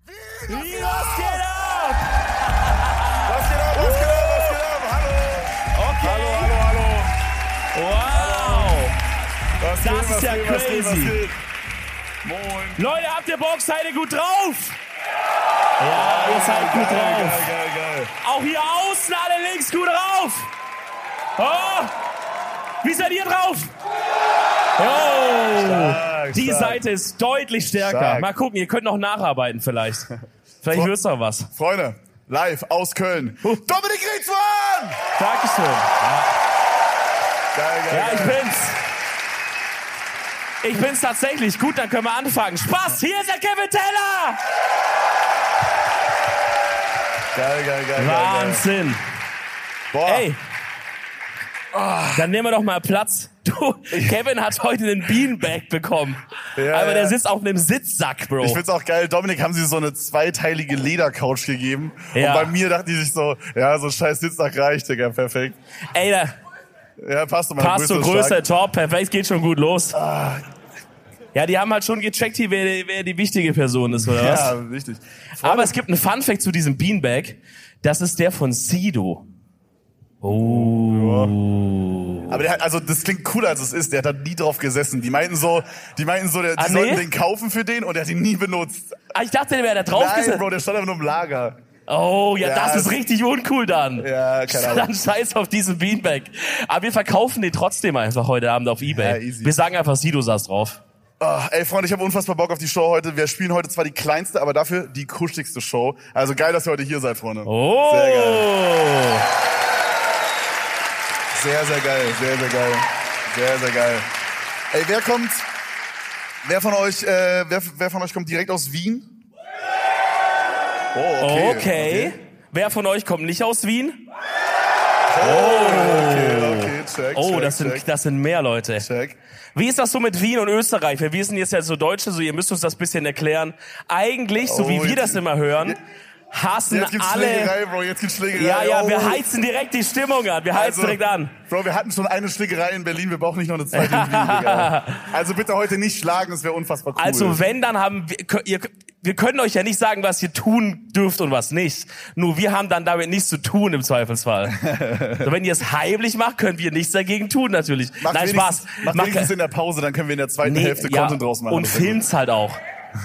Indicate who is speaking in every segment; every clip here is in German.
Speaker 1: Was geht ab?
Speaker 2: Was geht ab, was geht ab, was geht ab? Hallo!
Speaker 1: Okay.
Speaker 2: Hallo, hallo, hallo!
Speaker 1: Wow.
Speaker 2: Was
Speaker 1: Das ist ja crazy.
Speaker 2: Moin!
Speaker 1: Leute, habt ihr Bock? Seid ihr gut drauf? Ja, ihr seid gut
Speaker 2: Geil,
Speaker 1: drauf.
Speaker 2: geil, geil, geil.
Speaker 1: Auch hier außen alle links gut drauf. Oh. Wie seid ihr drauf? Yo.
Speaker 2: Stark,
Speaker 1: Die
Speaker 2: stark.
Speaker 1: Seite ist deutlich stärker.
Speaker 2: Stark.
Speaker 1: Mal gucken, ihr könnt noch nacharbeiten vielleicht. Vielleicht
Speaker 2: So.
Speaker 1: wird's noch was.
Speaker 2: Freunde, live aus Köln. Dominik Rietzmann!
Speaker 1: Dankeschön.
Speaker 2: Geil, geil,
Speaker 1: Ja, ich
Speaker 2: geil.
Speaker 1: bin's. Ich bin's tatsächlich. Gut, dann können wir anfangen. Spaß, hier ist der Kevin Teller.
Speaker 2: Geil, geil, geil, geil, geil.
Speaker 1: Wahnsinn.
Speaker 2: Boah,
Speaker 1: Ey. Dann nehmen wir doch mal Platz. Du, Kevin hat heute einen Beanbag bekommen.
Speaker 2: Ja,
Speaker 1: Aber der
Speaker 2: ja.
Speaker 1: sitzt auf einem Sitzsack, Bro.
Speaker 2: ich find's auch geil. Dominik haben sie so eine zweiteilige Ledercouch gegeben.
Speaker 1: Ja.
Speaker 2: Und bei mir dachten die sich so, ja, so ein scheiß Sitzsack reicht, Digga, perfekt.
Speaker 1: Ey, da
Speaker 2: Ja, passt doch mal.
Speaker 1: passt so
Speaker 2: größer
Speaker 1: größer,
Speaker 2: stark. Ah,
Speaker 1: top, perfekt, geht schon gut los. Ja, die haben halt schon gecheckt, hier, wer, wer die wichtige Person ist, oder was?
Speaker 2: Ja, wichtig.
Speaker 1: Aber es gibt einen Funfact zu diesem Beanbag. Das ist der von Sido.
Speaker 2: Aber der hat, also das klingt cooler als es ist. Der hat da nie drauf gesessen. Die meinten so, die meinten so, der, die
Speaker 1: Ah, nee?
Speaker 2: sollten den kaufen für den und der hat ihn nie benutzt.
Speaker 1: Ah, ich dachte, der wäre da drauf
Speaker 2: Nein,
Speaker 1: gesessen.
Speaker 2: Bro, der stand einfach nur im Lager.
Speaker 1: Oh, ja,
Speaker 2: Ja,
Speaker 1: das ist
Speaker 2: das-
Speaker 1: richtig uncool dann.
Speaker 2: Ja, keine Ahnung.
Speaker 1: Dann scheiß auf diesen Beanbag. Aber wir verkaufen den trotzdem einfach heute Abend auf Ebay.
Speaker 2: Ja, easy.
Speaker 1: Wir sagen einfach, Sido saß drauf.
Speaker 2: Ah, ey, Freunde, ich habe unfassbar Bock auf die Show heute. Wir spielen heute zwar die kleinste, aber dafür die kuschigste Show. Also geil, dass ihr heute hier seid, Freunde.
Speaker 1: Oh!
Speaker 2: Sehr geil. Sehr, sehr geil. Sehr, sehr geil. Sehr, sehr geil. Ey, wer kommt, wer von euch, äh, wer, wer von euch kommt direkt aus Wien? Oh,
Speaker 1: Okay.
Speaker 2: okay.
Speaker 1: Wer von euch kommt nicht aus Wien?
Speaker 2: Okay, okay, check,
Speaker 1: Oh,
Speaker 2: check,
Speaker 1: das
Speaker 2: check,
Speaker 1: sind, das sind mehr Leute.
Speaker 2: check.
Speaker 1: Wie ist das so mit Wien und Österreich? Wir wissen jetzt ja so Deutsche, so ihr müsst uns das bisschen erklären. Eigentlich, so
Speaker 2: Oh,
Speaker 1: wie wir
Speaker 2: jetzt-
Speaker 1: das immer hören, hassen
Speaker 2: Jetzt gibt's
Speaker 1: alle.
Speaker 2: Schlägerei, Bro, jetzt gibt's Schlägerei.
Speaker 1: Ja, ja, wir
Speaker 2: Oh.
Speaker 1: heizen direkt die Stimmung an. Wir heizen
Speaker 2: Also,
Speaker 1: direkt an.
Speaker 2: Bro, wir hatten schon eine Schlägerei in Berlin, wir brauchen nicht noch eine zweite in Wien, Digga. Also bitte heute nicht schlagen, das wäre unfassbar cool.
Speaker 1: Also wenn, dann haben wir, kö- ihr, wir können euch ja nicht sagen, was ihr tun dürft und was nicht. Nur wir haben dann damit nichts zu tun im Zweifelsfall. so, wenn ihr es heimlich macht, können wir nichts dagegen tun natürlich.
Speaker 2: Macht
Speaker 1: Nein,
Speaker 2: wenigstens-
Speaker 1: Spaß.
Speaker 2: Macht
Speaker 1: Macht-
Speaker 2: wenigstens in der Pause, dann können wir in der zweiten
Speaker 1: nee,
Speaker 2: Hälfte
Speaker 1: ja,
Speaker 2: Content draus machen.
Speaker 1: Und
Speaker 2: Das wär
Speaker 1: filmt's halt auch.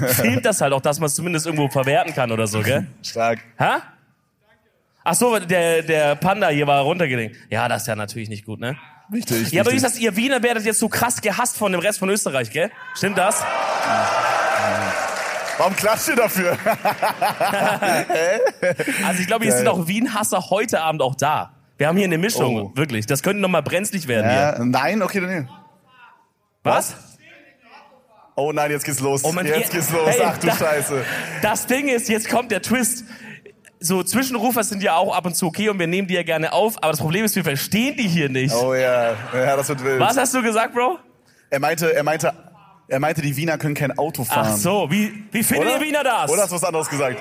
Speaker 1: Filmt das halt auch, dass man es zumindest irgendwo verwerten kann oder so, gell?
Speaker 2: gut. Stark.
Speaker 1: Hä? Ach so, der, der Panda hier war runtergelenkt. Ja, das ist ja natürlich nicht gut, ne?
Speaker 2: Wichtig.
Speaker 1: Ja, aber wie
Speaker 2: wichtig.
Speaker 1: ist das? Ihr Wiener werdet jetzt so krass gehasst von dem Rest von Österreich, gell? Stimmt das?
Speaker 2: Warum klatscht ihr dafür?
Speaker 1: Also ich glaube, hier sind auch Wien-Hasser heute Abend auch da. Wir haben hier eine Mischung,
Speaker 2: Oh.
Speaker 1: wirklich. Das könnte nochmal brenzlig werden hier.
Speaker 2: Ja, Äh, nein, okay, dann nee.
Speaker 1: Was?
Speaker 2: Oh nein, jetzt geht's los.
Speaker 1: Mann,
Speaker 2: jetzt
Speaker 1: ihr-
Speaker 2: geht's los.
Speaker 1: Hey,
Speaker 2: Ach du
Speaker 1: da-
Speaker 2: Scheiße.
Speaker 1: Das Ding ist, jetzt kommt der Twist. So Zwischenrufer sind ja auch ab und zu okay und wir nehmen die ja gerne auf, aber das Problem ist, wir verstehen die hier nicht.
Speaker 2: Oh ja, ja, das wird wild.
Speaker 1: Was hast du gesagt, Bro?
Speaker 2: Er meinte, er meinte, er meinte, die Wiener können kein Auto fahren.
Speaker 1: Ach so, wie, wie findet
Speaker 2: Oder?
Speaker 1: ihr Wiener das?
Speaker 2: Oder hast du was anderes gesagt?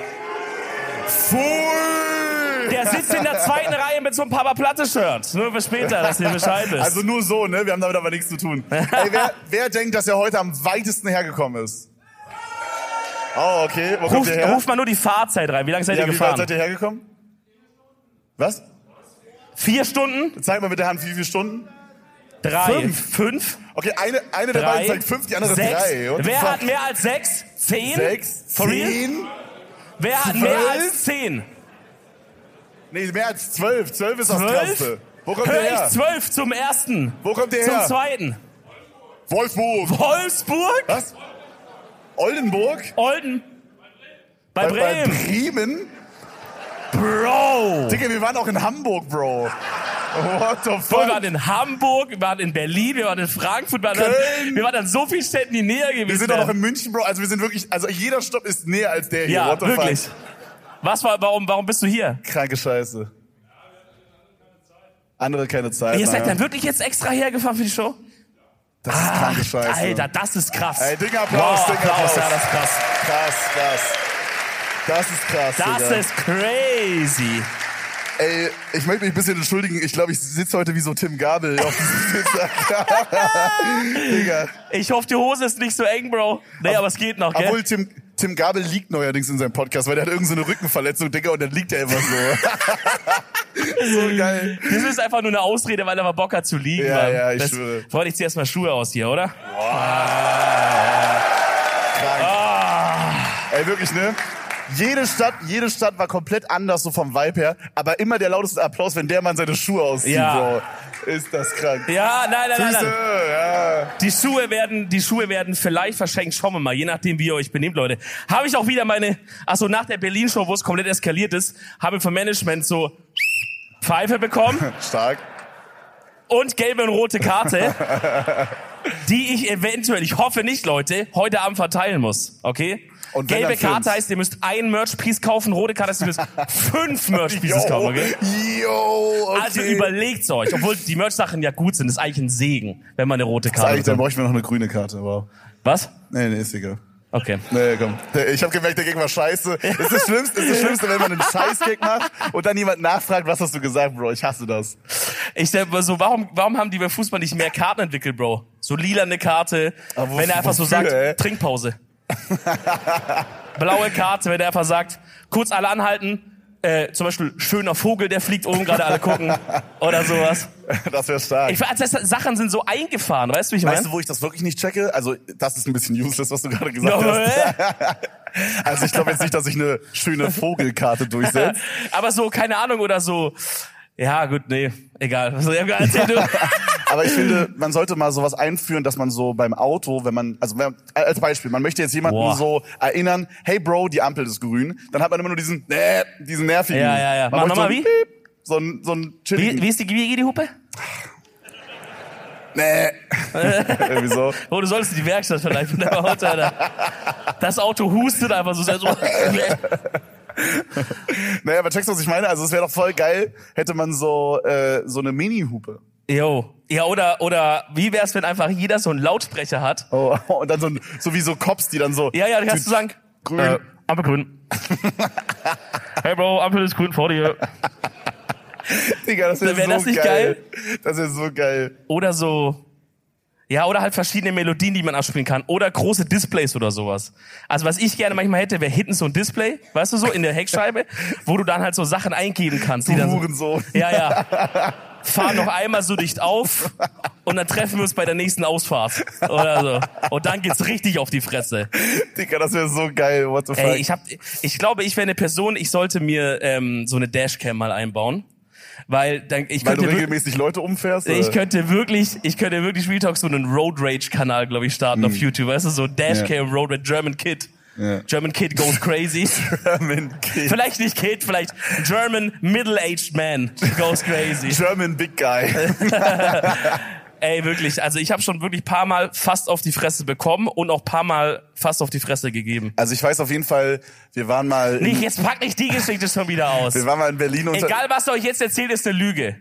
Speaker 2: Pfui!
Speaker 1: Der sitzt in der zweiten Reihe mit so einem Papa Platte-Shirt. Nur für später, dass ihr Bescheid wisst.
Speaker 2: Also nur so, ne? Wir haben damit aber nichts zu tun. Ey, wer, wer denkt, dass er heute am weitesten hergekommen ist? Oh, okay. Wo kommt
Speaker 1: ruft,
Speaker 2: ihr her?
Speaker 1: ruft mal nur die Fahrzeit rein. Wie lange seid
Speaker 2: ja,
Speaker 1: ihr
Speaker 2: wie weit
Speaker 1: gefahren?
Speaker 2: seid ihr hergekommen? Was?
Speaker 1: Vier Stunden?
Speaker 2: Zeig mal mit der Hand, wie viele Stunden?
Speaker 1: Drei.
Speaker 2: Fünf.
Speaker 1: Fünf?
Speaker 2: Okay, eine, eine der
Speaker 1: drei,
Speaker 2: beiden sagt fünf, die andere
Speaker 1: sechs.
Speaker 2: drei. What the
Speaker 1: Wer
Speaker 2: fuck?
Speaker 1: hat mehr als sechs? Zehn?
Speaker 2: Sechs,
Speaker 1: For real?
Speaker 2: zehn?
Speaker 1: Wer hat mehr
Speaker 2: zwölf?
Speaker 1: als zehn?
Speaker 2: Nee, mehr als zwölf. Zwölf ist das
Speaker 1: Zwölf?
Speaker 2: Krasseste. Wo kommt ihr
Speaker 1: Hör
Speaker 2: her?
Speaker 1: ich zwölf zum ersten.
Speaker 2: Wo kommt ihr
Speaker 1: Zum
Speaker 2: her?
Speaker 1: zweiten.
Speaker 2: Wolfsburg.
Speaker 1: Wolfsburg?
Speaker 2: Was? Oldenburg?
Speaker 1: Olden? Bei,
Speaker 2: Bei
Speaker 1: Bremen?
Speaker 2: Bremen?
Speaker 1: Bro!
Speaker 2: Digga, wir waren auch in Hamburg, Bro. What the fuck?
Speaker 1: Wir waren in Hamburg, wir waren in Berlin, wir waren in Frankfurt, wir waren, an,
Speaker 2: Köln.
Speaker 1: wir waren an so vielen Städten, die näher gewesen
Speaker 2: Wir sind doch noch
Speaker 1: wären.
Speaker 2: in München, Bro. Also wir sind wirklich, also jeder Stopp ist näher als der hier.
Speaker 1: Ja,
Speaker 2: What the fuck?
Speaker 1: wirklich. Was war, warum, warum bist du hier?
Speaker 2: Kranke Scheiße. Andere keine Zeit.
Speaker 1: Ihr seid
Speaker 2: naja.
Speaker 1: dann wirklich jetzt extra hergefahren für die Show?
Speaker 2: das ist kranke Scheiße.
Speaker 1: Ah, Alter, das ist krass.
Speaker 2: Ey, dicker Applaus,
Speaker 1: wow,
Speaker 2: dicker Applaus.
Speaker 1: Ja, das ist krass.
Speaker 2: Krass, krass. Das ist krass.
Speaker 1: Das
Speaker 2: Digga.
Speaker 1: ist crazy.
Speaker 2: Ey, ich möchte mich ein bisschen entschuldigen. Ich glaube, ich sitze heute wie so Tim Gabel auf diesem Sitzsack. Digga.
Speaker 1: Ich hoffe, die Hose ist nicht so eng, Bro. Nee, aber es geht noch, gell?
Speaker 2: Obwohl Tim, Tim Gabel liegt neuerdings in seinem Podcast, weil der hat irgendeine so eine Rückenverletzung, Digga, und dann liegt er einfach so. so geil.
Speaker 1: Das ist einfach nur eine Ausrede, weil er mal Bock hat zu liegen.
Speaker 2: Ja,
Speaker 1: Mann.
Speaker 2: ja, ich
Speaker 1: das,
Speaker 2: schwöre.
Speaker 1: Freund, ich zieh erstmal Schuhe aus hier, oder? Ah.
Speaker 2: Krank. Ey, wirklich, ne? Jede Stadt, jede Stadt war komplett anders, so vom Vibe her, aber immer der lauteste Applaus, wenn der Mann seine Schuhe auszieht,
Speaker 1: Ja.
Speaker 2: Bro. Ist das krank.
Speaker 1: Ja, nein, nein, nein,
Speaker 2: Füße,
Speaker 1: nein.
Speaker 2: ja.
Speaker 1: Die Schuhe werden, die Schuhe werden vielleicht verschenkt. Schauen wir mal, je nachdem, wie ihr euch benehmt, Leute. Habe ich auch wieder meine, ach so, nach der Berlin-Show, wo es komplett eskaliert ist, habe ich vom Management so Pfeife bekommen
Speaker 2: Stark.
Speaker 1: und gelbe und rote Karte, die ich eventuell, ich hoffe nicht, Leute, heute Abend verteilen muss, okay?
Speaker 2: Und wenn,
Speaker 1: gelbe
Speaker 2: dann fünf.
Speaker 1: Karte heißt, ihr müsst ein Merch-Piece kaufen, rote Karte heißt, ihr müsst fünf Merch-Pieces kaufen, okay?
Speaker 2: Yo, okay.
Speaker 1: Also überlegt's euch, obwohl die Merch-Sachen ja gut sind, ist eigentlich ein Segen, wenn man eine rote Karte
Speaker 2: Eigentlich, dann
Speaker 1: bekommt.
Speaker 2: bräuchten wir noch eine grüne Karte, wow.
Speaker 1: Was?
Speaker 2: Nee, nee, ist egal.
Speaker 1: Okay.
Speaker 2: Nee, komm. Der- Ich habe gemerkt, der Gag war scheiße. Ist das Schlimmste, ist das Schlimmste, wenn man einen Scheiß-Gag macht und dann jemand nachfragt, was hast du gesagt, Bro? Ich hasse das.
Speaker 1: Ich selber so, warum, warum haben die bei Fußball nicht mehr Karten entwickelt, Bro? So lilane Karte,
Speaker 2: Aber wo-
Speaker 1: wenn er einfach so
Speaker 2: wofür,
Speaker 1: sagt,
Speaker 2: ey?
Speaker 1: Trinkpause. Blaue Karte, wenn er einfach sagt, kurz alle anhalten, äh, zum Beispiel schöner Vogel, der fliegt oben, gerade alle gucken oder sowas.
Speaker 2: Das wäre stark.
Speaker 1: Ich weiß, das, Sachen sind so eingefahren, weißt du, wie ich
Speaker 2: Weißt du,
Speaker 1: meine?
Speaker 2: wo ich das wirklich nicht checke? Also, das ist ein bisschen useless, was du gerade gesagt hast.
Speaker 1: Aber
Speaker 2: Also, ich glaube jetzt nicht, dass ich eine schöne Vogelkarte durchsetze.
Speaker 1: so, keine Ahnung, oder so. Ja, gut, nee, egal. Also, erzähl du.
Speaker 2: Aber ich finde, man sollte mal sowas einführen, dass man so beim Auto, wenn man, also wenn, als Beispiel, man möchte jetzt jemanden
Speaker 1: Boah.
Speaker 2: so erinnern, hey Bro, die Ampel ist grün, dann hat man immer nur diesen, äh, diesen nervigen.
Speaker 1: Ja, ja, ja. Mach
Speaker 2: Man möchte
Speaker 1: nochmal
Speaker 2: so,
Speaker 1: wie?
Speaker 2: einen Piep, So ein, so ein chilligen,
Speaker 1: Wie, wie ist die, wie geht die Hupe?
Speaker 2: Nee. Irgendwie so.
Speaker 1: Oh, du solltest in die Werkstatt vielleicht mit deinem Auto, Alter. Das Auto hustet einfach so. sehr so.
Speaker 2: Naja, aber checkst du, was ich meine? Also es wäre doch voll geil, hätte man so, äh, so eine Mini-Hupe.
Speaker 1: Yo. Ja, oder, oder wie wär's, wenn einfach jeder so einen Lautsprecher hat?
Speaker 2: Oh, und dann so, ein, so wie so Cops, die dann so.
Speaker 1: Ja, ja, dann kannst du sagen,
Speaker 2: Grün.
Speaker 1: äh, Ampel grün. hey Bro, Ampel ist grün vor dir.
Speaker 2: Digga, das wäre
Speaker 1: wär
Speaker 2: so
Speaker 1: das nicht
Speaker 2: Das wäre so geil.
Speaker 1: Oder so. Ja, oder halt verschiedene Melodien, die man abspielen kann. Oder große Displays oder sowas. Also was ich gerne manchmal hätte, wäre hinten so ein Display, weißt du so, in der Heckscheibe, wo du dann halt so Sachen eingeben kannst. Die
Speaker 2: Du
Speaker 1: dann so,
Speaker 2: Hurensohn.
Speaker 1: Ja, ja. Fahr noch einmal so dicht auf und dann treffen wir uns bei der nächsten Ausfahrt. Oder so. Und dann geht's richtig auf die Fresse.
Speaker 2: Digga, das wäre so geil. What the fuck?
Speaker 1: Ey, ich, hab, ich glaube, ich wäre eine Person, ich sollte mir ähm, so eine Dashcam mal einbauen. Weil dann, ich
Speaker 2: Weil du
Speaker 1: könnte wir-
Speaker 2: regelmäßig Leute umfährst.
Speaker 1: ich
Speaker 2: oder?
Speaker 1: könnte wirklich, ich könnte wirklich Real Talk so einen Road Rage Kanal, glaube ich, starten auf YouTube. Weißt du, so Dashcam
Speaker 2: Hm. Ja.
Speaker 1: Road Rage German Kid.
Speaker 2: Ja.
Speaker 1: German Kid goes crazy.
Speaker 2: German Kid.
Speaker 1: vielleicht nicht Kid, vielleicht German Middle-Aged Man goes crazy.
Speaker 2: German Big Guy.
Speaker 1: Ey, wirklich. Also ich habe schon wirklich paar Mal fast auf die Fresse bekommen und auch paar Mal fast auf die Fresse gegeben.
Speaker 2: Also ich weiß auf jeden Fall, wir waren mal.
Speaker 1: Nicht,
Speaker 2: In,
Speaker 1: jetzt pack nicht die Geschichte schon wieder aus.
Speaker 2: wir waren mal in Berlin und
Speaker 1: Egal, was er euch jetzt erzählt, ist eine Lüge.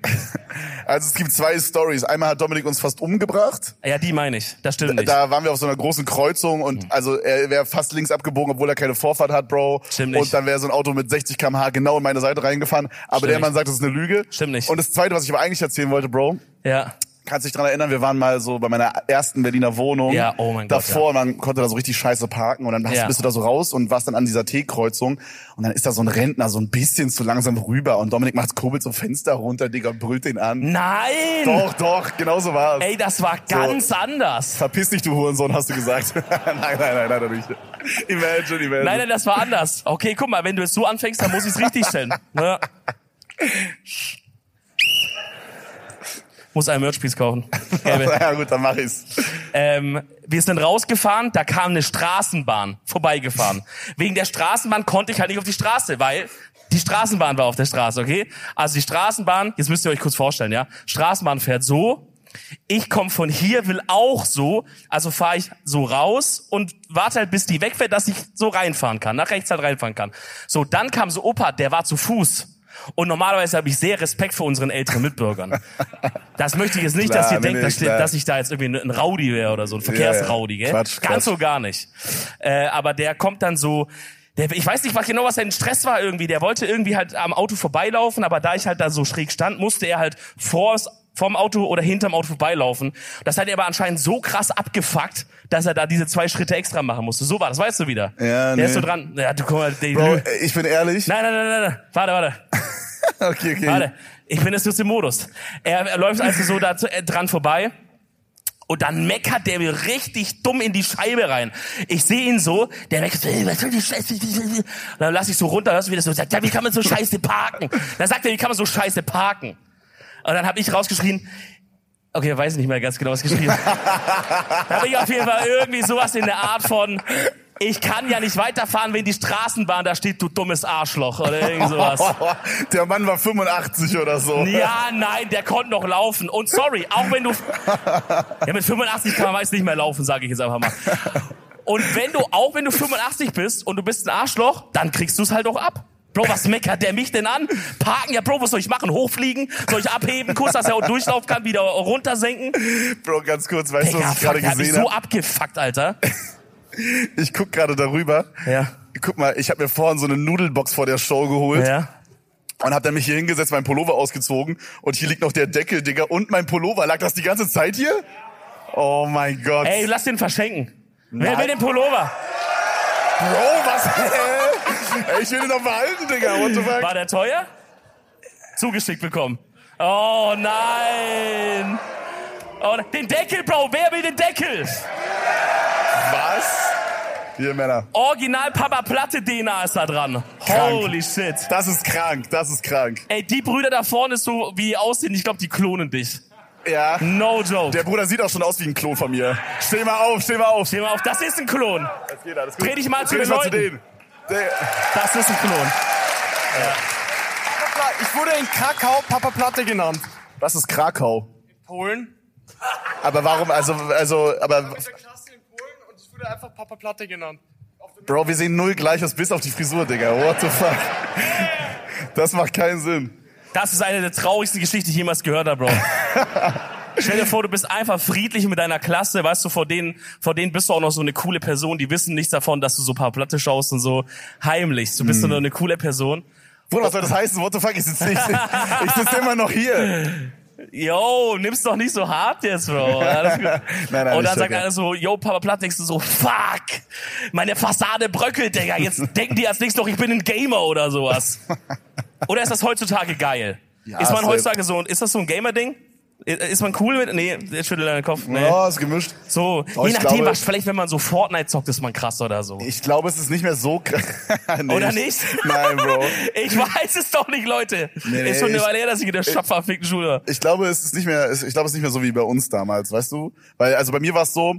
Speaker 2: also es gibt zwei Stories. Einmal hat Dominik uns fast umgebracht.
Speaker 1: Ja, die meine ich. Hm. Das stimmt nicht.
Speaker 2: Da waren wir auf so einer großen Kreuzung und also er wäre fast links abgebogen, obwohl er keine Vorfahrt hat, Bro.
Speaker 1: Stimmt nicht.
Speaker 2: und dann wäre so ein Auto mit 60 km/h genau in meine Seite reingefahren. Aber der Mann
Speaker 1: nicht.
Speaker 2: sagt, das ist eine Lüge.
Speaker 1: Stimmt nicht.
Speaker 2: Und das Zweite, was ich aber eigentlich erzählen wollte, Bro,
Speaker 1: Ja.
Speaker 2: kannst dich dran erinnern, wir waren mal so bei meiner ersten Berliner Wohnung.
Speaker 1: Ja, oh mein Gott,
Speaker 2: Davor, man konnte da so richtig scheiße parken und dann hast,
Speaker 1: Ja.
Speaker 2: bist du da so raus und warst dann an dieser T-Kreuzung und dann ist da so ein Rentner so ein bisschen zu langsam rüber und Dominik macht Kobel zum Fenster runter, Digga, und brüllt den an.
Speaker 1: Nein!
Speaker 2: Doch, doch, genau so war's.
Speaker 1: Ey, das war ganz anders.
Speaker 2: Verpiss dich, du Hurensohn, hast du gesagt. nein, nein, nein, leider nicht. Imagine, imagine.
Speaker 1: Nein, nein, das war anders. Okay, guck mal, wenn du es so anfängst, dann muss ich es richtig stellen. Ja. Muss ein Merchpiece kaufen. Gelbe.
Speaker 2: ja gut, dann mach ich's.
Speaker 1: Ähm, wir sind rausgefahren, da kam eine Straßenbahn vorbeigefahren. Wegen der Straßenbahn konnte ich halt nicht auf die Straße, weil die Straßenbahn war auf der Straße, okay? Also die Straßenbahn, jetzt müsst ihr euch kurz vorstellen, ja? Straßenbahn fährt so, ich komme von hier, will auch so, also fahre ich so raus und warte halt, bis die wegfährt, dass ich so reinfahren kann, nach rechts halt reinfahren kann. So, dann kam so Opa, der war zu Fuß. Und normalerweise habe ich sehr Respekt vor unseren älteren Mitbürgern. Das möchte ich jetzt nicht,
Speaker 2: Klar,
Speaker 1: dass ihr
Speaker 2: nee,
Speaker 1: denkt,
Speaker 2: nee,
Speaker 1: dass,
Speaker 2: klar.
Speaker 1: dass ich da jetzt irgendwie ein Rowdy wäre oder so, ein Verkehrsraudi,
Speaker 2: Ja,
Speaker 1: gell?
Speaker 2: ja. Quatsch, Quatsch.
Speaker 1: Ganz so gar nicht. Äh, aber der kommt dann so, der, ich weiß nicht was genau, was sein Stress war irgendwie. Der wollte irgendwie halt am Auto vorbeilaufen, aber da ich halt da so schräg stand, musste er halt vors vom Auto oder hinterm Auto vorbeilaufen. Das hat er aber anscheinend so krass abgefuckt, dass er da diese zwei Schritte extra machen musste. So war das, weißt du wieder. der
Speaker 2: Ja, nee.
Speaker 1: ist so dran. Ja, du komm mal. die-
Speaker 2: Bro,
Speaker 1: Nein,
Speaker 2: äh, ich bin ehrlich.
Speaker 1: nein, nein, nein, nein. Warte, warte.
Speaker 2: Okay, okay.
Speaker 1: Warte, ich bin jetzt just im Modus. Er, er läuft also so da zu, äh, dran vorbei. Und dann meckert der mir richtig dumm in die Scheibe rein. Ich sehe ihn so, der meckert so, "Ey, was soll die Scheiße? Und dann lass ich so runter, hörst du wieder so, sagt, ja, wie kann man so scheiße parken? Dann sagt er, wie kann man so scheiße parken? Und dann habe ich rausgeschrien, okay, ich weiß nicht mehr ganz genau, was ich geschrien habe. Da habe ich auf jeden Fall irgendwie sowas in der Art von, ich kann ja nicht weiterfahren, wenn die Straßenbahn da steht, du dummes Arschloch oder irgend sowas.
Speaker 2: Der Mann war 85 oder so.
Speaker 1: Ja, nein, der konnte noch laufen. Und sorry, auch wenn du. Ja, mit 85 kann man meist nicht mehr laufen, sage ich jetzt einfach mal. Und wenn du, auch wenn du 85 bist und du bist ein Arschloch, dann kriegst du es halt auch ab. Bro, was meckert der mich denn an? Parken, ja, Bro, was soll ich machen? Hochfliegen? Soll ich abheben? Kurz, dass er auch durchlaufen kann, wieder runtersenken?
Speaker 2: Bro, ganz kurz, weißt du,
Speaker 1: Digga,
Speaker 2: was ich gerade
Speaker 1: fuck, der hat mich
Speaker 2: gesehen
Speaker 1: so
Speaker 2: habe?
Speaker 1: abgefuckt, Alter.
Speaker 2: Ich guck gerade darüber.
Speaker 1: Ja.
Speaker 2: Guck mal, ich habe mir vorhin so eine Nudelbox vor der Show geholt
Speaker 1: Ja.
Speaker 2: und habe dann mich hier hingesetzt, meinen Pullover ausgezogen und hier liegt noch der Deckel, Digga, und mein Pullover. Lag das die ganze Zeit hier? Oh mein Gott.
Speaker 1: Ey, lass den verschenken. Wer
Speaker 2: Nein.
Speaker 1: will den Pullover?
Speaker 2: Bro, was? Ey, ich will den noch behalten, Digga. What the fuck?
Speaker 1: War der teuer? Zugeschickt bekommen. Oh nein! Oh, ne- den Deckel, Bro! Wer will den Deckel?
Speaker 2: Was? Hier, Männer.
Speaker 1: Original Papa Platte DNA ist da dran.
Speaker 2: Krank.
Speaker 1: Holy shit.
Speaker 2: Das ist krank, das ist krank.
Speaker 1: Ey, die Brüder da vorne ist so, wie die aussehen, ich glaube, die klonen dich.
Speaker 2: Ja.
Speaker 1: No joke.
Speaker 2: Der Bruder sieht auch schon aus wie ein Klon von mir. Steh mal auf, steh mal auf.
Speaker 1: Steh mal auf, das ist ein Klon.
Speaker 2: Das geht alles
Speaker 1: Dreh dich mal zu
Speaker 2: Dreh
Speaker 1: den
Speaker 2: dich mal zu
Speaker 1: Leuten.
Speaker 2: denen. Der-
Speaker 1: Das ist ein Klon.
Speaker 3: Ich wurde in Krakau Papa Platte genannt.
Speaker 2: Was ist Krakau?
Speaker 3: Polen?
Speaker 2: Aber warum, also, also, aber,
Speaker 3: Ich war in der Klasse in Polen und ich wurde einfach Papa Platte genannt.
Speaker 2: Bro, wir sehen null Gleiches bis auf die Frisur, Digga. What the fuck? Das macht keinen Sinn.
Speaker 1: Das ist eine der traurigsten Geschichten, die ich jemals gehört habe, Bro. Stell dir vor, du bist einfach friedlich mit deiner Klasse, weißt du, vor denen, vor denen bist du auch noch so eine coole Person, die wissen nichts davon, dass du so ein paar Platte schaust und so heimlich. Du bist nur eine coole Person.
Speaker 2: Bruder, was soll das heißen? What the fuck? Ich sitze ich, ich sitz immer noch hier.
Speaker 1: Yo, nimm's doch nicht so hart jetzt, Bro. Alles gut.
Speaker 2: Nein, nein,
Speaker 1: und
Speaker 2: ich
Speaker 1: dann sagt
Speaker 2: checke.
Speaker 1: einer so, yo, Papa Platt, denkst du so, fuck, meine Fassade bröckelt, Digga. Jetzt denken die als nächstes noch, ich bin ein Gamer oder sowas. Oder ist das heutzutage geil?
Speaker 2: Ja,
Speaker 1: ist man
Speaker 2: safe.
Speaker 1: heutzutage so, ist das so ein Gamer-Ding? I- Ist man cool mit? Nee, jetzt schüttelt er den Kopf. Nee.
Speaker 2: Oh, ist gemischt.
Speaker 1: So,
Speaker 2: Oh,
Speaker 1: je
Speaker 2: ich
Speaker 1: nachdem,
Speaker 2: glaube-
Speaker 1: was, vielleicht wenn man so Fortnite zockt, ist man krass oder so.
Speaker 2: Ich glaube, es ist nicht mehr so kr- nee,
Speaker 1: Oder
Speaker 2: ich-
Speaker 1: nicht?
Speaker 2: Nein, Bro.
Speaker 1: Ich weiß es doch nicht, Leute.
Speaker 2: nee,
Speaker 1: ist schon eine
Speaker 2: ich-
Speaker 1: Weile her, dass ich in der Schopferfickten Schule war.
Speaker 2: Ich glaube, es ist nicht mehr, es- ich glaube, es ist nicht mehr so wie bei uns damals, weißt du? Weil, also bei mir war es so,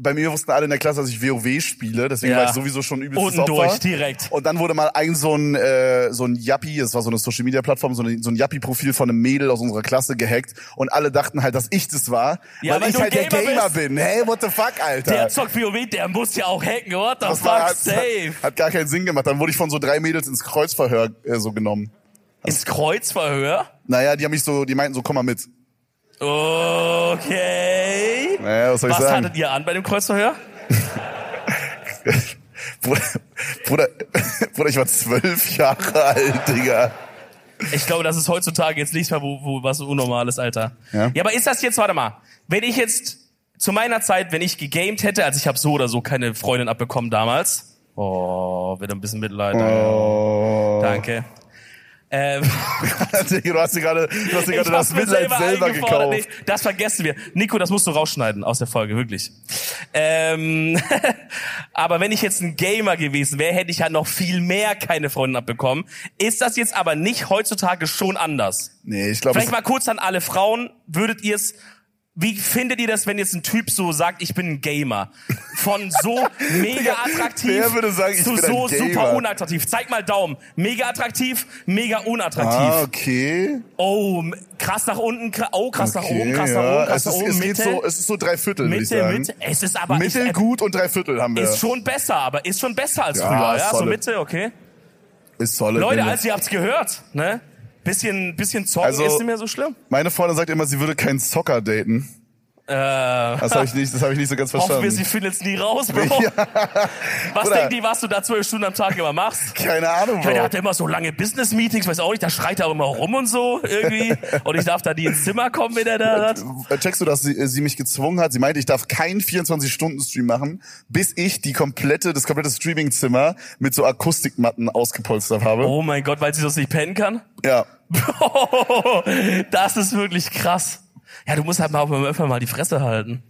Speaker 2: bei mir wussten alle in der Klasse, dass ich WoW spiele, deswegen
Speaker 1: Ja.
Speaker 2: war ich sowieso schon übelst
Speaker 1: Unten durch, direkt.
Speaker 2: Und dann wurde mal ein so ein, äh, so ein Yappi, es war so eine Social Media Plattform, so, eine, so ein Yappi-Profil von einem Mädel aus unserer Klasse gehackt und alle dachten halt, dass ich das war,
Speaker 1: Ja,
Speaker 2: weil,
Speaker 1: weil
Speaker 2: ich
Speaker 1: du
Speaker 2: halt
Speaker 1: ein
Speaker 2: der
Speaker 1: Gamer
Speaker 2: Gamer
Speaker 1: bist.
Speaker 2: bin. Hey, what the fuck, Alter?
Speaker 1: Der zockt WoW, der muss ja auch hacken, what the
Speaker 2: Das war- halt-
Speaker 1: fuck,
Speaker 2: hat,
Speaker 1: safe.
Speaker 2: hat gar keinen Sinn gemacht. Dann wurde ich von so drei Mädels ins Kreuzverhör äh, so genommen.
Speaker 1: Ins Kreuzverhör?
Speaker 2: Naja, die haben mich so, die meinten so, komm mal mit.
Speaker 1: Okay.
Speaker 2: Naja, was soll
Speaker 1: Was
Speaker 2: ich sagen?
Speaker 1: hattet ihr an bei dem Kreuzverhör?
Speaker 2: Bruder, Bruder, Bruder, ich war zwölf Jahre alt, Digga.
Speaker 1: Ich glaube, das ist heutzutage jetzt nichts mehr, wo, wo, was Unnormales, Alter.
Speaker 2: Ja.
Speaker 1: ja, aber ist das jetzt, warte mal, wenn ich jetzt zu meiner Zeit, wenn ich gegamed hätte, also ich habe so oder so keine Freundin abbekommen damals. Oh, wieder ein bisschen Mitleid.
Speaker 2: Oh.
Speaker 1: Danke. Ähm,
Speaker 2: Digga, du hast dir gerade, du hast dir
Speaker 1: ich
Speaker 2: gerade das
Speaker 1: hab's mir
Speaker 2: Mitleid selber,
Speaker 1: eingefordert.
Speaker 2: gekauft.
Speaker 1: Nee, das vergessen wir. Nico, das musst du rausschneiden aus der Folge, wirklich. Ähm, aber wenn ich jetzt ein Gamer gewesen wäre, hätte ich ja noch viel mehr keine Freundin abbekommen. Ist das jetzt aber nicht heutzutage schon anders?
Speaker 2: Nee, ich glaube,
Speaker 1: Vielleicht mal kurz an alle Frauen, würdet ihr es wie findet ihr das, wenn jetzt ein Typ so sagt, ich bin ein Gamer? Von so mega attraktiv
Speaker 2: wer würde sagen, ich
Speaker 1: zu
Speaker 2: bin ein
Speaker 1: so super
Speaker 2: Gamer?
Speaker 1: unattraktiv. Zeig mal Daumen. Mega attraktiv, mega
Speaker 2: ah,
Speaker 1: unattraktiv.
Speaker 2: okay.
Speaker 1: Oh, m- krass nach unten, kra- oh, krass nach
Speaker 2: okay
Speaker 1: oben, krass nach
Speaker 2: ja.
Speaker 1: oben, krass
Speaker 2: es,
Speaker 1: nach
Speaker 2: ist,
Speaker 1: oben,
Speaker 2: es, geht
Speaker 1: Mitte,
Speaker 2: so, es ist so drei Viertel, würde ich
Speaker 1: Mitte,
Speaker 2: sagen.
Speaker 1: Mitte. Es ist aber, ich,
Speaker 2: Mittel,
Speaker 1: äh,
Speaker 2: gut und drei Viertel haben wir.
Speaker 1: ist schon besser, aber ist schon besser als
Speaker 2: Ja,
Speaker 1: früher, ja? So
Speaker 2: solid.
Speaker 1: Mitte, okay.
Speaker 2: ist solid.
Speaker 1: Leute,
Speaker 2: Digga.
Speaker 1: also ihr habt's gehört, ne? Bisschen, bisschen zocken
Speaker 2: Also-
Speaker 1: ist nicht mehr so schlimm.
Speaker 2: Meine Freundin sagt immer, sie würde keinen Zocker daten.
Speaker 1: Äh.
Speaker 2: Das habe ich, nicht- das hab ich nicht so ganz verstanden.
Speaker 1: Obviously findet es nie raus, Bro. Was
Speaker 2: Bruder.
Speaker 1: denkt die, was du da zwölf Stunden am Tag immer machst?
Speaker 2: Keine Ahnung,
Speaker 1: Weil der
Speaker 2: Bro.
Speaker 1: hat ja immer so lange Business-Meetings, weiß auch nicht, da schreit er auch immer rum und so irgendwie. Und ich darf da nie ins Zimmer kommen, wenn er da hat.
Speaker 2: Äh, Checkst du, dass sie, äh, sie mich gezwungen hat? Sie meinte, ich darf keinen 24-Stunden-Stream machen, bis ich die komplette, das komplette Streaming-Zimmer mit so Akustikmatten ausgepolstert habe.
Speaker 1: Oh mein Gott, weil sie sonst nicht pennen kann?
Speaker 2: Ja.
Speaker 1: Bro, das ist wirklich krass. Ja, du musst halt mal öfter mal die Fresse halten.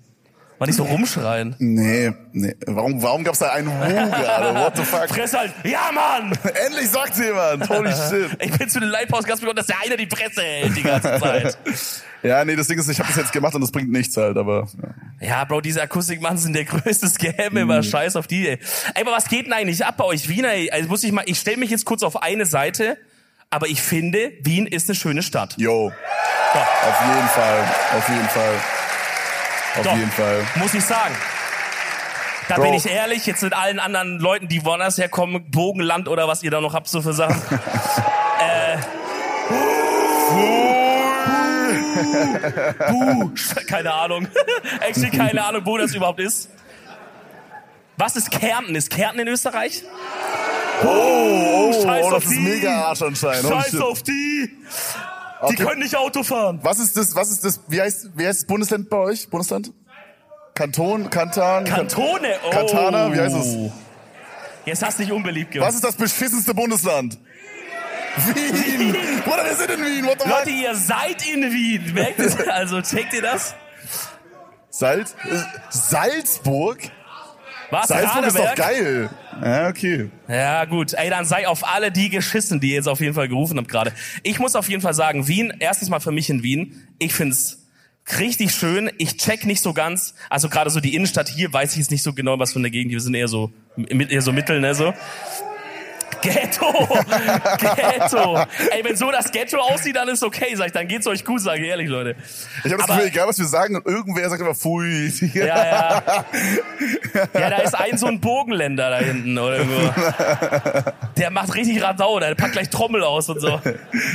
Speaker 1: Mal nicht so rumschreien.
Speaker 2: Nee, nee. Warum, warum gab's da einen Wu gerade? What the fuck?
Speaker 1: Fresse halt. Ja, Mann!
Speaker 2: Endlich sagt jemand. Holy shit.
Speaker 1: Ich bin zu den Lighthouse-Gast gekommen, dass der eine die Fresse hält die ganze Zeit.
Speaker 2: Ja, nee, das Ding ist, ich habe das jetzt gemacht und das bringt nichts halt, aber ja.
Speaker 1: Ja, Bro, diese Akustikmann sind der größte Scam immer. Scheiß auf die, ey. Ey, aber was geht denn eigentlich ab bei euch Wiener? ey? Also muss ich mal, ich stelle mich jetzt kurz auf eine Seite, aber ich finde, Wien ist eine schöne Stadt.
Speaker 2: yo. Auf jeden Fall, auf jeden Fall. Auf
Speaker 1: Doch.
Speaker 2: jeden Fall.
Speaker 1: Muss ich sagen. Da
Speaker 2: Bro.
Speaker 1: bin ich ehrlich, jetzt mit allen anderen Leuten, die woanders herkommen, Bogenland oder was ihr da noch habt, so für Sachen. äh.
Speaker 2: Uh.
Speaker 1: Buh. Buh. Keine Ahnung. Actually, keine Ahnung, wo das überhaupt ist. Was ist Kärnten? Ist Kärnten in Österreich?
Speaker 2: Oh,
Speaker 1: Scheiß
Speaker 2: oh
Speaker 1: auf
Speaker 2: das
Speaker 1: die.
Speaker 2: ist mega Arsch anscheinend. Holy
Speaker 1: Scheiß
Speaker 2: shit.
Speaker 1: auf die! Die
Speaker 2: Okay.
Speaker 1: können nicht Auto fahren.
Speaker 2: Was ist das, was ist das, wie heißt, wie heißt das Bundesland bei euch? Bundesland? Kanton, Kantan,
Speaker 1: Kantone, oh.
Speaker 2: Kantana, wie heißt es?
Speaker 1: Jetzt hast du dich unbeliebt gemacht.
Speaker 2: Was ist das beschissenste Bundesland? Wien! Bruder, wir sind in Wien, what the
Speaker 1: Leute,
Speaker 2: fuck?
Speaker 1: ihr seid in Wien. Merkt ihr das? Also checkt ihr das?
Speaker 2: Salz, äh, Salzburg?
Speaker 1: Was?
Speaker 2: Salzburg ist doch
Speaker 1: Radeberg?
Speaker 2: geil. Ja, okay.
Speaker 1: Ja, gut. Ey, dann sei auf alle die geschissen, die ihr jetzt auf jeden Fall gerufen habt gerade. Ich muss auf jeden Fall sagen, Wien, erstens mal für mich in Wien, ich find's richtig schön. Ich check nicht so ganz, also gerade so die Innenstadt hier, weiß ich jetzt nicht so genau, was für eine Gegend. Wir sind eher so, mit- eher so mittel, ne, so. Ghetto! Ghetto! Ey, wenn so das Ghetto aussieht, dann ist okay, sag ich, dann geht's euch gut, sage ich ehrlich, Leute.
Speaker 2: Ich habe das
Speaker 1: Aber-
Speaker 2: Gefühl, egal was wir sagen, irgendwer sagt immer, pfui.
Speaker 1: Ja, ja. Ja, da ist ein so ein Bogenländer da hinten oder irgendwo. Der macht richtig Radau, der packt gleich Trommel aus und so.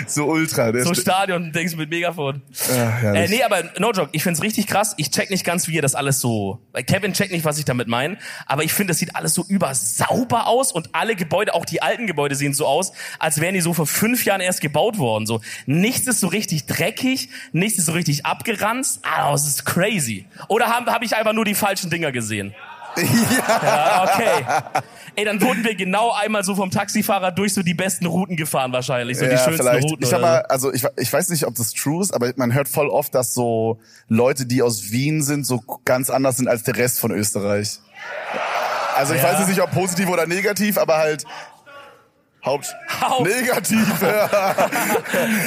Speaker 2: So ultra. Der
Speaker 1: So
Speaker 2: st-
Speaker 1: Stadion und denkst mit Megafon.
Speaker 2: Ach, Ah, herrlich.
Speaker 1: Äh, nee, aber no joke, ich find's richtig krass. Ich check nicht ganz, wie ihr das alles so. weil Kevin checkt nicht, was ich damit meine, aber ich finde, das sieht alles so übersauber aus und alle Gebäude, auch die alten Gebäude, sehen so aus, als wären die so vor fünf Jahren erst gebaut worden. So nichts ist so richtig dreckig, nichts ist so richtig abgeranzt. Ah, das ist crazy. Oder habe hab ich einfach nur die falschen Dinger gesehen? Ja, okay. Ey, dann wurden wir genau einmal so vom Taxifahrer durch so die besten Routen gefahren wahrscheinlich, so die schönsten Routen.
Speaker 2: Ich sag
Speaker 1: oder
Speaker 2: mal, also ich, ich weiß nicht, ob das true ist, aber man hört voll oft, dass so Leute, die aus Wien sind, so ganz anders sind als der Rest von Österreich. Also ich
Speaker 1: Ja.
Speaker 2: weiß jetzt nicht, ob positiv oder negativ, aber halt Haupt
Speaker 1: Haupt-
Speaker 2: negativ. ja.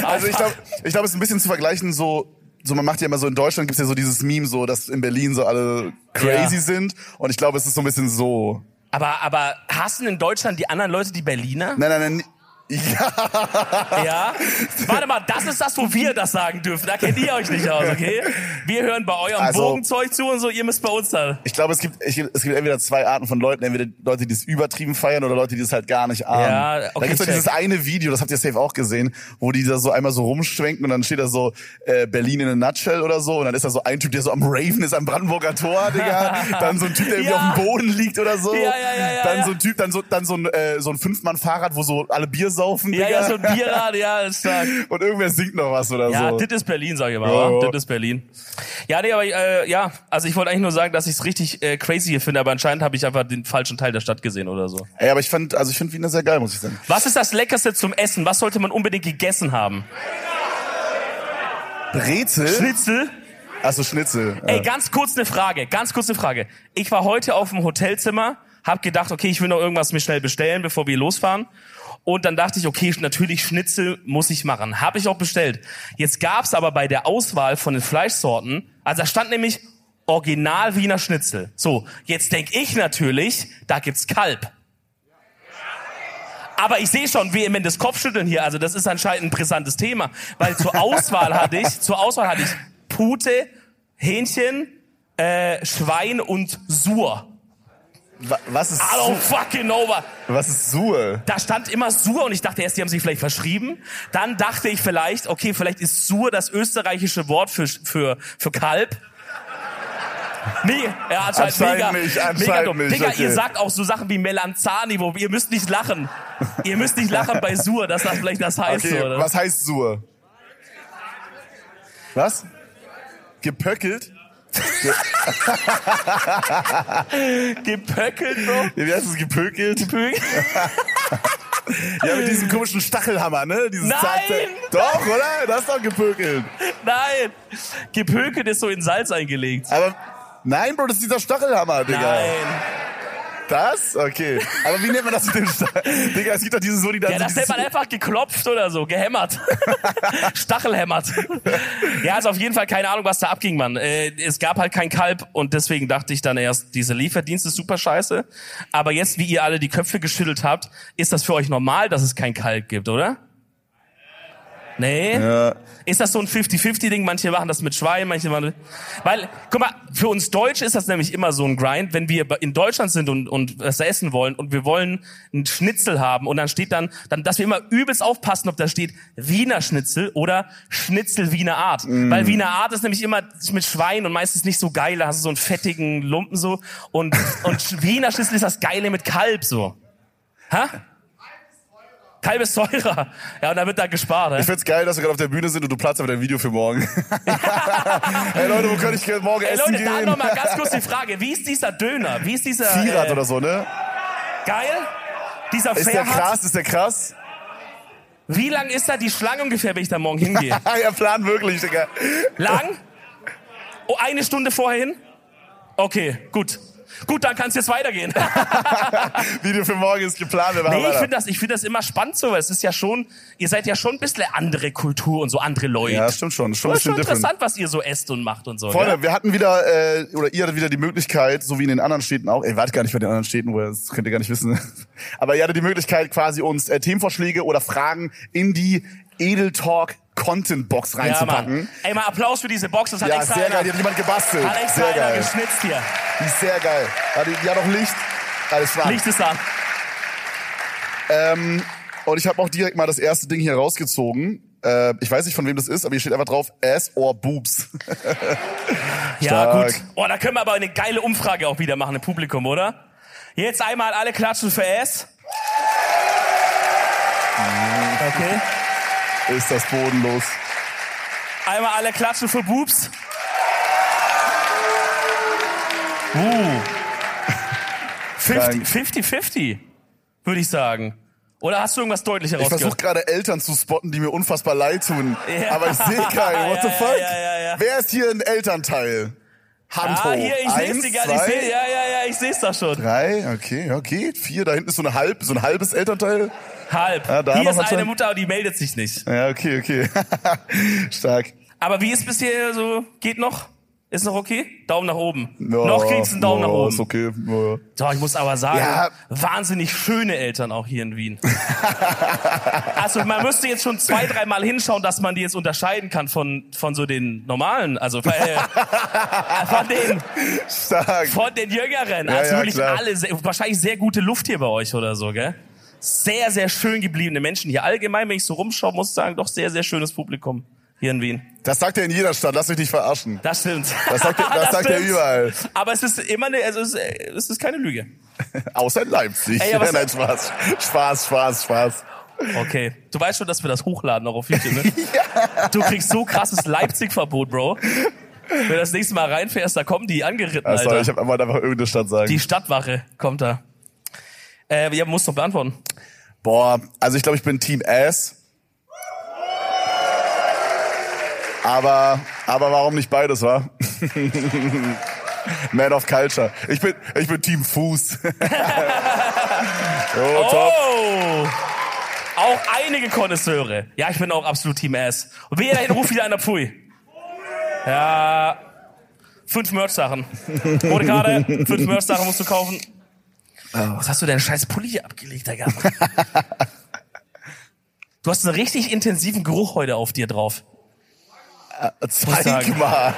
Speaker 2: also ich glaube, ich glaube, es ist ein bisschen zu vergleichen so so man macht ja immer so in Deutschland gibt's ja so dieses Meme so, dass in Berlin so alle crazy
Speaker 1: Ja.
Speaker 2: sind und ich glaube, es ist so ein bisschen so.
Speaker 1: Aber, aber hassen in Deutschland die anderen Leute die Berliner?
Speaker 2: Nein, nein, nein. Ja,
Speaker 1: Ja? Warte mal, das ist das, wo wir das sagen dürfen. Da kennt ihr euch nicht aus, okay? Wir hören bei eurem
Speaker 2: Also-
Speaker 1: Bogenzeug zu und so, ihr müsst bei uns dann.
Speaker 2: Ich glaube, es gibt, ich, es gibt entweder zwei Arten von Leuten. Entweder Leute, die es übertrieben feiern oder Leute, die es halt gar nicht ahnen.
Speaker 1: Ja, okay,
Speaker 2: da gibt's ja
Speaker 1: check.
Speaker 2: dieses eine Video, das habt ihr safe auch gesehen, wo die da so einmal so rumschwenken und dann steht da so äh, Berlin in a Nutshell oder so. Und dann ist da so ein Typ, der so am Raven ist, am Brandenburger Tor, Digga. dann so ein Typ, der irgendwie
Speaker 1: Ja.
Speaker 2: auf dem Boden liegt oder so.
Speaker 1: Ja, ja, ja, ja,
Speaker 2: dann
Speaker 1: ja.
Speaker 2: so ein Typ, dann so, dann so ein, äh, so ein Fünfmann-Fahrrad, wo so alle Bier saufen,
Speaker 1: Ja,
Speaker 2: Digga.
Speaker 1: ja, so ein Bierrad, ja, ist stark.
Speaker 2: und irgendwer singt noch was oder
Speaker 1: Ja,
Speaker 2: so.
Speaker 1: das ist Berlin, sag ich mal.
Speaker 2: Ja,
Speaker 1: wa?
Speaker 2: ja.
Speaker 1: Das ist Berlin. Ja, nee, aber äh, ja, also ich wollte eigentlich nur sagen, dass ich es richtig äh, crazy hier finde, aber anscheinend habe ich einfach den falschen Teil der Stadt gesehen oder so.
Speaker 2: Ey, aber ich fand, also ich finde Wiener sehr geil, muss ich sagen.
Speaker 1: Was ist das Leckerste zum Essen? Was sollte man unbedingt gegessen haben?
Speaker 2: Brezel?
Speaker 1: Schnitzel?
Speaker 2: Achso, Schnitzel. Äh,
Speaker 1: Ey, ganz kurz eine Frage, ganz kurz eine Frage. Ich war heute auf dem Hotelzimmer, hab gedacht, okay, ich will noch irgendwas mir schnell bestellen, bevor wir losfahren. Und dann dachte ich, okay, natürlich Schnitzel muss ich machen. Hab ich auch bestellt. Jetzt gab's aber bei der Auswahl von den Fleischsorten, also da stand nämlich Original Wiener Schnitzel. So, jetzt denk ich natürlich, da gibt's Kalb. Aber ich sehe schon vehement das Kopfschütteln hier. Also das ist anscheinend ein brisantes Thema, weil zur Auswahl hatte ich, zur Auswahl hatte ich Pute, Hähnchen, äh, Schwein und Sur.
Speaker 2: Wa- was ist
Speaker 1: I don't fucking know what.
Speaker 2: Was ist Suhl?
Speaker 1: Da stand immer Sur und ich dachte erst, die haben sich vielleicht verschrieben. Dann dachte ich vielleicht, okay, vielleicht ist Sur das österreichische Wort für, für, für Kalb. Nee, ja, anscheinend
Speaker 2: Anscheinend
Speaker 1: mega,
Speaker 2: nicht,
Speaker 1: mega
Speaker 2: anscheinend
Speaker 1: dumm.
Speaker 2: nicht,
Speaker 1: Digga,
Speaker 2: okay.
Speaker 1: ihr sagt auch so Sachen wie Melanzani, wo ihr müsst nicht lachen. ihr müsst nicht lachen bei Sur, dass das vielleicht das heißt,
Speaker 2: Okay,
Speaker 1: oder?
Speaker 2: was heißt Sur? Was? Gepöckelt?
Speaker 1: Gepöckelt, Bro.
Speaker 2: Ja, Wie heißt es? Gepökelt?
Speaker 1: Pökel.
Speaker 2: Ja, mit diesem komischen Stachelhammer, ne? Dieses
Speaker 1: Nein!
Speaker 2: zarte- Doch, oder? Das ist doch gepökelt.
Speaker 1: Nein. Gepökelt ist so in Salz eingelegt.
Speaker 2: Aber nein, Bro, das ist dieser Stachelhammer, Digga.
Speaker 1: Nein.
Speaker 2: Das? Okay. Aber wie nennt man das mit dem Stachel? Digga, es gibt doch diese so, die dann
Speaker 1: Ja,
Speaker 2: so
Speaker 1: das nennt man
Speaker 2: dieses-
Speaker 1: einfach geklopft oder so, gehämmert. Stachelhämmert. ja, also auf jeden Fall keine Ahnung, was da abging, Mann. Äh, es gab halt kein Kalb und deswegen dachte ich dann erst, diese Lieferdienst ist super scheiße. Aber jetzt, wie ihr alle die Köpfe geschüttelt habt, ist das für euch normal, dass es kein Kalb gibt, oder? Nee? Ist das so ein 50-50-Ding? Manche machen das mit Schwein, manche machen... Weil, guck mal, für uns Deutsche ist das nämlich immer so ein Grind, wenn wir in Deutschland sind und, und was essen wollen und wir wollen einen Schnitzel haben und dann steht dann, dann, dass wir immer übelst aufpassen, ob da steht Wiener Schnitzel oder Schnitzel Wiener Art. Weil Wiener Art ist nämlich immer mit Schwein und meistens nicht so geil, da hast du so einen fettigen Lumpen so und, und Wiener Schnitzel ist das Geile mit Kalb so. Hä? Kalb ist teurer. Ja, und da wird da gespart. hä?
Speaker 2: Ich find's geil, dass wir gerade auf der Bühne sind und du platzt aber dein Video für morgen. Ey Leute, wo kann ich morgen
Speaker 1: Ey,
Speaker 2: essen
Speaker 1: Leute, da
Speaker 2: gehen?
Speaker 1: nochmal ganz kurz die Frage. Wie ist dieser Döner? Wie ist dieser...
Speaker 2: Vierrad
Speaker 1: äh,
Speaker 2: oder so, ne?
Speaker 1: Geil? Dieser
Speaker 2: Ist der
Speaker 1: Fairhard.
Speaker 2: krass? Ist der krass?
Speaker 1: Wie lang ist da die Schlange ungefähr, wenn ich da morgen hingehe?
Speaker 2: Ah, ja, plan wirklich, Digga.
Speaker 1: lang? Oh, eine Stunde vorher hin? Okay, gut. Gut, dann kann es jetzt weitergehen.
Speaker 2: Video für morgen ist geplant. Wir machen
Speaker 1: Nee, ich
Speaker 2: weiter.
Speaker 1: finde das, ich find das immer spannend so, weil es ist ja schon, ihr seid ja schon ein bisschen andere Kultur und so andere Leute.
Speaker 2: ja, stimmt schon. Schon ein
Speaker 1: das ist
Speaker 2: bisschen
Speaker 1: schon
Speaker 2: different.
Speaker 1: interessant, was ihr so esst und macht und so.
Speaker 2: Freunde,
Speaker 1: gell?
Speaker 2: wir hatten wieder, äh, oder ihr hattet wieder die Möglichkeit, so wie in den anderen Städten auch, ey, wart gar nicht bei den anderen Städten, wo ihr- das könnt ihr gar nicht wissen. Aber ihr hattet die Möglichkeit, quasi uns äh, Themenvorschläge oder Fragen in die Edel Talk Content Box
Speaker 1: ja,
Speaker 2: reinzupacken.
Speaker 1: Mann. Ey, mal Applaus für diese Box, das hat
Speaker 2: Ja,
Speaker 1: extra
Speaker 2: sehr
Speaker 1: einer,
Speaker 2: geil, die hat jemand gebastelt.
Speaker 1: hat extra
Speaker 2: Sehr
Speaker 1: einer
Speaker 2: geil.
Speaker 1: geschnitzt hier.
Speaker 2: Die ist sehr geil. Ja, die, die hat auch Licht. Alles klar.
Speaker 1: Licht ist an.
Speaker 2: Und ich habe auch direkt mal das erste Ding hier rausgezogen. Äh, ich weiß nicht, von wem das ist, aber hier steht einfach drauf, Ass or Boobs.
Speaker 1: Ja,
Speaker 2: Stark.
Speaker 1: gut. Oh, da können wir aber eine geile Umfrage auch wieder machen im Publikum, oder? Jetzt einmal alle klatschen für S. Okay.
Speaker 2: ist das bodenlos.
Speaker 1: Einmal alle klatschen für Boobs. Uh. 50,
Speaker 2: Krank.
Speaker 1: 50-50, würde ich sagen. Oder hast du irgendwas deutlicher
Speaker 2: Ich versuche
Speaker 1: rausgehört?
Speaker 2: gerade Eltern zu spotten, die mir unfassbar leid tun.
Speaker 1: Ja.
Speaker 2: Aber ich sehe keinen. What the
Speaker 1: Ja,
Speaker 2: fuck?
Speaker 1: ja, ja, ja.
Speaker 2: Wer ist hier ein Elternteil? Hand
Speaker 1: Ah,
Speaker 2: hoch.
Speaker 1: hier, ich
Speaker 2: Eins,
Speaker 1: seh's, Digga, ich
Speaker 2: zwei,
Speaker 1: seh, ja, ja, ja, ich seh's da schon.
Speaker 2: drei. Okay, okay. Vier. Da hinten ist so, eine halb, so ein halbes Elternteil.
Speaker 1: Halb.
Speaker 2: Ah, da
Speaker 1: hier
Speaker 2: noch
Speaker 1: ist eine
Speaker 2: anscheinend-
Speaker 1: Mutter, aber die meldet sich nicht.
Speaker 2: Ja, okay, okay. Stark.
Speaker 1: Aber wie ist bisher so? Geht noch? Ist noch okay? Daumen nach oben.
Speaker 2: Ja,
Speaker 1: noch kriegst du einen Daumen
Speaker 2: ja,
Speaker 1: nach oben.
Speaker 2: Ist okay. Ja.
Speaker 1: Doch, ich muss aber sagen,
Speaker 2: Ja.
Speaker 1: wahnsinnig schöne Eltern auch hier in Wien. also man müsste jetzt schon zwei, dreimal hinschauen, dass man die jetzt unterscheiden kann von, von so den normalen, also von, äh, von, den,
Speaker 2: Stark.
Speaker 1: von den Jüngeren.
Speaker 2: Ja,
Speaker 1: also
Speaker 2: ja,
Speaker 1: wirklich
Speaker 2: klar.
Speaker 1: alle, sehr, wahrscheinlich sehr gute Luft hier bei euch oder so, gell? Sehr, sehr schön gebliebene Menschen hier. Allgemein, wenn ich so rumschaue, muss ich sagen, doch sehr, sehr schönes Publikum hier in Wien.
Speaker 2: Das sagt er in jeder Stadt. Lass dich nicht verarschen.
Speaker 1: Das stimmt.
Speaker 2: Das sagt, er- das sagt er
Speaker 1: stimmt.
Speaker 2: überall.
Speaker 1: Aber es ist immer eine, also es ist, äh, es ist keine Lüge.
Speaker 2: Außer in Leipzig.
Speaker 1: Ey, aber-
Speaker 2: Nein, Spaß. Spaß, Spaß, Spaß.
Speaker 1: Okay. Du weißt schon, dass wir das hochladen auch auf YouTube, ne? Du kriegst so krasses Leipzig-Verbot, Bro. Wenn du das nächste Mal reinfährst, da kommen die angeritten,
Speaker 2: Also,
Speaker 1: Alter.
Speaker 2: ich habe einfach irgendeine Stadt sagen.
Speaker 1: die Stadtwache kommt da. Äh, ja, musst doch beantworten.
Speaker 2: Boah, also ich glaube, ich bin Team Ass. Aber, aber warum nicht beides, wa? Man of Culture. Ich bin, ich bin Team Fuß. oh, top.
Speaker 1: Oh! Auch einige Konnoisseure. Ja, ich bin auch absolut Team S. Und wer dahin ruft wieder einer Pfui. Ja. Fünf Merch-Sachen. Rote Karte, fünf Merch-Sachen musst du kaufen. Was hast du denn scheiß Pulli hier abgelegt, Digga? Du hast einen richtig intensiven Geruch heute auf dir drauf.
Speaker 2: Zeig mal.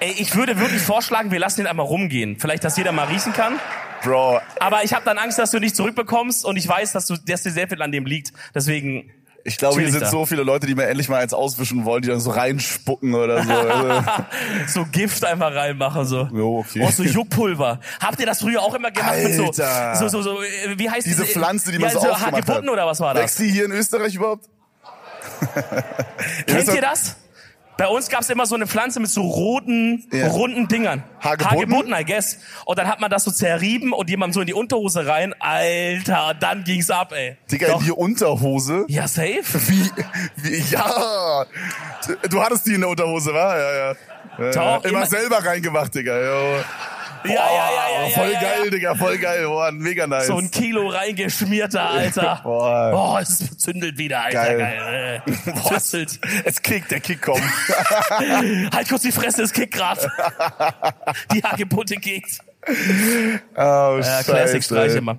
Speaker 1: Ey, ich würde wirklich vorschlagen, wir lassen den einmal rumgehen. Vielleicht, dass jeder mal riechen kann.
Speaker 2: Bro,
Speaker 1: Aber ich habe dann Angst, dass du nicht zurückbekommst und ich weiß, dass du, dass dir sehr viel an dem liegt. Deswegen
Speaker 2: Ich glaube, hier
Speaker 1: Natürlich
Speaker 2: sind
Speaker 1: da.
Speaker 2: so viele Leute, die mir endlich mal eins auswischen wollen, die dann so reinspucken oder so. Also,
Speaker 1: so Gift einfach reinmachen so.
Speaker 2: Jo, okay.
Speaker 1: Oh, so Juckpulver. Habt ihr das früher auch immer gemacht mit so,
Speaker 2: Alter.
Speaker 1: so, so, so äh, wie heißt
Speaker 2: diese Pflanze, die man
Speaker 1: ja,
Speaker 2: so, aufgemacht
Speaker 1: Hagebutten
Speaker 2: hat.
Speaker 1: oder was war das?
Speaker 2: Wächst die hier in Österreich überhaupt?
Speaker 1: Kennt ihr
Speaker 2: Österreich-
Speaker 1: das? Bei uns gab's immer so eine Pflanze mit so roten,
Speaker 2: Ja.
Speaker 1: runden Dingern.
Speaker 2: Hagebutten?
Speaker 1: I guess. Und dann hat man das so zerrieben und jemandem so in die Unterhose rein. Alter, dann ging's ab, ey.
Speaker 2: Digga, in die Unterhose?
Speaker 1: Ja, safe.
Speaker 2: Wie, wie, ja. Du hattest die in der Unterhose, wa? Ja, ja. ja, ja.
Speaker 1: Doch,
Speaker 2: Immer,
Speaker 1: immer-
Speaker 2: selber reingemacht, Digga. Jo.
Speaker 1: Ja, ja, ja, ja,
Speaker 2: Boah,
Speaker 1: ja.
Speaker 2: voll
Speaker 1: ja,
Speaker 2: geil,
Speaker 1: Ja.
Speaker 2: Digga, voll geil. Boah, mega nice.
Speaker 1: So ein Oh. Kilo reingeschmierter, Alter.
Speaker 2: Boah.
Speaker 1: Boah, es zündelt wieder, Alter. Geil. Äh,
Speaker 2: Geil.
Speaker 1: geil.
Speaker 2: Boah.
Speaker 1: Zündelt.
Speaker 2: es kickt, der Kick kommt.
Speaker 1: Halt kurz die Fresse, es kickt grad. Die Hagebutte kickt.
Speaker 2: Oh,
Speaker 1: Ja, Classic Streich immer.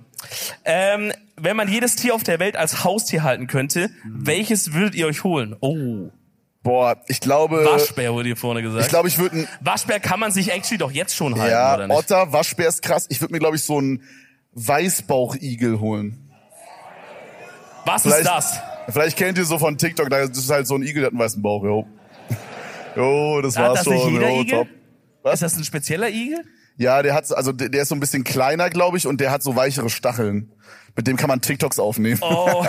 Speaker 1: Ähm, wenn man jedes Tier auf der Welt als Haustier halten könnte, welches würdet ihr euch holen? Oh,
Speaker 2: Boah, ich glaube,
Speaker 1: Waschbär wurde hier vorne gesagt.
Speaker 2: Äh, ich glaube, ich würde
Speaker 1: Waschbär kann man sich actually doch jetzt schon halten,
Speaker 2: ja,
Speaker 1: oder nicht?
Speaker 2: Otter, Waschbär ist krass. Ich würde mir, glaube ich, so einen Weißbauchigel holen.
Speaker 1: Was ist
Speaker 2: Vielleicht,
Speaker 1: das?
Speaker 2: vielleicht kennt ihr so von TikTok, da- das ist halt so ein Igel, der hat einen weißen Bauch, jo. Jo, das
Speaker 1: Hat
Speaker 2: war's
Speaker 1: das
Speaker 2: schon.
Speaker 1: nicht jeder
Speaker 2: jo,
Speaker 1: Igel?
Speaker 2: top. Was?
Speaker 1: Ist das ein spezieller Igel?
Speaker 2: Ja, der hat, also der der ist so ein bisschen kleiner, glaube ich, und der hat so weichere Stacheln. Mit dem kann man TikToks aufnehmen.
Speaker 1: Oh,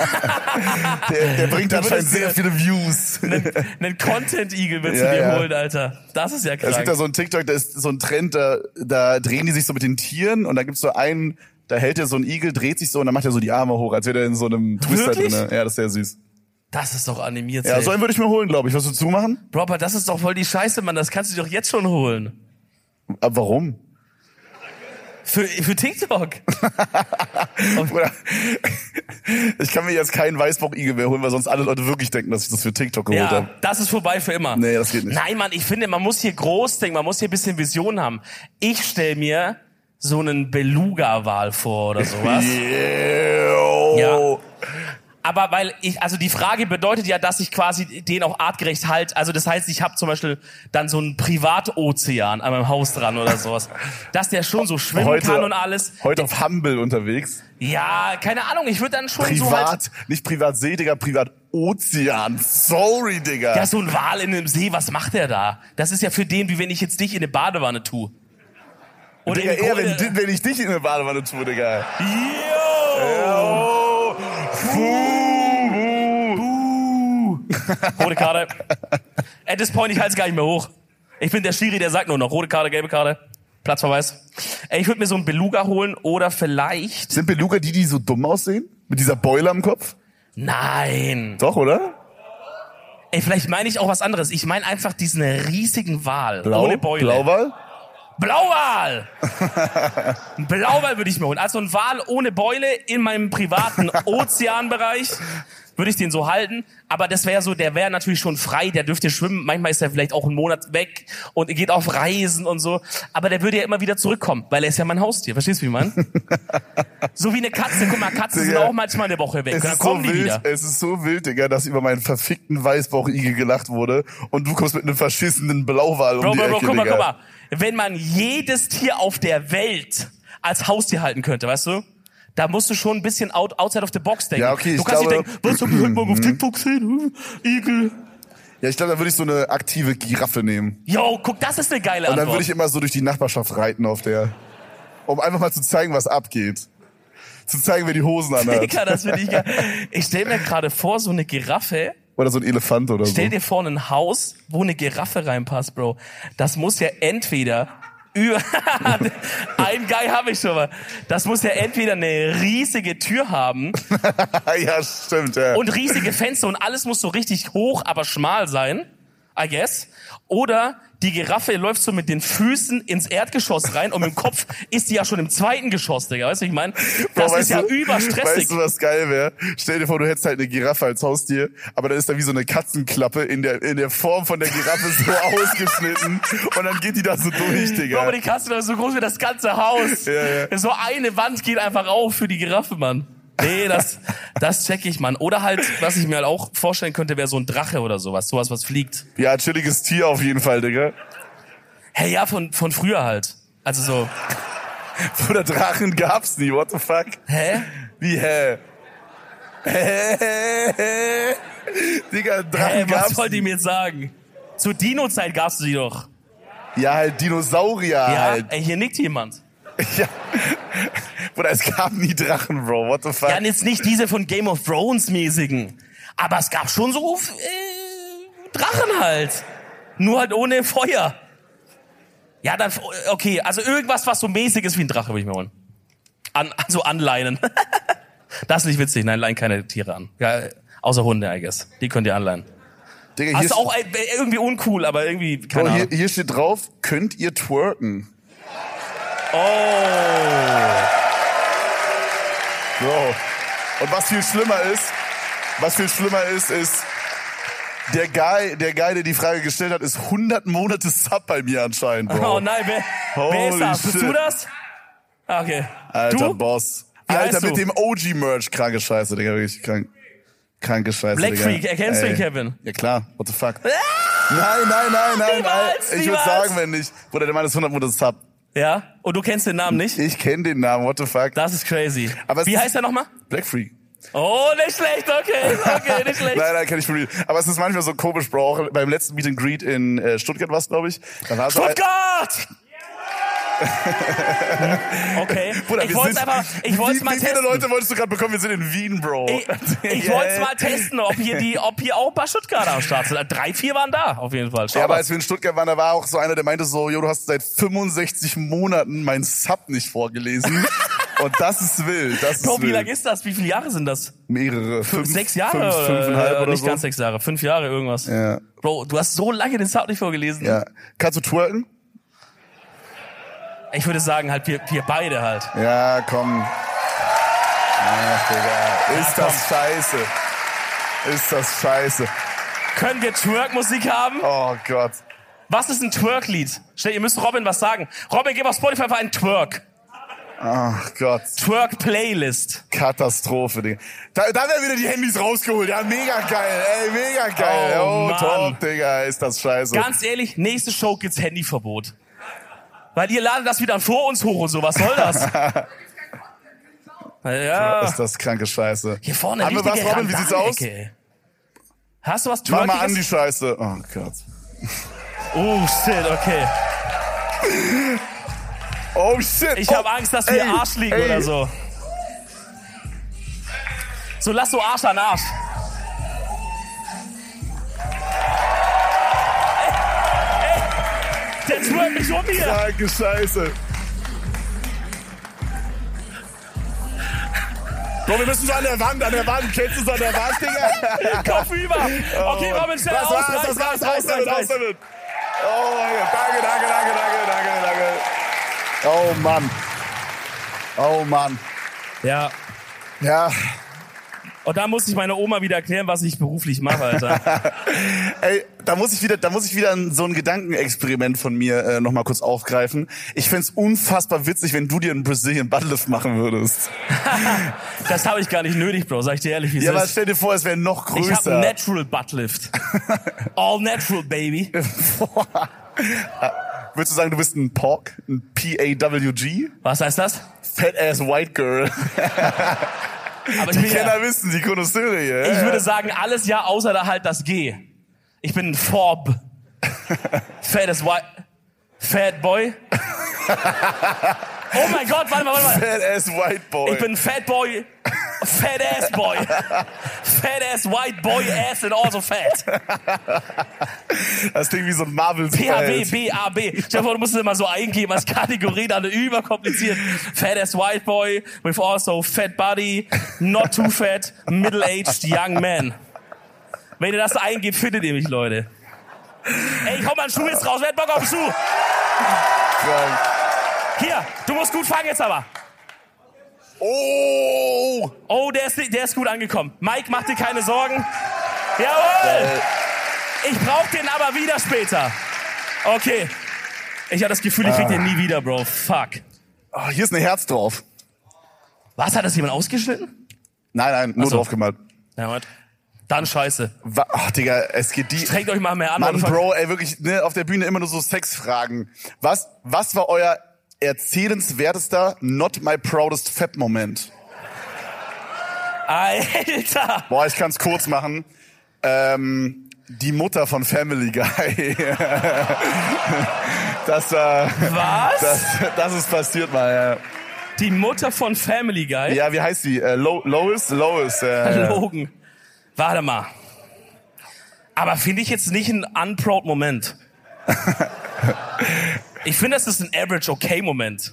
Speaker 2: Der, der bringt
Speaker 1: Dann wird
Speaker 2: anscheinend
Speaker 1: es
Speaker 2: sehr viele Views.
Speaker 1: Ne, einen Content-Igel willst
Speaker 2: Ja,
Speaker 1: du dir
Speaker 2: ja.
Speaker 1: holen, Alter. Das ist ja
Speaker 2: Es
Speaker 1: krank.
Speaker 2: gibt da so einen TikTok, da ist so ein Trend, da, da drehen die sich so mit den Tieren und da gibt's so einen, da hält er so einen Igel, dreht sich so und dann macht er so die Arme hoch, als wäre er in so einem Twister
Speaker 1: Wirklich?
Speaker 2: drin. Ja, das ist sehr süß.
Speaker 1: das ist doch animiert.
Speaker 2: Ja,
Speaker 1: safe.
Speaker 2: so einen würde ich mir holen, glaube ich. Was du zumachen?
Speaker 1: Robert, das ist doch voll die Scheiße, Mann. Das kannst du dir doch jetzt schon holen.
Speaker 2: Aber warum?
Speaker 1: Für, für TikTok.
Speaker 2: Oder ich kann mir jetzt keinen Weißbauchigel mehr holen, weil sonst alle Leute wirklich denken, dass ich das für TikTok
Speaker 1: Ja,
Speaker 2: geholt habe.
Speaker 1: das ist vorbei für immer.
Speaker 2: Nee, das geht nicht.
Speaker 1: Nein, Mann, ich finde, man muss hier groß denken, man muss hier ein bisschen Vision haben. Ich stell mir so einen Beluga-Wal vor oder sowas.
Speaker 2: Yeah.
Speaker 1: Ja. Aber weil ich, also die Frage bedeutet ja, dass ich quasi den auch artgerecht halt. Also das heißt, ich habe zum Beispiel dann so einen Privatozean an meinem Haus dran oder sowas. Dass der schon so schwimmen
Speaker 2: Heute-
Speaker 1: kann und alles.
Speaker 2: Heute auf Humble unterwegs.
Speaker 1: Ja, keine Ahnung, ich würde dann schon so halt...
Speaker 2: Privat, nicht Privatsee, Digga, Privatozean. Sorry, Digga.
Speaker 1: Ja, so ein Wal in einem See, was macht der da? Das ist ja für den, wie wenn ich jetzt dich in eine Badewanne tue. Oder
Speaker 2: Digga,
Speaker 1: in die
Speaker 2: eher, wenn,
Speaker 1: Kohle-
Speaker 2: di- wenn ich dich in eine Badewanne tue, Digga.
Speaker 1: Yo!
Speaker 2: Oh,
Speaker 1: Rote Karte. At this point, ich halte es gar nicht mehr hoch. Ich bin der Schiri, der sagt nur noch rote Karte, gelbe Karte, Platzverweis. Ey, ich würde mir so einen Beluga holen oder vielleicht...
Speaker 2: Sind Beluga die, die so dumm aussehen? Mit dieser Beule am Kopf?
Speaker 1: Nein.
Speaker 2: Doch, oder?
Speaker 1: Ey, vielleicht meine ich auch was anderes. Ich meine einfach diesen riesigen Wal
Speaker 2: Blau,
Speaker 1: ohne Beule.
Speaker 2: Blauwal?
Speaker 1: Blauwal! Ein Blauwal würde ich mir holen. Also ein Wal ohne Beule in meinem privaten Ozeanbereich würde ich den so halten. Aber das wäre so, der wäre natürlich schon frei, der dürfte schwimmen. Manchmal ist er vielleicht auch einen Monat weg und geht auf Reisen und so. Aber der würde ja immer wieder zurückkommen, weil er ist ja mein Haustier. Verstehst du, wie man? so wie eine Katze. Guck mal, Katzen sind
Speaker 2: Digga,
Speaker 1: auch manchmal eine Woche weg.
Speaker 2: Es
Speaker 1: Dann
Speaker 2: ist, so
Speaker 1: kommen die
Speaker 2: wild,
Speaker 1: wieder.
Speaker 2: es ist so wild, Digga, dass über meinen verfickten Weißbauchigel gelacht wurde und du kommst mit einem verschissenen Blauwal um
Speaker 1: Bro,
Speaker 2: die
Speaker 1: bro,
Speaker 2: Ecke,
Speaker 1: bro, guck mal,
Speaker 2: Digga.
Speaker 1: guck mal. Wenn man jedes Tier auf der Welt als Haustier halten könnte, weißt du? Da musst du schon ein bisschen out, outside of the box denken.
Speaker 2: Ja,
Speaker 1: du
Speaker 2: okay, ich
Speaker 1: kannst
Speaker 2: glaube-
Speaker 1: nicht denken, was hab ich heute Morgen auf TikTok gesehen? Hm, Igel.
Speaker 2: Ja, ich glaube, da würde ich so eine aktive Giraffe nehmen.
Speaker 1: Yo, guck, das ist eine geile
Speaker 2: Und dann würde
Speaker 1: Antwort.
Speaker 2: ich immer so durch die Nachbarschaft reiten auf der. Um einfach mal zu zeigen, was abgeht. Zu zeigen, wer die Hosen anhat.
Speaker 1: Digga, das finde ich geil. Ich stell mir gerade vor, so eine Giraffe.
Speaker 2: Oder so ein Elefant oder so.
Speaker 1: Stell dir vor, ein Haus, wo eine Giraffe reinpasst, Bro. Das muss ja entweder über ein Guy habe ich schon mal. Das muss ja entweder eine riesige Tür haben
Speaker 2: ja, stimmt, ja.
Speaker 1: und riesige Fenster und alles muss so richtig hoch, aber schmal sein, I guess. Oder die Giraffe läuft so mit den Füßen ins Erdgeschoss rein und mit dem Kopf ist die ja schon im zweiten Geschoss, Digga. Weißt du, wie ich meine?
Speaker 2: Boah,
Speaker 1: Das ist
Speaker 2: weißt
Speaker 1: ja
Speaker 2: du-
Speaker 1: überstressig.
Speaker 2: Weißt du, was geil wäre? Stell dir vor, du hättest halt eine Giraffe als Haustier, aber dann ist da wie so eine Katzenklappe in der, in der Form von der Giraffe so ausgeschnitten und dann geht die da so durch,
Speaker 1: Bro,
Speaker 2: Digga.
Speaker 1: aber die Kasse ist so groß wie das ganze Haus.
Speaker 2: Ja, ja.
Speaker 1: So eine Wand geht einfach auf für die Giraffe, Mann. Nee, das, das check ich, Mann. Oder halt, was ich mir halt auch vorstellen könnte, wäre so ein Drache oder sowas. Sowas, was fliegt.
Speaker 2: Ja, chilliges Tier auf jeden Fall, Digga.
Speaker 1: Hey, ja, von, von früher halt. Also so,
Speaker 2: Oder Drachen gab's nie, what the fuck?
Speaker 1: hä?
Speaker 2: Wie, hä? Hä? Digga, Drachen
Speaker 1: Hey, was
Speaker 2: gab's.
Speaker 1: wollt ihr mir jetzt sagen? Zur Dino-Zeit gab's sie doch.
Speaker 2: Ja, halt Dinosaurier
Speaker 1: Ja,
Speaker 2: halt.
Speaker 1: ey, hier nickt jemand.
Speaker 2: Ja. Bruder, es gab nie Drachen, Bro. What the fuck?
Speaker 1: Dann jetzt nicht diese von Game of Thrones mäßigen. Aber es gab schon so äh, Drachen halt. Nur halt ohne Feuer. Ja, dann, okay, also irgendwas, was so mäßig ist wie ein Drache, würde ich mir holen. An, also anleinen. das ist nicht witzig. Nein, leihen keine Tiere an. Ja, außer Hunde, I guess. Die könnt ihr anleihen.
Speaker 2: Digga,
Speaker 1: Das
Speaker 2: hier,
Speaker 1: ist auch ein- irgendwie uncool, aber irgendwie, keine
Speaker 2: Bro,
Speaker 1: Ahnung.
Speaker 2: Oh, hier, hier steht drauf, könnt ihr twerken?
Speaker 1: Oh.
Speaker 2: Bro. Und was viel schlimmer ist, was viel schlimmer ist, ist, der Guy, der Guy, der die Frage gestellt hat, ist 100 Monate Sub bei mir anscheinend, Bro.
Speaker 1: Oh nein, wer, wer
Speaker 2: Holy
Speaker 1: ist das? Bist du
Speaker 2: shit.
Speaker 1: das? Ah, Okay.
Speaker 2: Alter
Speaker 1: du?
Speaker 2: Boss.
Speaker 1: Wie
Speaker 2: Alter,
Speaker 1: heißt
Speaker 2: mit
Speaker 1: du?
Speaker 2: dem OG-Merch, kranke Scheiße, Digga, wirklich krank. Kranke Scheiße,
Speaker 1: Black
Speaker 2: Digga.
Speaker 1: Freak, erkennst du
Speaker 2: Ey.
Speaker 1: ihn, Kevin?
Speaker 2: Ja klar, what the fuck. Nein, nein, nein, nein,
Speaker 1: Niemals,
Speaker 2: nein. Ich würde
Speaker 1: niemals.
Speaker 2: sagen, wenn nicht. Bruder, der Mann ist 100 Monate Sub.
Speaker 1: Ja? Und du kennst den Namen nicht?
Speaker 2: Ich kenne den Namen, what the fuck.
Speaker 1: Das ist crazy.
Speaker 2: Aber es
Speaker 1: Wie
Speaker 2: ist-
Speaker 1: heißt er nochmal?
Speaker 2: Black Freak.
Speaker 1: Oh, nicht schlecht, okay. Okay, nicht schlecht.
Speaker 2: Nein, nein, kenn ich for real. Aber es ist manchmal so komisch, Bro. Auch beim letzten Meet and Greet in äh, Stuttgart war's, halt- glaub glaube ich. Da war so ein-
Speaker 1: Stuttgart! okay.
Speaker 2: Bruder,
Speaker 1: ich
Speaker 2: wir
Speaker 1: wollte
Speaker 2: sind-
Speaker 1: einfach, ich wollte
Speaker 2: wie,
Speaker 1: mal
Speaker 2: Wie viele
Speaker 1: testen.
Speaker 2: Leute wolltest du gerade bekommen? Wir sind in Wien, Bro.
Speaker 1: Ich, ich
Speaker 2: Yeah.
Speaker 1: wollte es mal testen, ob hier die, ob hier auch ein paar Stuttgarter am Start sind. Drei, vier waren da, auf jeden Fall. Schau
Speaker 2: Ja, aber
Speaker 1: mal.
Speaker 2: als wir in Stuttgart waren, da war auch so einer, der meinte so, jo, du hast seit 65 Monaten meinen Sub nicht vorgelesen. Und das ist wild, das ist
Speaker 1: Bro, wie
Speaker 2: wild.
Speaker 1: lang ist das? Wie viele Jahre sind das?
Speaker 2: Mehrere. Fünf,
Speaker 1: sechs Jahre?
Speaker 2: Fünf,
Speaker 1: äh,
Speaker 2: fünfeinhalb oder
Speaker 1: nicht
Speaker 2: so.
Speaker 1: ganz sechs Jahre, fünf Jahre irgendwas.
Speaker 2: Ja.
Speaker 1: Bro, du hast so lange den Sound nicht vorgelesen.
Speaker 2: ja. Kannst du twerken?
Speaker 1: Ich würde sagen, halt wir, wir beide halt.
Speaker 2: Ja, komm. Ach, Digga. Ist
Speaker 1: Ja, komm.
Speaker 2: das scheiße. Ist das scheiße.
Speaker 1: Können wir Twerk-Musik haben?
Speaker 2: Oh Gott.
Speaker 1: Was ist ein Twerk-Lied? Schnell, ihr müsst Robin was sagen. Robin, gib auf Spotify einfach ein Twerk.
Speaker 2: Ach Gott.
Speaker 1: Twerk-Playlist.
Speaker 2: Katastrophe, Digga. Da, da werden wieder die Handys rausgeholt. Ja, mega geil. Ey, mega geil.
Speaker 1: Oh,
Speaker 2: Oh,
Speaker 1: Mann.
Speaker 2: top, Digga. Ist das scheiße.
Speaker 1: Ganz ehrlich, nächste Show gibt's Handyverbot. Weil ihr ladet das wieder vor uns hoch und so. Was soll das? ja.
Speaker 2: ist das kranke Scheiße.
Speaker 1: Hier vorne,
Speaker 2: Haben wir was,
Speaker 1: richtige
Speaker 2: Robin? Wie sieht's aus?
Speaker 1: Randale-Ecke, ey. Hast du was
Speaker 2: Mach mal an
Speaker 1: Twerkiges?
Speaker 2: die Scheiße. Oh Gott.
Speaker 1: Oh shit, okay.
Speaker 2: Oh shit.
Speaker 1: Ich
Speaker 2: oh,
Speaker 1: habe Angst, dass wir
Speaker 2: ey,
Speaker 1: Arsch liegen
Speaker 2: ey.
Speaker 1: oder so. So lass so Arsch an Arsch. Ey, ey, Der twerkt mich um hier.
Speaker 2: Kranke Scheiße. Bro, wir müssen so an der Wand, an der Wand. Kennst du so an der Wand, Digga?
Speaker 1: Kopf über. Okay, Robin, schnell
Speaker 2: Das
Speaker 1: aus.
Speaker 2: Oh. war's,
Speaker 1: Reiß,
Speaker 2: das war's,
Speaker 1: reiß,
Speaker 2: raus
Speaker 1: reiß,
Speaker 2: damit, raus
Speaker 1: reiß, reiß.
Speaker 2: damit. Oh mein Gott, danke, danke, danke, danke, danke, danke. Oh Mann. Oh Mann.
Speaker 1: Ja.
Speaker 2: Ja.
Speaker 1: Und da muss ich meiner Oma wieder erklären, was ich beruflich mache, Alter.
Speaker 2: Ey, da muss ich wieder, da muss ich wieder an so ein Gedankenexperiment von mir äh, nochmal kurz aufgreifen. Ich fänd's unfassbar witzig, wenn du dir einen Brazilian Buttlift machen würdest.
Speaker 1: Das habe ich gar nicht nötig, Bro. Sag ich dir ehrlich, wie es
Speaker 2: Ja, aber
Speaker 1: ist.
Speaker 2: stell dir vor, es wäre noch
Speaker 1: Ich habe einen
Speaker 2: größer.
Speaker 1: Natural Buttlift. All natural, baby.
Speaker 2: Boah. Würdest du sagen, du bist ein Pork, ein PAWG?
Speaker 1: Was heißt das?
Speaker 2: Fat ass white girl.
Speaker 1: Aber ich bin ja-
Speaker 2: Kenner wissen, die Connoisseure hier.
Speaker 1: Ich würde sagen, alles ja, außer da halt das G. Ich bin ein Forb. Fattes White. Fat Boy. Oh mein Gott, warte mal, warte mal.
Speaker 2: Fat ass white boy.
Speaker 1: Ich bin ein Fat Boy. Fat Ass Boy. Fat Ass White Boy Ass and also Fat.
Speaker 2: das klingt wie so ein marvel
Speaker 1: PHB, BAB. Ich glaube, du musst es immer so eingeben als Kategorie, dann überkompliziert. Fat Ass White Boy with also Fat Body, not too fat, middle-aged young man. Wenn ihr das eingebt, findet ihr mich, Leute. Ey, komm, mein Schuh ist raus. Wer hat Bock auf den Schuh? Hier, du musst gut fangen jetzt aber.
Speaker 2: Oh!
Speaker 1: Oh, der ist, der ist gut angekommen. Mike, mach dir keine Sorgen. Jawohl! Ich brauch den aber wieder später. Okay. Ich hatte das Gefühl, ich krieg den nie wieder, Bro. Fuck.
Speaker 2: oh! Hier ist ein Herz drauf.
Speaker 1: Was, hat das jemand ausgeschnitten?
Speaker 2: Nein, nein, nur
Speaker 1: so.
Speaker 2: drauf gemalt.
Speaker 1: Ja, Moment. Dann scheiße.
Speaker 2: Wa- Ach, Digga, es geht die.
Speaker 1: Trägt euch mal mehr an.
Speaker 2: Mann,
Speaker 1: oder ver-
Speaker 2: Bro, ey, wirklich, ne, auf der Bühne immer nur so Sexfragen. Was, was war euer erzählenswertester Not My Proudest Fab Moment?
Speaker 1: Alter!
Speaker 2: Boah, ich kann's kurz machen. Ähm, die Mutter von Family Guy. das, äh,
Speaker 1: Was?
Speaker 2: das, das ist passiert mal.
Speaker 1: Die Mutter von Family
Speaker 2: Ja,
Speaker 1: Guy?
Speaker 2: ja wie heißt die? Äh, Lo Lois? Lois. Äh,
Speaker 1: Logan. Warte mal. Aber finde ich jetzt nicht einen unproud Moment. ich finde, das ist ein average okay Moment.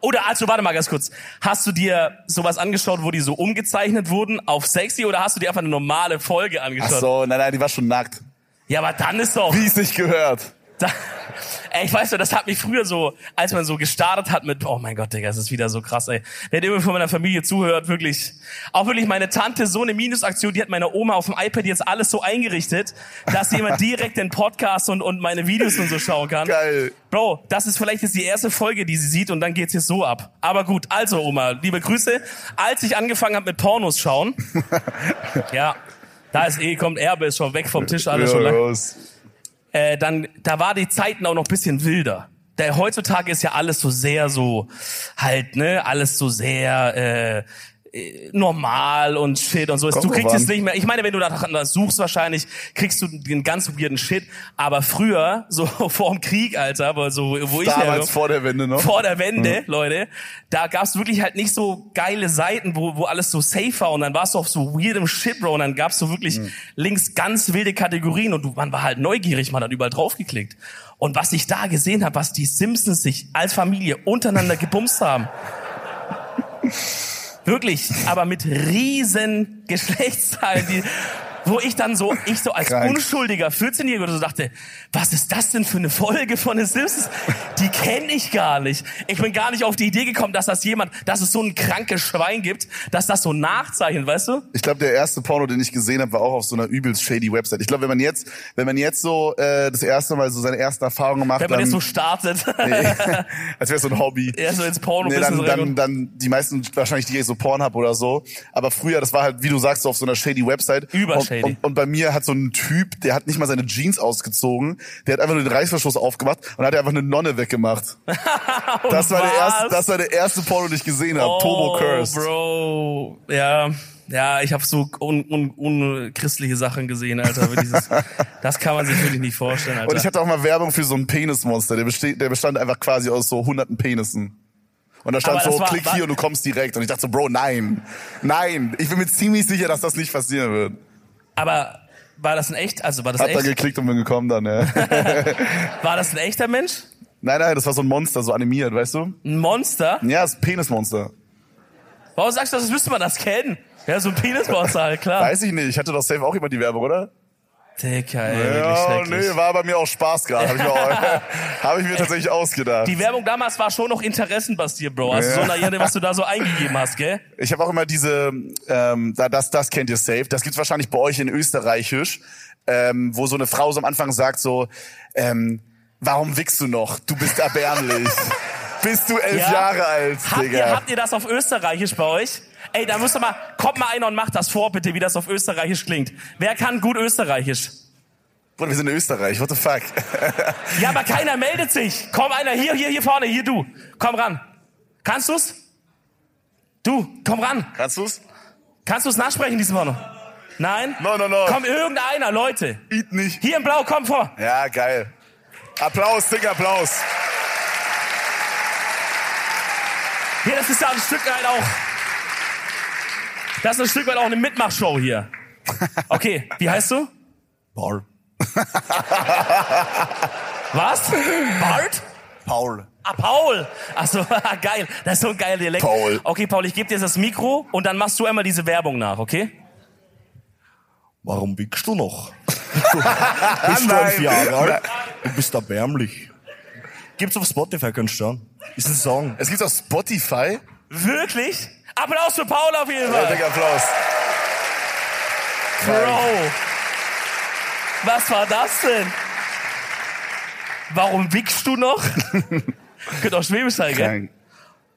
Speaker 1: Oder also warte mal ganz kurz. Hast du dir sowas angeschaut, wo die so umgezeichnet wurden auf sexy oder hast du dir einfach eine normale Folge
Speaker 2: Ach
Speaker 1: angeschaut?
Speaker 2: so, nein, nein, die war schon nackt.
Speaker 1: Ja, aber dann ist doch
Speaker 2: Wie es nicht gehört.
Speaker 1: da, ey, ich weiß noch, das hat mich früher so, als man so gestartet hat mit, oh mein Gott, Digga, das ist wieder so krass, ey. Wenn immer von meiner Familie zuhört, wirklich. Auch wirklich meine Tante, so eine Minusaktion, die hat meine Oma auf dem iPad jetzt alles so eingerichtet, dass jemand direkt den Podcast und, und meine Videos und so schauen kann.
Speaker 2: Geil.
Speaker 1: Bro, das ist vielleicht jetzt die erste Folge, die sie sieht und dann geht's jetzt so ab. Aber gut, also Oma, liebe Grüße. Als ich angefangen habe mit Pornos schauen, ja, da ist eh, kommt Erbe, ist schon weg vom Tisch, alles schon lang
Speaker 2: los.
Speaker 1: äh, dann, da war die Zeiten auch noch ein bisschen wilder. Der, heutzutage ist ja alles so sehr so, halt, ne, alles so sehr äh, äh, normal und shit und so.
Speaker 2: Kommt
Speaker 1: du
Speaker 2: drauf
Speaker 1: kriegst
Speaker 2: an.
Speaker 1: jetzt nicht mehr, ich meine, wenn du danach danach suchst wahrscheinlich, kriegst du den ganz weirden Shit. Aber früher, so vor dem Krieg, Alter, aber so, wo ich
Speaker 2: Damals
Speaker 1: herkomme,
Speaker 2: vor der Wende noch.
Speaker 1: vor der Wende, Leute, da gab's wirklich halt nicht so geile Seiten, wo, wo alles so safe war und dann warst du auf so weirdem Shit, Bro, und dann gab's so wirklich links ganz wilde Kategorien und du, man war halt neugierig, man hat überall draufgeklickt. Und was ich da gesehen habe, was die Simpsons sich als Familie untereinander gebumst haben. Wirklich, aber mit riesen Geschlechtszahlen, die, wo ich dann so, ich so als
Speaker 2: Krank.
Speaker 1: unschuldiger 14-Jähriger oder so dachte, was ist das denn für eine Folge von The Simpsons? Die kenne ich gar nicht. Ich bin gar nicht auf die Idee gekommen, dass das jemand, dass es so ein krankes Schwein gibt, dass das so nachzeichnet, weißt du?
Speaker 2: Ich glaube, der erste Porno, den ich gesehen habe, war auch auf so einer übelst shady Website. Ich glaube, wenn man jetzt, wenn man jetzt so äh, das erste Mal so seine ersten Erfahrungen macht,
Speaker 1: Wenn man
Speaker 2: dann,
Speaker 1: jetzt so startet,
Speaker 2: als wäre so ein Hobby.
Speaker 1: ja, so ins Porno
Speaker 2: Nee,
Speaker 1: business
Speaker 2: dann, dann, dann die meisten wahrscheinlich die so Pornhub oder so. Aber früher, das war halt, wie du sagst, so auf so einer shady Website.
Speaker 1: Über
Speaker 2: und,
Speaker 1: shady.
Speaker 2: Und, und bei mir hat so ein Typ, der hat nicht mal seine Jeans ausgezogen, der hat einfach nur den Reißverschluss aufgemacht und hat einfach eine Nonne weggemacht. Das war, der erste, das war der erste Porno, den ich gesehen habe.
Speaker 1: Oh,
Speaker 2: Turbo Curse.
Speaker 1: Bro, ja. Ja, ich habe so un, un, unchristliche Sachen gesehen, Alter. aber Dieses, das kann man sich wirklich nicht vorstellen, Alter.
Speaker 2: Und ich hatte auch mal Werbung für so ein Penismonster. Der, beste- der bestand einfach quasi aus so hunderten Penissen. Und da stand
Speaker 1: Aber das
Speaker 2: so,
Speaker 1: war-
Speaker 2: klick
Speaker 1: war-
Speaker 2: hier und du kommst direkt. Und ich dachte so, Bro, nein. Nein. Ich bin mir ziemlich sicher, dass das nicht passieren wird.
Speaker 1: Aber war das ein echt, also war das
Speaker 2: Hab da
Speaker 1: echt,
Speaker 2: geklickt und bin gekommen dann, ja.
Speaker 1: war das ein echter Mensch?
Speaker 2: nein, nein, das war so ein Monster, so animiert, weißt du?
Speaker 1: Ein Monster?
Speaker 2: Ja, das Penismonster.
Speaker 1: Warum sagst du das? Das müsste man das kennen. Ja, so ein Penismonster halt, klar.
Speaker 2: Weiß ich nicht. Ich hatte doch safe auch immer die Werbung, oder?
Speaker 1: Dicker, ey,
Speaker 2: Ja,
Speaker 1: wirklich schrecklich.
Speaker 2: nee, war bei mir auch Spaß gerade. Habe ich, mir auch- hab ich mir tatsächlich ausgedacht.
Speaker 1: Die Werbung damals war schon noch interessenbasiert, Bro. Also
Speaker 2: Ja.
Speaker 1: so nach jedem, was du da so eingegeben hast, gell?
Speaker 2: Ich habe auch immer diese, ähm, da- das, das kennt ihr safe. Das gibt's wahrscheinlich bei euch in Österreichisch, ähm, wo so eine Frau so am Anfang sagt so, ähm, warum wickst du noch? Du bist erbärmlich. Bist du elf
Speaker 1: Ja.
Speaker 2: Jahre alt,
Speaker 1: Habt
Speaker 2: Digga.
Speaker 1: ihr, habt ihr das auf Österreichisch bei euch? Ey, da müsst ihr mal, kommt mal einer und macht das vor, bitte, wie das auf Österreichisch klingt. Wer kann gut Österreichisch?
Speaker 2: Bruder, wir sind in Österreich. What the fuck?
Speaker 1: Ja, aber keiner meldet sich. Komm einer, hier, hier, hier vorne, hier du. Komm ran. Kannst du's? Du, komm ran.
Speaker 2: Kannst du's?
Speaker 1: Kannst du es nachsprechen diesmal noch? Nein?
Speaker 2: No, no, no.
Speaker 1: Komm, irgendeiner, Leute.
Speaker 2: Eat nicht.
Speaker 1: Hier im Blau, komm vor.
Speaker 2: Ja, geil. Applaus, Digga, Applaus.
Speaker 1: Hier, das ist ja ein Stück weit auch. Das ist ein Stück weit auch eine Mitmachshow hier. Okay, wie heißt du?
Speaker 2: Paul.
Speaker 1: Was? Bart?
Speaker 2: Paul.
Speaker 1: Ah, Paul. Ach so, ah, geil. Das ist so ein geiler Dialekt.
Speaker 2: Paul.
Speaker 1: Okay, Paul, ich gebe dir jetzt das Mikro und dann machst du einmal diese Werbung nach, okay?
Speaker 4: Warum wickst du noch? bist du
Speaker 2: Nein.
Speaker 4: elf Jahre alt und bist erbärmlich. Gibt's auf Spotify, kannst du schauen. Ist ein Song.
Speaker 2: Es gibt's auf Spotify.
Speaker 1: Wirklich? Applaus für Paul auf jeden
Speaker 2: Ja,
Speaker 1: Fall.
Speaker 2: Digga, Applaus.
Speaker 1: Bro. Was war das denn? Warum wickst du noch? Könnte auch Schwäbisch sein, gell?
Speaker 2: Krank.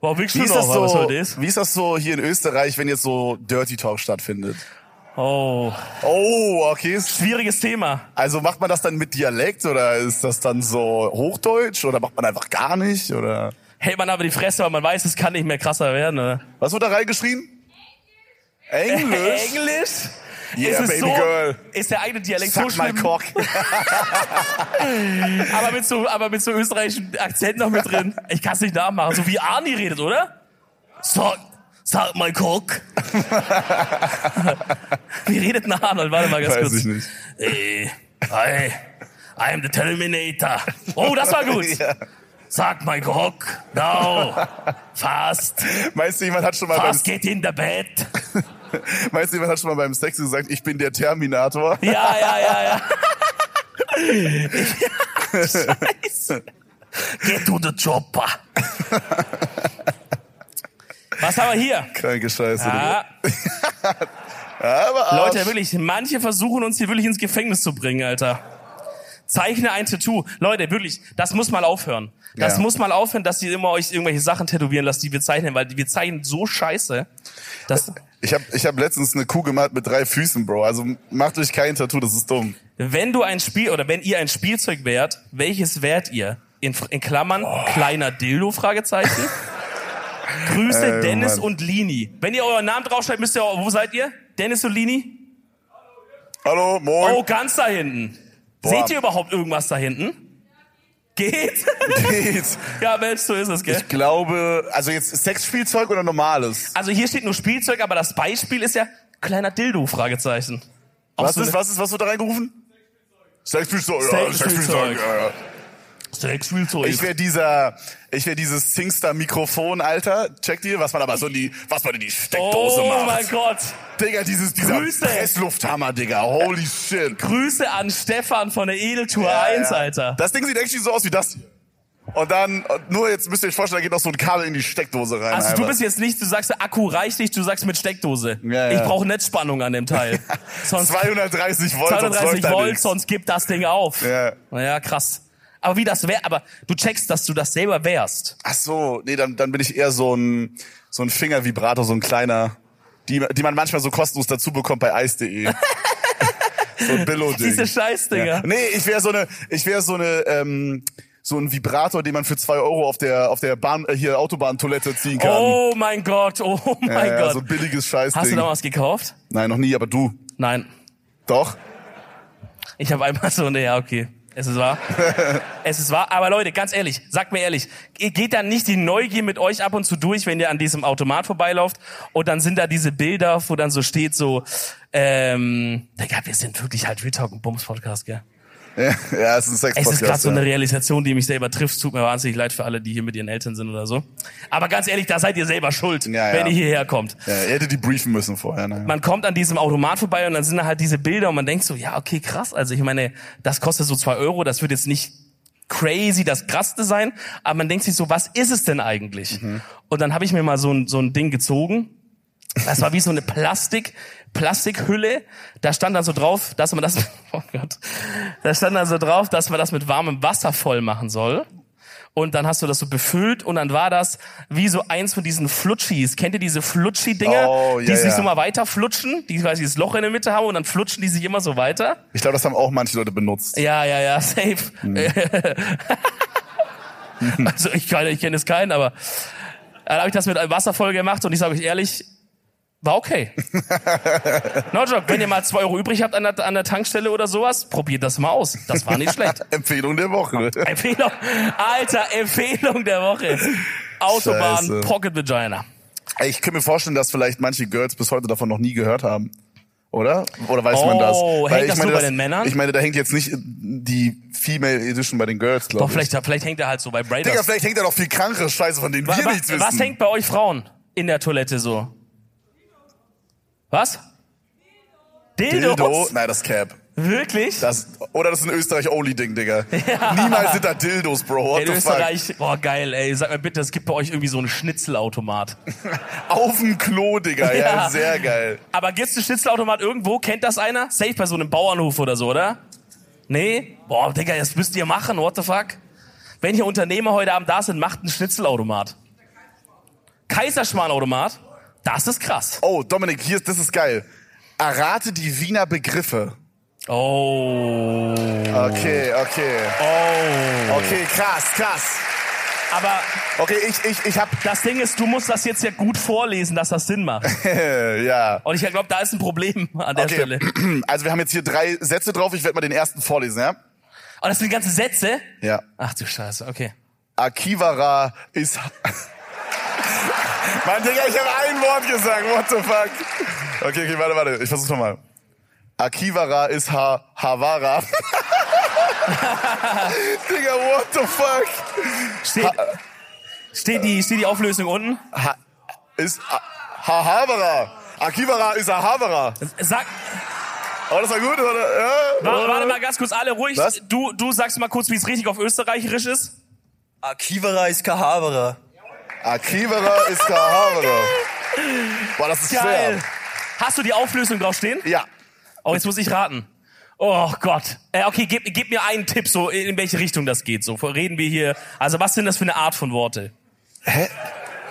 Speaker 1: Warum wickst
Speaker 2: Wie
Speaker 1: du
Speaker 2: ist,
Speaker 1: noch?
Speaker 2: das
Speaker 1: Was
Speaker 2: so,
Speaker 1: soll Genau, das?
Speaker 2: wie ist das so hier in Österreich, wenn jetzt so Dirty Talk stattfindet?
Speaker 1: Oh,
Speaker 2: Oh, okay.
Speaker 1: schwieriges Thema.
Speaker 2: Also macht man das dann mit Dialekt oder ist das dann so Hochdeutsch oder macht man einfach gar nicht oder
Speaker 1: Hält man aber die Fresse, weil man weiß, es kann nicht mehr krasser werden, oder?
Speaker 2: was wird da reingeschrien? Englisch.
Speaker 1: Englisch?
Speaker 2: Yeah,
Speaker 1: es ist
Speaker 2: baby
Speaker 1: so,
Speaker 2: girl.
Speaker 1: Ist der eigene Dialekt so
Speaker 2: Suck my
Speaker 1: schlimm,
Speaker 2: cock.
Speaker 1: aber mit so, aber mit so österreichischen Akzent noch mit drin. Ich kann es nicht nachmachen. So wie Arni redet, oder? Suck, suck my cock. wie redet ein Arnold? Warte mal ganz
Speaker 2: Weiß
Speaker 1: kurz. Äh,
Speaker 2: ich nicht.
Speaker 1: Hey, hey, I'm the Terminator. Oh, das war gut.
Speaker 2: Ja.
Speaker 1: Sag mal, Rock. No. Fast.
Speaker 2: Meinst du, jemand hat schon mal beim,
Speaker 1: Fast geht in der Bett.
Speaker 2: meinst du, jemand hat schon mal beim Sex gesagt, ich bin der Terminator?
Speaker 1: Ja, ja, ja, ja. Scheiße. Get to the chopper. Was haben wir hier?
Speaker 2: Kranke Scheiße.
Speaker 1: Ah,
Speaker 2: Aber Arsch.
Speaker 1: Leute, wirklich, manche versuchen uns hier wirklich ins Gefängnis zu bringen, Alter. Zeichne ein Tattoo. Leute, wirklich, das muss mal aufhören. Das
Speaker 2: Ja.
Speaker 1: muss mal aufhören, dass ihr immer euch irgendwelche Sachen tätowieren lasst, die wir zeichnen, weil wir zeichnen so scheiße. Dass,
Speaker 2: Ich habe ich hab letztens eine Kuh gemalt mit drei Füßen, Bro. Also macht euch kein Tattoo, das ist dumm.
Speaker 1: wenn du ein Spiel oder wenn ihr ein Spielzeug wärt, welches wärt ihr? In, in Klammern,
Speaker 2: Oh.
Speaker 1: kleiner Dildo, Fragezeichen. Grüße
Speaker 2: Ey,
Speaker 1: Dennis
Speaker 2: Äh, Mann.
Speaker 1: und Lini. Wenn ihr euren Namen draufschreibt, müsst ihr, auch- wo seid ihr? Dennis und Lini?
Speaker 2: Hallo, moin.
Speaker 1: Oh, ganz da hinten. Seht ihr überhaupt irgendwas da hinten? Geht?
Speaker 2: Geht's.
Speaker 1: Ja, Mensch, so ist es, gell?
Speaker 2: Ich glaube, also jetzt Sexspielzeug oder normales?
Speaker 1: Also hier steht nur Spielzeug, aber das Beispiel ist ja kleiner Dildo, Fragezeichen. Auch
Speaker 2: Was
Speaker 1: so
Speaker 2: ist,
Speaker 1: eine-
Speaker 2: was ist, was wird da reingerufen? Sexspielzeug, ja,
Speaker 1: ne- Sexspielzeug.
Speaker 2: Sexspielzeug. Ja, ja.
Speaker 1: Sexspielzeug.
Speaker 2: Ich wäre dieser, ich wäre dieses Singstar-Mikrofon, Alter. Checkt ihr, was man aber so in die, was man in die Steckdose
Speaker 1: oh
Speaker 2: macht.
Speaker 1: mein Gott.
Speaker 2: Digga, dieses, dieser
Speaker 1: Grüße.
Speaker 2: Presslufthammer, Digga. Holy shit.
Speaker 1: Grüße an Stefan von der Edeltour
Speaker 2: Ja,
Speaker 1: 1,
Speaker 2: ja.
Speaker 1: Alter.
Speaker 2: Das Ding sieht actually so aus wie das hier. Und dann, und nur jetzt müsst ihr euch vorstellen, da geht noch so ein Kabel in die Steckdose rein.
Speaker 1: also
Speaker 2: einfach.
Speaker 1: du bist jetzt nicht, du sagst, Akku reicht nicht, du sagst mit Steckdose.
Speaker 2: Ja, ja.
Speaker 1: Ich brauche Netzspannung an dem Teil. Sonst
Speaker 2: 230 Volt, sonst
Speaker 1: 230
Speaker 2: läuft
Speaker 1: Volt,
Speaker 2: Volt.
Speaker 1: sonst gibt das Ding auf.
Speaker 2: Ja.
Speaker 1: Naja, krass. Aber wie das wäre, aber du checkst, dass du das selber wärst.
Speaker 2: Ach so, nee, dann, dann bin ich eher so ein, so ein Fingervibrator, so ein kleiner, die, die man manchmal so kostenlos dazu bekommt bei ice.de. so ein Billo-Ding.
Speaker 1: Diese Scheißdinger.
Speaker 2: Ja. Nee, ich wäre so eine, ich wäre so eine, ähm, so ein Vibrator, den man für zwei Euro auf der, auf der Bahn, äh, hier Autobahntoilette ziehen kann.
Speaker 1: Oh mein Gott, oh mein
Speaker 2: ja, ja,
Speaker 1: Gott.
Speaker 2: so ein billiges
Speaker 1: Hast du
Speaker 2: Scheißding.
Speaker 1: da was gekauft?
Speaker 2: Nein, noch nie, aber du.
Speaker 1: Nein.
Speaker 2: Doch?
Speaker 1: Ich habe einmal so eine, ja, okay. Es ist wahr. es ist wahr. Aber Leute, ganz ehrlich, sagt mir ehrlich, ge- geht dann nicht die Neugier mit euch ab und zu durch, wenn ihr an diesem Automat vorbeilauft und dann sind da diese Bilder, wo dann so steht so, ähm, Digga, wir sind wirklich halt Real Talk und Bums Podcast, gell?
Speaker 2: Ja, ja, es ist ein
Speaker 1: Es ist gerade
Speaker 2: Sex-Podcast.
Speaker 1: so eine
Speaker 2: ja.
Speaker 1: Realisation, die mich selber trifft. Tut mir wahnsinnig leid für alle, die hier mit ihren Eltern sind oder so. Aber ganz ehrlich, da seid ihr selber schuld,
Speaker 2: Ja, ja.
Speaker 1: wenn ihr hierher kommt.
Speaker 2: ja, er hätte die briefen müssen vorher. Naja.
Speaker 1: man kommt an diesem Automat vorbei und dann sind da halt diese Bilder und man denkt so, ja, okay, krass. Also ich meine, das kostet so zwei Euro, das wird jetzt nicht crazy das Krasseste sein, aber man denkt sich so, was ist es denn eigentlich? Und dann habe ich mir mal so ein, so ein Ding gezogen. Das war wie so eine Plastik, Plastikhülle. Da stand dann so drauf, dass man das, oh Gott, da stand dann so drauf, dass man das mit warmem Wasser voll machen soll. Und dann hast du das so befüllt und dann war das wie so eins von diesen Flutschis. Kennt ihr diese Flutschi-Dinger,
Speaker 2: Oh,
Speaker 1: die
Speaker 2: ja,
Speaker 1: sich
Speaker 2: ja.
Speaker 1: so mal weiter flutschen, die quasi das Loch in der Mitte haben und dann flutschen die sich immer so weiter?
Speaker 2: Ich glaube, das haben auch manche Leute benutzt.
Speaker 1: Ja, ja, ja, safe.
Speaker 2: Mhm.
Speaker 1: also ich, kann- ich kenne jetzt keinen, aber dann habe ich das mit einem Wasser voll gemacht und ich sage euch ehrlich, war okay. no joke, wenn ihr mal zwei Euro übrig habt an der, an der Tankstelle oder sowas, probiert das mal aus. Das war nicht schlecht.
Speaker 2: Empfehlung der Woche.
Speaker 1: Empfehlung, Alter, Empfehlung der Woche. Autobahn,
Speaker 2: Scheiße.
Speaker 1: Pocket Vagina.
Speaker 2: Ey, Ich kann mir vorstellen, dass vielleicht manche Girls bis heute davon noch nie gehört haben. Oder? Oder weiß man
Speaker 1: Oh,
Speaker 2: das?
Speaker 1: hängt
Speaker 2: ich
Speaker 1: das nur bei den Männern?
Speaker 2: Ich meine, da hängt jetzt nicht die Female Edition bei den Girls, glaube
Speaker 1: Doch,
Speaker 2: ich.
Speaker 1: vielleicht, vielleicht hängt er halt so bei Braiders.
Speaker 2: Digga, vielleicht hängt da noch viel krankere Scheiße, von denen wir
Speaker 1: Wa- wa-
Speaker 2: nichts wissen.
Speaker 1: was hängt bei euch Frauen in der Toilette so? Was? Dildos?
Speaker 2: Dildo? Nein, das ist Cap.
Speaker 1: Wirklich?
Speaker 2: Das, oder das ist ein Österreich-Only-Ding, Digga. Niemals sind da Dildos, Bro. What
Speaker 1: in
Speaker 2: the
Speaker 1: Österreich, boah geil, ey, sag mir bitte, es gibt bei euch irgendwie so einen Schnitzelautomat.
Speaker 2: fuck? Auf dem Klo, Digga. Ja,
Speaker 1: Ja.
Speaker 2: sehr geil.
Speaker 1: Aber gibt's einen Schnitzelautomat irgendwo? Kennt das einer? Safe bei so einem Bauernhof oder so, oder? Nee? Boah, Digga, das müsst ihr machen, what the fuck? Wenn hier Unternehmer heute Abend da sind, macht einen Schnitzelautomat. Kaiserschmarrnautomat? Das ist krass.
Speaker 2: Oh, Dominik, hier, ist- das ist geil. Errate die Wiener Begriffe.
Speaker 1: Oh.
Speaker 2: Okay, okay.
Speaker 1: Oh.
Speaker 2: Okay, krass, krass.
Speaker 1: Aber
Speaker 2: Okay, ich, ich, ich hab,
Speaker 1: das Ding ist, du musst das jetzt ja gut vorlesen, dass das Sinn macht.
Speaker 2: äh, ja.
Speaker 1: Und ich glaube, da ist ein Problem an der Stelle.
Speaker 2: Okay. Also wir haben jetzt hier drei Sätze drauf. Ich werde mal den ersten vorlesen, ja?
Speaker 1: Oh, das sind ganze Sätze?
Speaker 2: Ja.
Speaker 1: Ach du Scheiße, okay.
Speaker 2: Akiwara ist. Mann, Digga, ich habe ein Wort gesagt. What the fuck? Okay, okay, warte, warte. Ich versuch's nochmal. Akiwara ist ha Havara. Digga, what the fuck?
Speaker 1: Steht,
Speaker 2: äh.
Speaker 1: steht, die, steht die Auflösung unten?
Speaker 2: Ha ist ha Havara. Akiwara ist Havara.
Speaker 1: Sag,
Speaker 2: Oh, das war gut, oder? Ja.
Speaker 1: warte, warte mal ganz kurz, alle ruhig.
Speaker 2: Äh. Was?
Speaker 1: Du, du sagst mal kurz, wie es richtig auf Österreichisch ist.
Speaker 4: Akivara ist Kahavara.
Speaker 2: Akiwara ist Havara. Boah, das ist
Speaker 1: Geil.
Speaker 2: schwer.
Speaker 1: Hast du die Auflösung drauf stehen?
Speaker 2: Ja.
Speaker 1: Oh, jetzt muss ich raten. Oh Gott. Äh, okay, gib, gib mir einen Tipp, so in welche Richtung das geht. So reden wir hier. Also was sind das für eine Art von Worte?
Speaker 2: Äh,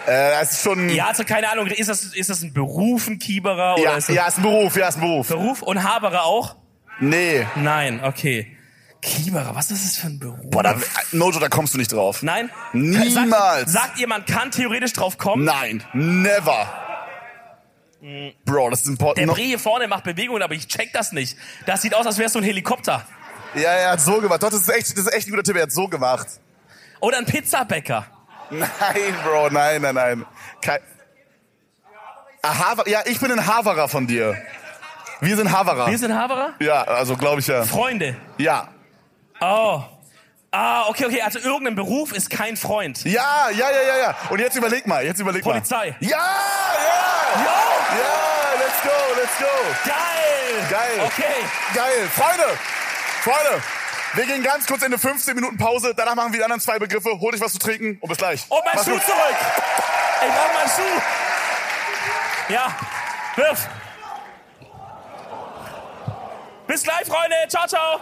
Speaker 2: das ist schon.
Speaker 1: Ja, also keine Ahnung. Ist das ist das ein Beruf, ein Kieberer oder
Speaker 2: ja,
Speaker 1: ist das
Speaker 2: ja, ist ein Beruf, ja, ist ein Beruf.
Speaker 1: Beruf und Haberer auch?
Speaker 2: Nee.
Speaker 1: Nein, okay. Kieberer, was ist das für ein Beruf?
Speaker 2: Boah, da, Äh, Nojo, da kommst du nicht drauf.
Speaker 1: Nein? Sagt,
Speaker 2: Niemals.
Speaker 1: sagt ihr, man kann theoretisch drauf kommen?
Speaker 2: Nein, never. Bro, das ist
Speaker 1: Der
Speaker 2: important. No,
Speaker 1: Bree hier vorne macht Bewegungen, aber ich check das nicht. Das sieht aus, als wärst du ein Helikopter.
Speaker 2: ja, er hat so gemacht. Doch, das ist echt, das ist echt ein guter Tipp. Er hat so gemacht.
Speaker 1: Oder ein Pizzabäcker.
Speaker 2: Nein, Bro, nein, nein, nein. Kein Ah, Haver ja, ich bin ein Haverer von dir. Wir sind Haverer.
Speaker 1: Wir sind Haberer?
Speaker 2: ja, also glaube ich ja.
Speaker 1: Freunde.
Speaker 2: Ja.
Speaker 1: Oh. Ah, okay, okay. Also irgendein Beruf ist kein Freund.
Speaker 2: Ja, ja, ja, ja, ja. Und jetzt überleg mal, jetzt überleg
Speaker 1: Polizei.
Speaker 2: mal. Ja, ja.
Speaker 1: Jo!
Speaker 2: Ja, let's go, let's go.
Speaker 1: Geil!
Speaker 2: Geil.
Speaker 1: Okay.
Speaker 2: Geil. Freunde, Freunde, wir gehen ganz kurz in eine 15 Minuten Pause. Danach machen wir die anderen zwei Begriffe. Hol dich was zu trinken und bis gleich.
Speaker 1: Und mein
Speaker 2: Mach's
Speaker 1: Schuh
Speaker 2: gut.
Speaker 1: zurück! Ich brauch meinen Schuh! Ja, wirf! Bis gleich, Freunde! Ciao, ciao!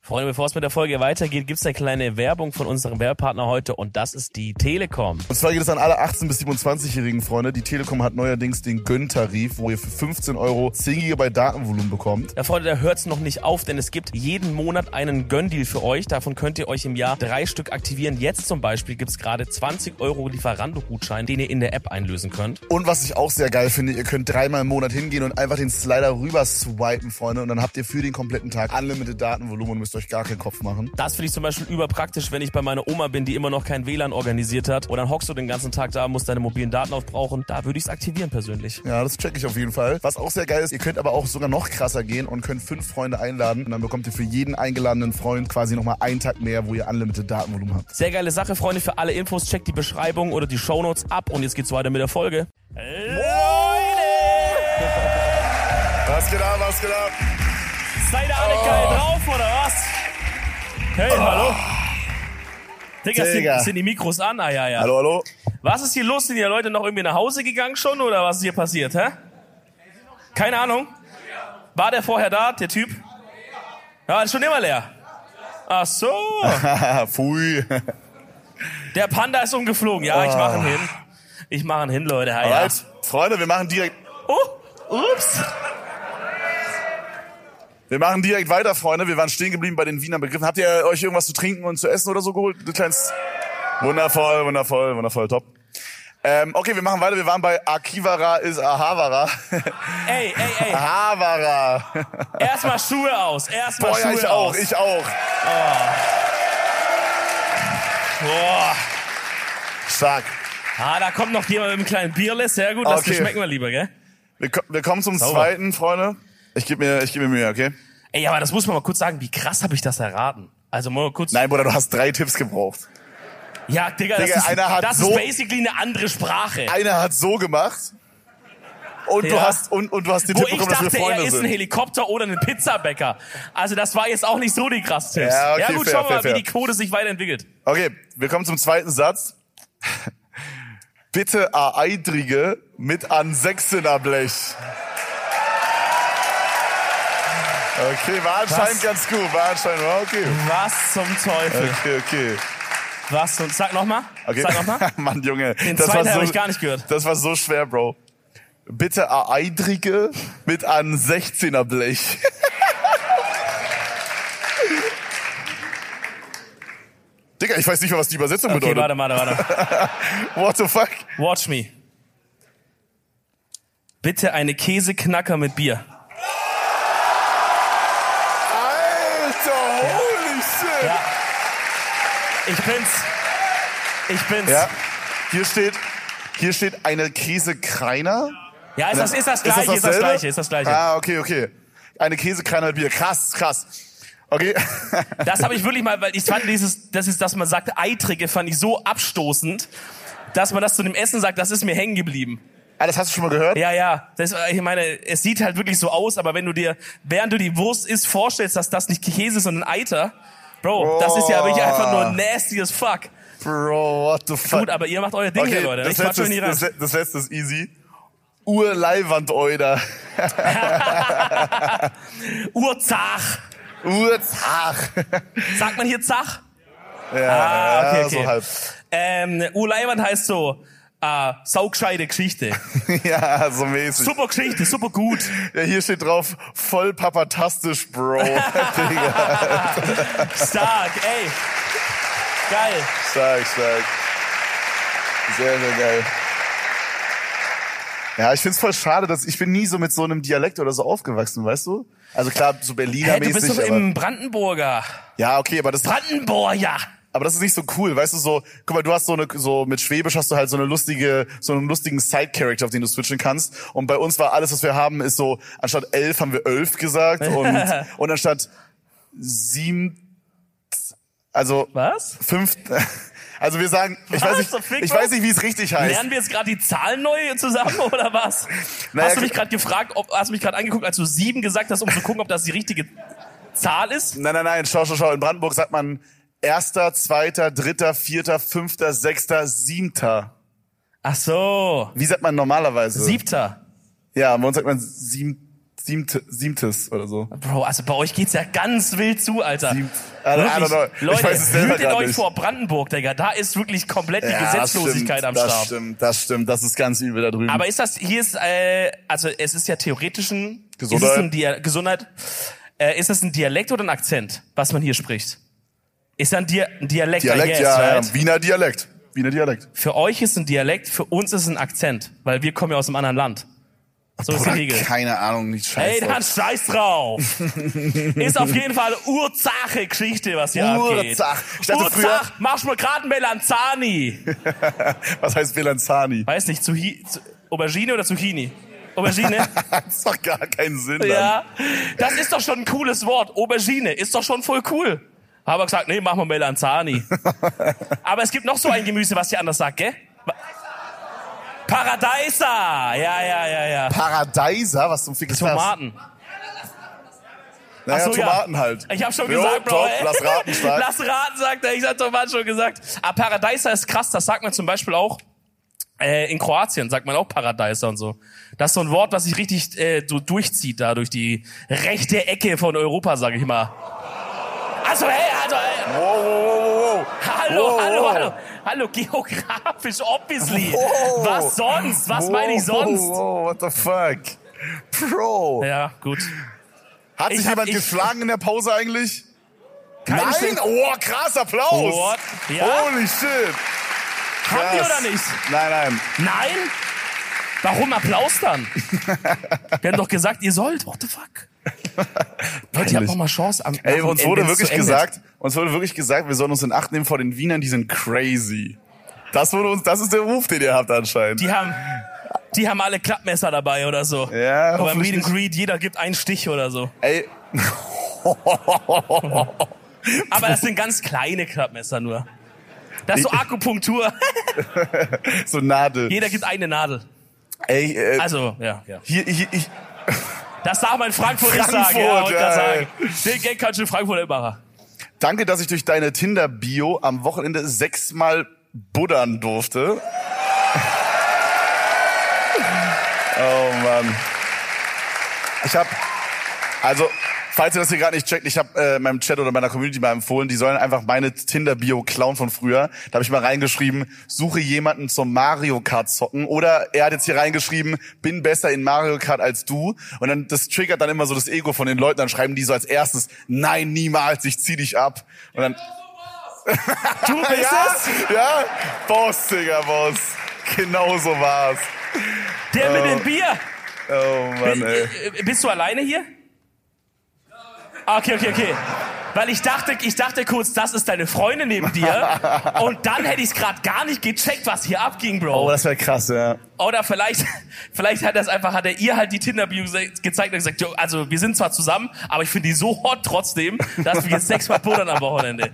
Speaker 1: Freunde, bevor es mit der Folge weitergeht, gibt's eine kleine Werbung von unserem Werbepartner heute und das ist die Telekom.
Speaker 2: Und zwar geht es an alle 18- bis 27-jährigen Freunde. Die Telekom hat neuerdings den Gönn-Tarif, wo ihr für 15 Euro 10 GB Datenvolumen bekommt.
Speaker 1: Ja, Freunde, da hört's noch nicht auf, denn es gibt jeden Monat einen Gönndeal für euch. Davon könnt ihr euch im Jahr drei Stück aktivieren. Jetzt zum Beispiel gibt's gerade 20 Euro Lieferando-Gutschein, den ihr in der App einlösen könnt.
Speaker 2: Und was ich auch sehr geil finde, ihr könnt dreimal im Monat hingehen und einfach den Slider rüber swipen, Freunde. Und dann habt ihr für den kompletten Tag unlimited Datenvolumen und müsst euch gar keinen Kopf machen.
Speaker 1: Das finde ich zum Beispiel überpraktisch, wenn ich bei meiner Oma bin, die immer noch kein WLAN organisiert hat. Und dann hockst du den ganzen Tag da, musst deine mobilen Daten aufbrauchen. Da würde ich's aktivieren persönlich.
Speaker 2: Ja, das check ich auf jeden Fall. Was auch sehr geil ist, ihr könnt aber auch sogar noch krasser gehen und könnt fünf Freunde einladen. Und dann bekommt ihr für jeden eingeladenen Freund quasi nochmal einen Tag mehr, wo ihr unlimited Datenvolumen habt.
Speaker 1: Sehr geile Sache, Freunde. Für alle Infos checkt die Beschreibung oder die Shownotes ab. Und jetzt geht's weiter mit der Folge.
Speaker 2: Was geht ab, was geht ab?
Speaker 1: Seid ihr alle
Speaker 2: Oh.
Speaker 1: geil drauf, oder was? Hey, hallo. Digga,
Speaker 2: Digga.
Speaker 1: Sind, sind die Mikros an? Ah, ja, ja.
Speaker 2: Hallo, hallo?
Speaker 1: Was ist hier los? Sind die Leute noch irgendwie nach Hause gegangen schon oder was ist hier passiert, hä? Keine Ahnung. War der vorher da, der Typ? Ja, ist schon immer leer. Ach so.
Speaker 2: Haha, Pfui.
Speaker 1: Der Panda ist umgeflogen. Ja, ich mache ihn hin. Ich mache ihn hin, Leute. Ja, ja.
Speaker 2: Alright, Freunde, wir machen direkt,
Speaker 1: Oh, ups.
Speaker 2: wir machen direkt weiter, Freunde. Wir waren stehen geblieben bei den Wiener Begriffen. Habt ihr euch irgendwas zu trinken und zu essen oder so geholt? Ein kleines, wundervoll, wundervoll, wundervoll, top. Ähm, okay, wir machen weiter. Wir waren bei Akivara is Ahavara.
Speaker 1: Ey, ey, ey.
Speaker 2: Ahavara.
Speaker 1: Erstmal Schuhe aus. Erstmal
Speaker 2: Boah,
Speaker 1: Schuhe
Speaker 2: ja, ich auch,
Speaker 1: aus.
Speaker 2: ich auch.
Speaker 1: Boah.
Speaker 2: Stark.
Speaker 1: Ah, da kommt noch jemand mit einem kleinen Bierle. Sehr gut. Das
Speaker 2: Okay.
Speaker 1: schmecken wir lieber, gell?
Speaker 2: Wir, ko- wir kommen zum zweiten, Freunde. Ich gebe mir, ich geb mir Mühe, okay?
Speaker 1: Ey, aber das muss man mal kurz sagen. Wie krass habe ich das erraten? Also mal kurz.
Speaker 2: Nein, Bruder, du hast drei Tipps gebraucht.
Speaker 1: Ja, Digga, das,
Speaker 2: Digga,
Speaker 1: ist,
Speaker 2: einer hat
Speaker 1: das
Speaker 2: so-
Speaker 1: ist basically eine andere Sprache.
Speaker 2: Einer hat so gemacht. Und du
Speaker 1: Ja.
Speaker 2: hast, und, und du hast den
Speaker 1: Wo
Speaker 2: Tipp
Speaker 1: ich
Speaker 2: bekommen, dass wir
Speaker 1: dachte, er
Speaker 2: Freunde
Speaker 1: ist ein
Speaker 2: sind.
Speaker 1: Helikopter oder ein Pizzabäcker. Also das war jetzt auch nicht so die krass Tipps.
Speaker 2: Ja, okay,
Speaker 1: gut,
Speaker 2: fair,
Speaker 1: schauen wir mal,
Speaker 2: fair,
Speaker 1: wie die Quote sich weiterentwickelt.
Speaker 2: Okay, wir kommen zum zweiten Satz. Bitte a Eidrige mit an Sechsener Blech. Okay, war anscheinend
Speaker 1: Was?
Speaker 2: ganz gut, war anscheinend, war okay.
Speaker 1: Was zum Teufel?
Speaker 2: Okay, okay.
Speaker 1: Was zum... Sag nochmal.
Speaker 2: okay.
Speaker 1: Sag nochmal.
Speaker 2: Mann, Junge.
Speaker 1: Den zweiten habe ich gar nicht gehört.
Speaker 2: Das war so schwer, Bro. Bitte a Eidrige mit an Sechzehner Blech. Digga, ich weiß nicht mal, was die Übersetzung
Speaker 1: Okay, warte,
Speaker 2: bedeutet.
Speaker 1: warte, warte.
Speaker 2: What the fuck?
Speaker 1: Watch me. Bitte eine Käseknacker mit Bier.
Speaker 2: Alter, holy shit.
Speaker 1: Ja. Ich bin's. Ich bin's.
Speaker 2: Ja. Hier steht, hier steht eine Käsekreiner.
Speaker 1: Ja, ist das, ist das gleiche, ist das,
Speaker 2: dasselbe?
Speaker 1: gleiche, ist das gleiche.
Speaker 2: Ah, okay, okay. Eine Käsekreiner mit Bier. Krass, krass. Okay.
Speaker 1: Das habe ich wirklich mal, weil ich fand dieses, das ist, dass man sagt, Eitrige fand ich so abstoßend, dass man das zu dem Essen sagt, das ist mir hängen geblieben.
Speaker 2: ah, das hast du schon mal gehört?
Speaker 1: Ja, ja. Das, ich meine, es sieht halt wirklich so aus, aber wenn du dir, während du die Wurst isst, vorstellst, dass das nicht Käse ist, sondern Eiter, Bro, das ist ja wirklich einfach nur nasty as fuck.
Speaker 2: Bro, what the fuck?
Speaker 1: Gut, aber ihr macht euer Ding hier, Leute.
Speaker 2: Das,
Speaker 1: Ich quatsch
Speaker 2: letzte,
Speaker 1: schon hier
Speaker 2: ist- das,
Speaker 1: rein.
Speaker 2: le- das letzte ist easy. Urleiwand, Euder.
Speaker 1: Urzach.
Speaker 2: Urzach.
Speaker 1: Sagt man hier Zach?
Speaker 2: Ja,
Speaker 1: Ah, okay,
Speaker 2: ja,
Speaker 1: okay.
Speaker 2: so halb.
Speaker 1: Ähm, Urleiwand heißt so, äh, saugescheite Geschichte.
Speaker 2: Ja, so mäßig.
Speaker 1: Super Geschichte, super gut.
Speaker 2: Ja, hier steht drauf, voll papatastisch, Bro. Digga,
Speaker 1: Stark, ey. Geil.
Speaker 2: stark, stark. Sehr, sehr geil. Ja, ich find's voll schade, dass ich bin nie so mit so einem Dialekt oder so aufgewachsen, weißt du? Also klar, so
Speaker 1: Hä, du bist
Speaker 2: Berliner-mäßig,
Speaker 1: doch
Speaker 2: aber,
Speaker 1: im Brandenburger.
Speaker 2: ja, okay, aber das,
Speaker 1: Brandenburger.
Speaker 2: aber das ist nicht so cool, weißt du, so, guck mal, du hast so eine, so, mit Schwäbisch hast du halt so eine lustige, so einen lustigen Side-Character, auf den du switchen kannst. Und bei uns war alles, was wir haben, ist so, anstatt elf haben wir elf gesagt und, und anstatt sieben, also,
Speaker 1: Was?
Speaker 2: fünf. Also wir sagen, ich
Speaker 1: Was?
Speaker 2: weiß
Speaker 1: So
Speaker 2: nicht,
Speaker 1: Fick
Speaker 2: ich
Speaker 1: was?
Speaker 2: weiß nicht, wie es richtig heißt.
Speaker 1: Lernen wir jetzt gerade die Zahlen neu zusammen oder was?
Speaker 2: Naja,
Speaker 1: hast du mich gerade gefragt, ob, hast du mich gerade angeguckt, als du sieben gesagt hast, um zu gucken, ob das die richtige Zahl ist?
Speaker 2: Nein, nein, nein, schau, schau, schau. In Brandenburg sagt man erster, zweiter, dritter, vierter, fünfter, sechster, siebter.
Speaker 1: Ach so.
Speaker 2: Wie sagt man normalerweise?
Speaker 1: Siebter.
Speaker 2: Ja, bei uns sagt man sieb, siebte, siebtes oder so.
Speaker 1: Bro, also bei euch geht's ja ganz wild zu, Alter.
Speaker 2: Siebt- Also, I don't
Speaker 1: Wirklich.
Speaker 2: know. Ich
Speaker 1: Leute,
Speaker 2: weiß es selber
Speaker 1: hütet
Speaker 2: grad
Speaker 1: euch
Speaker 2: nicht.
Speaker 1: vor Brandenburg, Digga. Da ist wirklich komplett die
Speaker 2: Ja, das
Speaker 1: Gesetzlosigkeit
Speaker 2: stimmt,
Speaker 1: am
Speaker 2: Das
Speaker 1: Start.
Speaker 2: stimmt, das stimmt, das ist ganz übel da drüben.
Speaker 1: Aber ist das, hier ist, äh, also es ist ja theoretisch ein,
Speaker 2: Gesundheit.
Speaker 1: Ist es ein Dia Gesundheit. Äh, ist das ein Dialekt oder ein Akzent, was man hier spricht? Ist ja ein, Dia ein Dialekt, I
Speaker 2: Dialekt,
Speaker 1: guess,
Speaker 2: ja,
Speaker 1: right?
Speaker 2: ja, Wiener Dialekt. Wiener Dialekt.
Speaker 1: Für euch ist ein Dialekt, für uns ist es ein Akzent, weil wir kommen ja aus einem anderen Land. So ist die Regel.
Speaker 2: Keine Ahnung, nicht scheiße.
Speaker 1: Ey, dann scheiß drauf. ist auf jeden Fall eine urzache Geschichte, was hier abgeht.
Speaker 2: Urzach. Ich dachte früher-
Speaker 1: Urzach, mach mal gerade einen Melanzani.
Speaker 2: Was heißt Melanzani?
Speaker 1: Weiß nicht, Zuhi Zu Aubergine oder Zucchini? Aubergine?
Speaker 2: Hat's doch gar keinen Sinn. dann.
Speaker 1: Ja, das ist doch schon ein cooles Wort. Aubergine ist doch schon voll cool. Haben wir gesagt, nee, machen wir Melanzani. Aber es gibt noch so ein Gemüse, was ihr anders sagt, gell? Wa- Paradeiser! Ja, ja, ja, ja.
Speaker 2: Paradeiser, was zum Fick ist
Speaker 1: Tomaten.
Speaker 2: das? Naja,
Speaker 1: Ach so, ja.
Speaker 2: Tomaten halt.
Speaker 1: Ich hab schon
Speaker 2: Jo,
Speaker 1: gesagt, Bro.
Speaker 2: Top,
Speaker 1: ey.
Speaker 2: lass raten, stark.
Speaker 1: Lass raten, sagt er. Ich hab Tomaten schon gesagt. Aber Paradeiser ist krass. Das sagt man zum Beispiel auch äh, in Kroatien, sagt man auch Paradeiser und so. Das ist so ein Wort, was sich richtig äh, so durchzieht da durch die rechte Ecke von Europa, sage ich mal. Also, hey, also, hey.
Speaker 2: Wow, wow, wow, wow,
Speaker 1: Hallo,
Speaker 2: Wow,
Speaker 1: hallo,
Speaker 2: wow.
Speaker 1: hallo, hallo, geografisch, obviously.
Speaker 2: Wow.
Speaker 1: Was sonst? Was
Speaker 2: wow,
Speaker 1: meine ich sonst?
Speaker 2: Wow, what the fuck? Bro.
Speaker 1: Ja, gut.
Speaker 2: Hat
Speaker 1: Ich
Speaker 2: sich
Speaker 1: hab-
Speaker 2: jemand
Speaker 1: ich-
Speaker 2: geschlagen in der Pause eigentlich?
Speaker 1: Keine
Speaker 2: Nein?
Speaker 1: Stimme.
Speaker 2: Oh, krass, Applaus.
Speaker 1: What? Ja?
Speaker 2: Holy shit.
Speaker 1: Habt ihr
Speaker 2: Krass.
Speaker 1: oder nicht?
Speaker 2: Nein, nein.
Speaker 1: Nein? Warum Applaus dann? Wir haben doch gesagt, ihr sollt. What the fuck? Leute, ihr habt
Speaker 2: Peinlich.
Speaker 1: noch mal Chance. Am,
Speaker 2: Ey,
Speaker 1: am
Speaker 2: uns
Speaker 1: Ende,
Speaker 2: wurde
Speaker 1: wenn's
Speaker 2: wirklich
Speaker 1: zu Ende
Speaker 2: gesagt, uns wurde wirklich gesagt, wir sollen uns in Acht nehmen vor den Wienern, die sind crazy. Das wurde uns, das ist der Ruf, den ihr habt anscheinend.
Speaker 1: ist. Die haben, die haben alle Klappmesser dabei oder so.
Speaker 2: Ja,
Speaker 1: Aber beim
Speaker 2: hoffentlich
Speaker 1: Meet and Greet, jeder gibt einen Stich oder so.
Speaker 2: Ey.
Speaker 1: Aber das sind ganz kleine Klappmesser nur. Das ist so Akupunktur.
Speaker 2: so Nadel.
Speaker 1: Jeder gibt eine Nadel.
Speaker 2: Ey, äh,
Speaker 1: Also, ja, ja.
Speaker 2: hier, hier, ich,
Speaker 1: Das darf man in Frankfurt, nicht sagen. Ja,
Speaker 2: Frankfurt, Ah,
Speaker 1: wollte grad
Speaker 2: geil.
Speaker 1: sagen. Den Geld kannst du in Frankfurt immer machen.
Speaker 2: danke, dass ich durch deine Tinder-Bio am Wochenende sechsmal buddern durfte. oh Mann. Ich hab, also, falls ihr das hier gerade nicht checkt, ich habe äh, meinem Chat oder meiner Community mal empfohlen, die sollen einfach meine Tinder-Bio klauen von früher. Da habe ich mal reingeschrieben, suche jemanden zum Mario Kart zocken. Oder er hat jetzt hier reingeschrieben, bin besser in Mario Kart als du. Und dann, das triggert dann immer so das Ego von den Leuten. Dann schreiben die so als erstes, nein, niemals, ich zieh dich ab. Und dann,
Speaker 1: Du bist
Speaker 2: Ja,
Speaker 1: es?
Speaker 2: ja, Boss, Digga, Boss. Genau so war's.
Speaker 1: Der mit dem Bier.
Speaker 2: Oh Mann, ey.
Speaker 1: Äh, Bist du alleine hier? Ah, Okay, okay, okay. Weil ich dachte, ich dachte kurz, das ist deine Freundin neben dir. Und dann hätte ich es gerade gar nicht gecheckt, was hier abging,
Speaker 2: Oh,
Speaker 1: Bro.
Speaker 2: das wäre krass, ja.
Speaker 1: Oder vielleicht, vielleicht hat das einfach, hat er ihr halt die Tinder-Bio gese- gezeigt und gesagt, "Jo, also wir sind zwar zusammen, aber ich finde die so hot trotzdem, dass wir jetzt sechsmal pullern am Wochenende.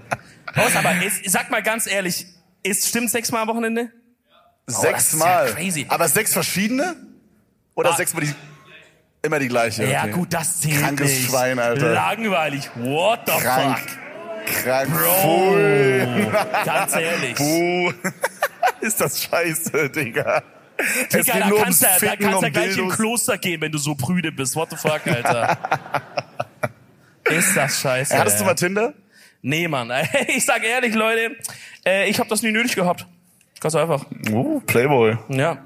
Speaker 1: Los, aber ist, sag mal ganz ehrlich, ist, stimmt sechsmal am Wochenende?
Speaker 2: Sechsmal.
Speaker 1: das ist ja crazy.
Speaker 2: Aber sechs verschiedene? Oder
Speaker 1: Ah.
Speaker 2: sechsmal die, immer die gleiche?
Speaker 1: Ja
Speaker 2: okay.
Speaker 1: gut, das zählt
Speaker 2: Krankes
Speaker 1: nicht.
Speaker 2: Schwein, Alter.
Speaker 1: Langweilig. What the
Speaker 2: Krank.
Speaker 1: fuck?
Speaker 2: Krank.
Speaker 1: Bro.
Speaker 2: Pfui.
Speaker 1: Ganz ehrlich.
Speaker 2: Buh. ist das scheiße, Digga. es
Speaker 1: Digga,
Speaker 2: geht
Speaker 1: da
Speaker 2: nur
Speaker 1: kannst
Speaker 2: ums
Speaker 1: du da
Speaker 2: Ficken,
Speaker 1: kannst du
Speaker 2: um
Speaker 1: gleich im
Speaker 2: Dildos.
Speaker 1: Kloster gehen, wenn du so prüde bist. What the fuck, Alter? Ist das scheiße.
Speaker 2: Hattest du
Speaker 1: ey.
Speaker 2: mal Tinder?
Speaker 1: Nee, Mann. Ich sag ehrlich, Leute, äh, ich hab das nie nötig gehabt. Ganz einfach.
Speaker 2: Oh, Playboy.
Speaker 1: Ja.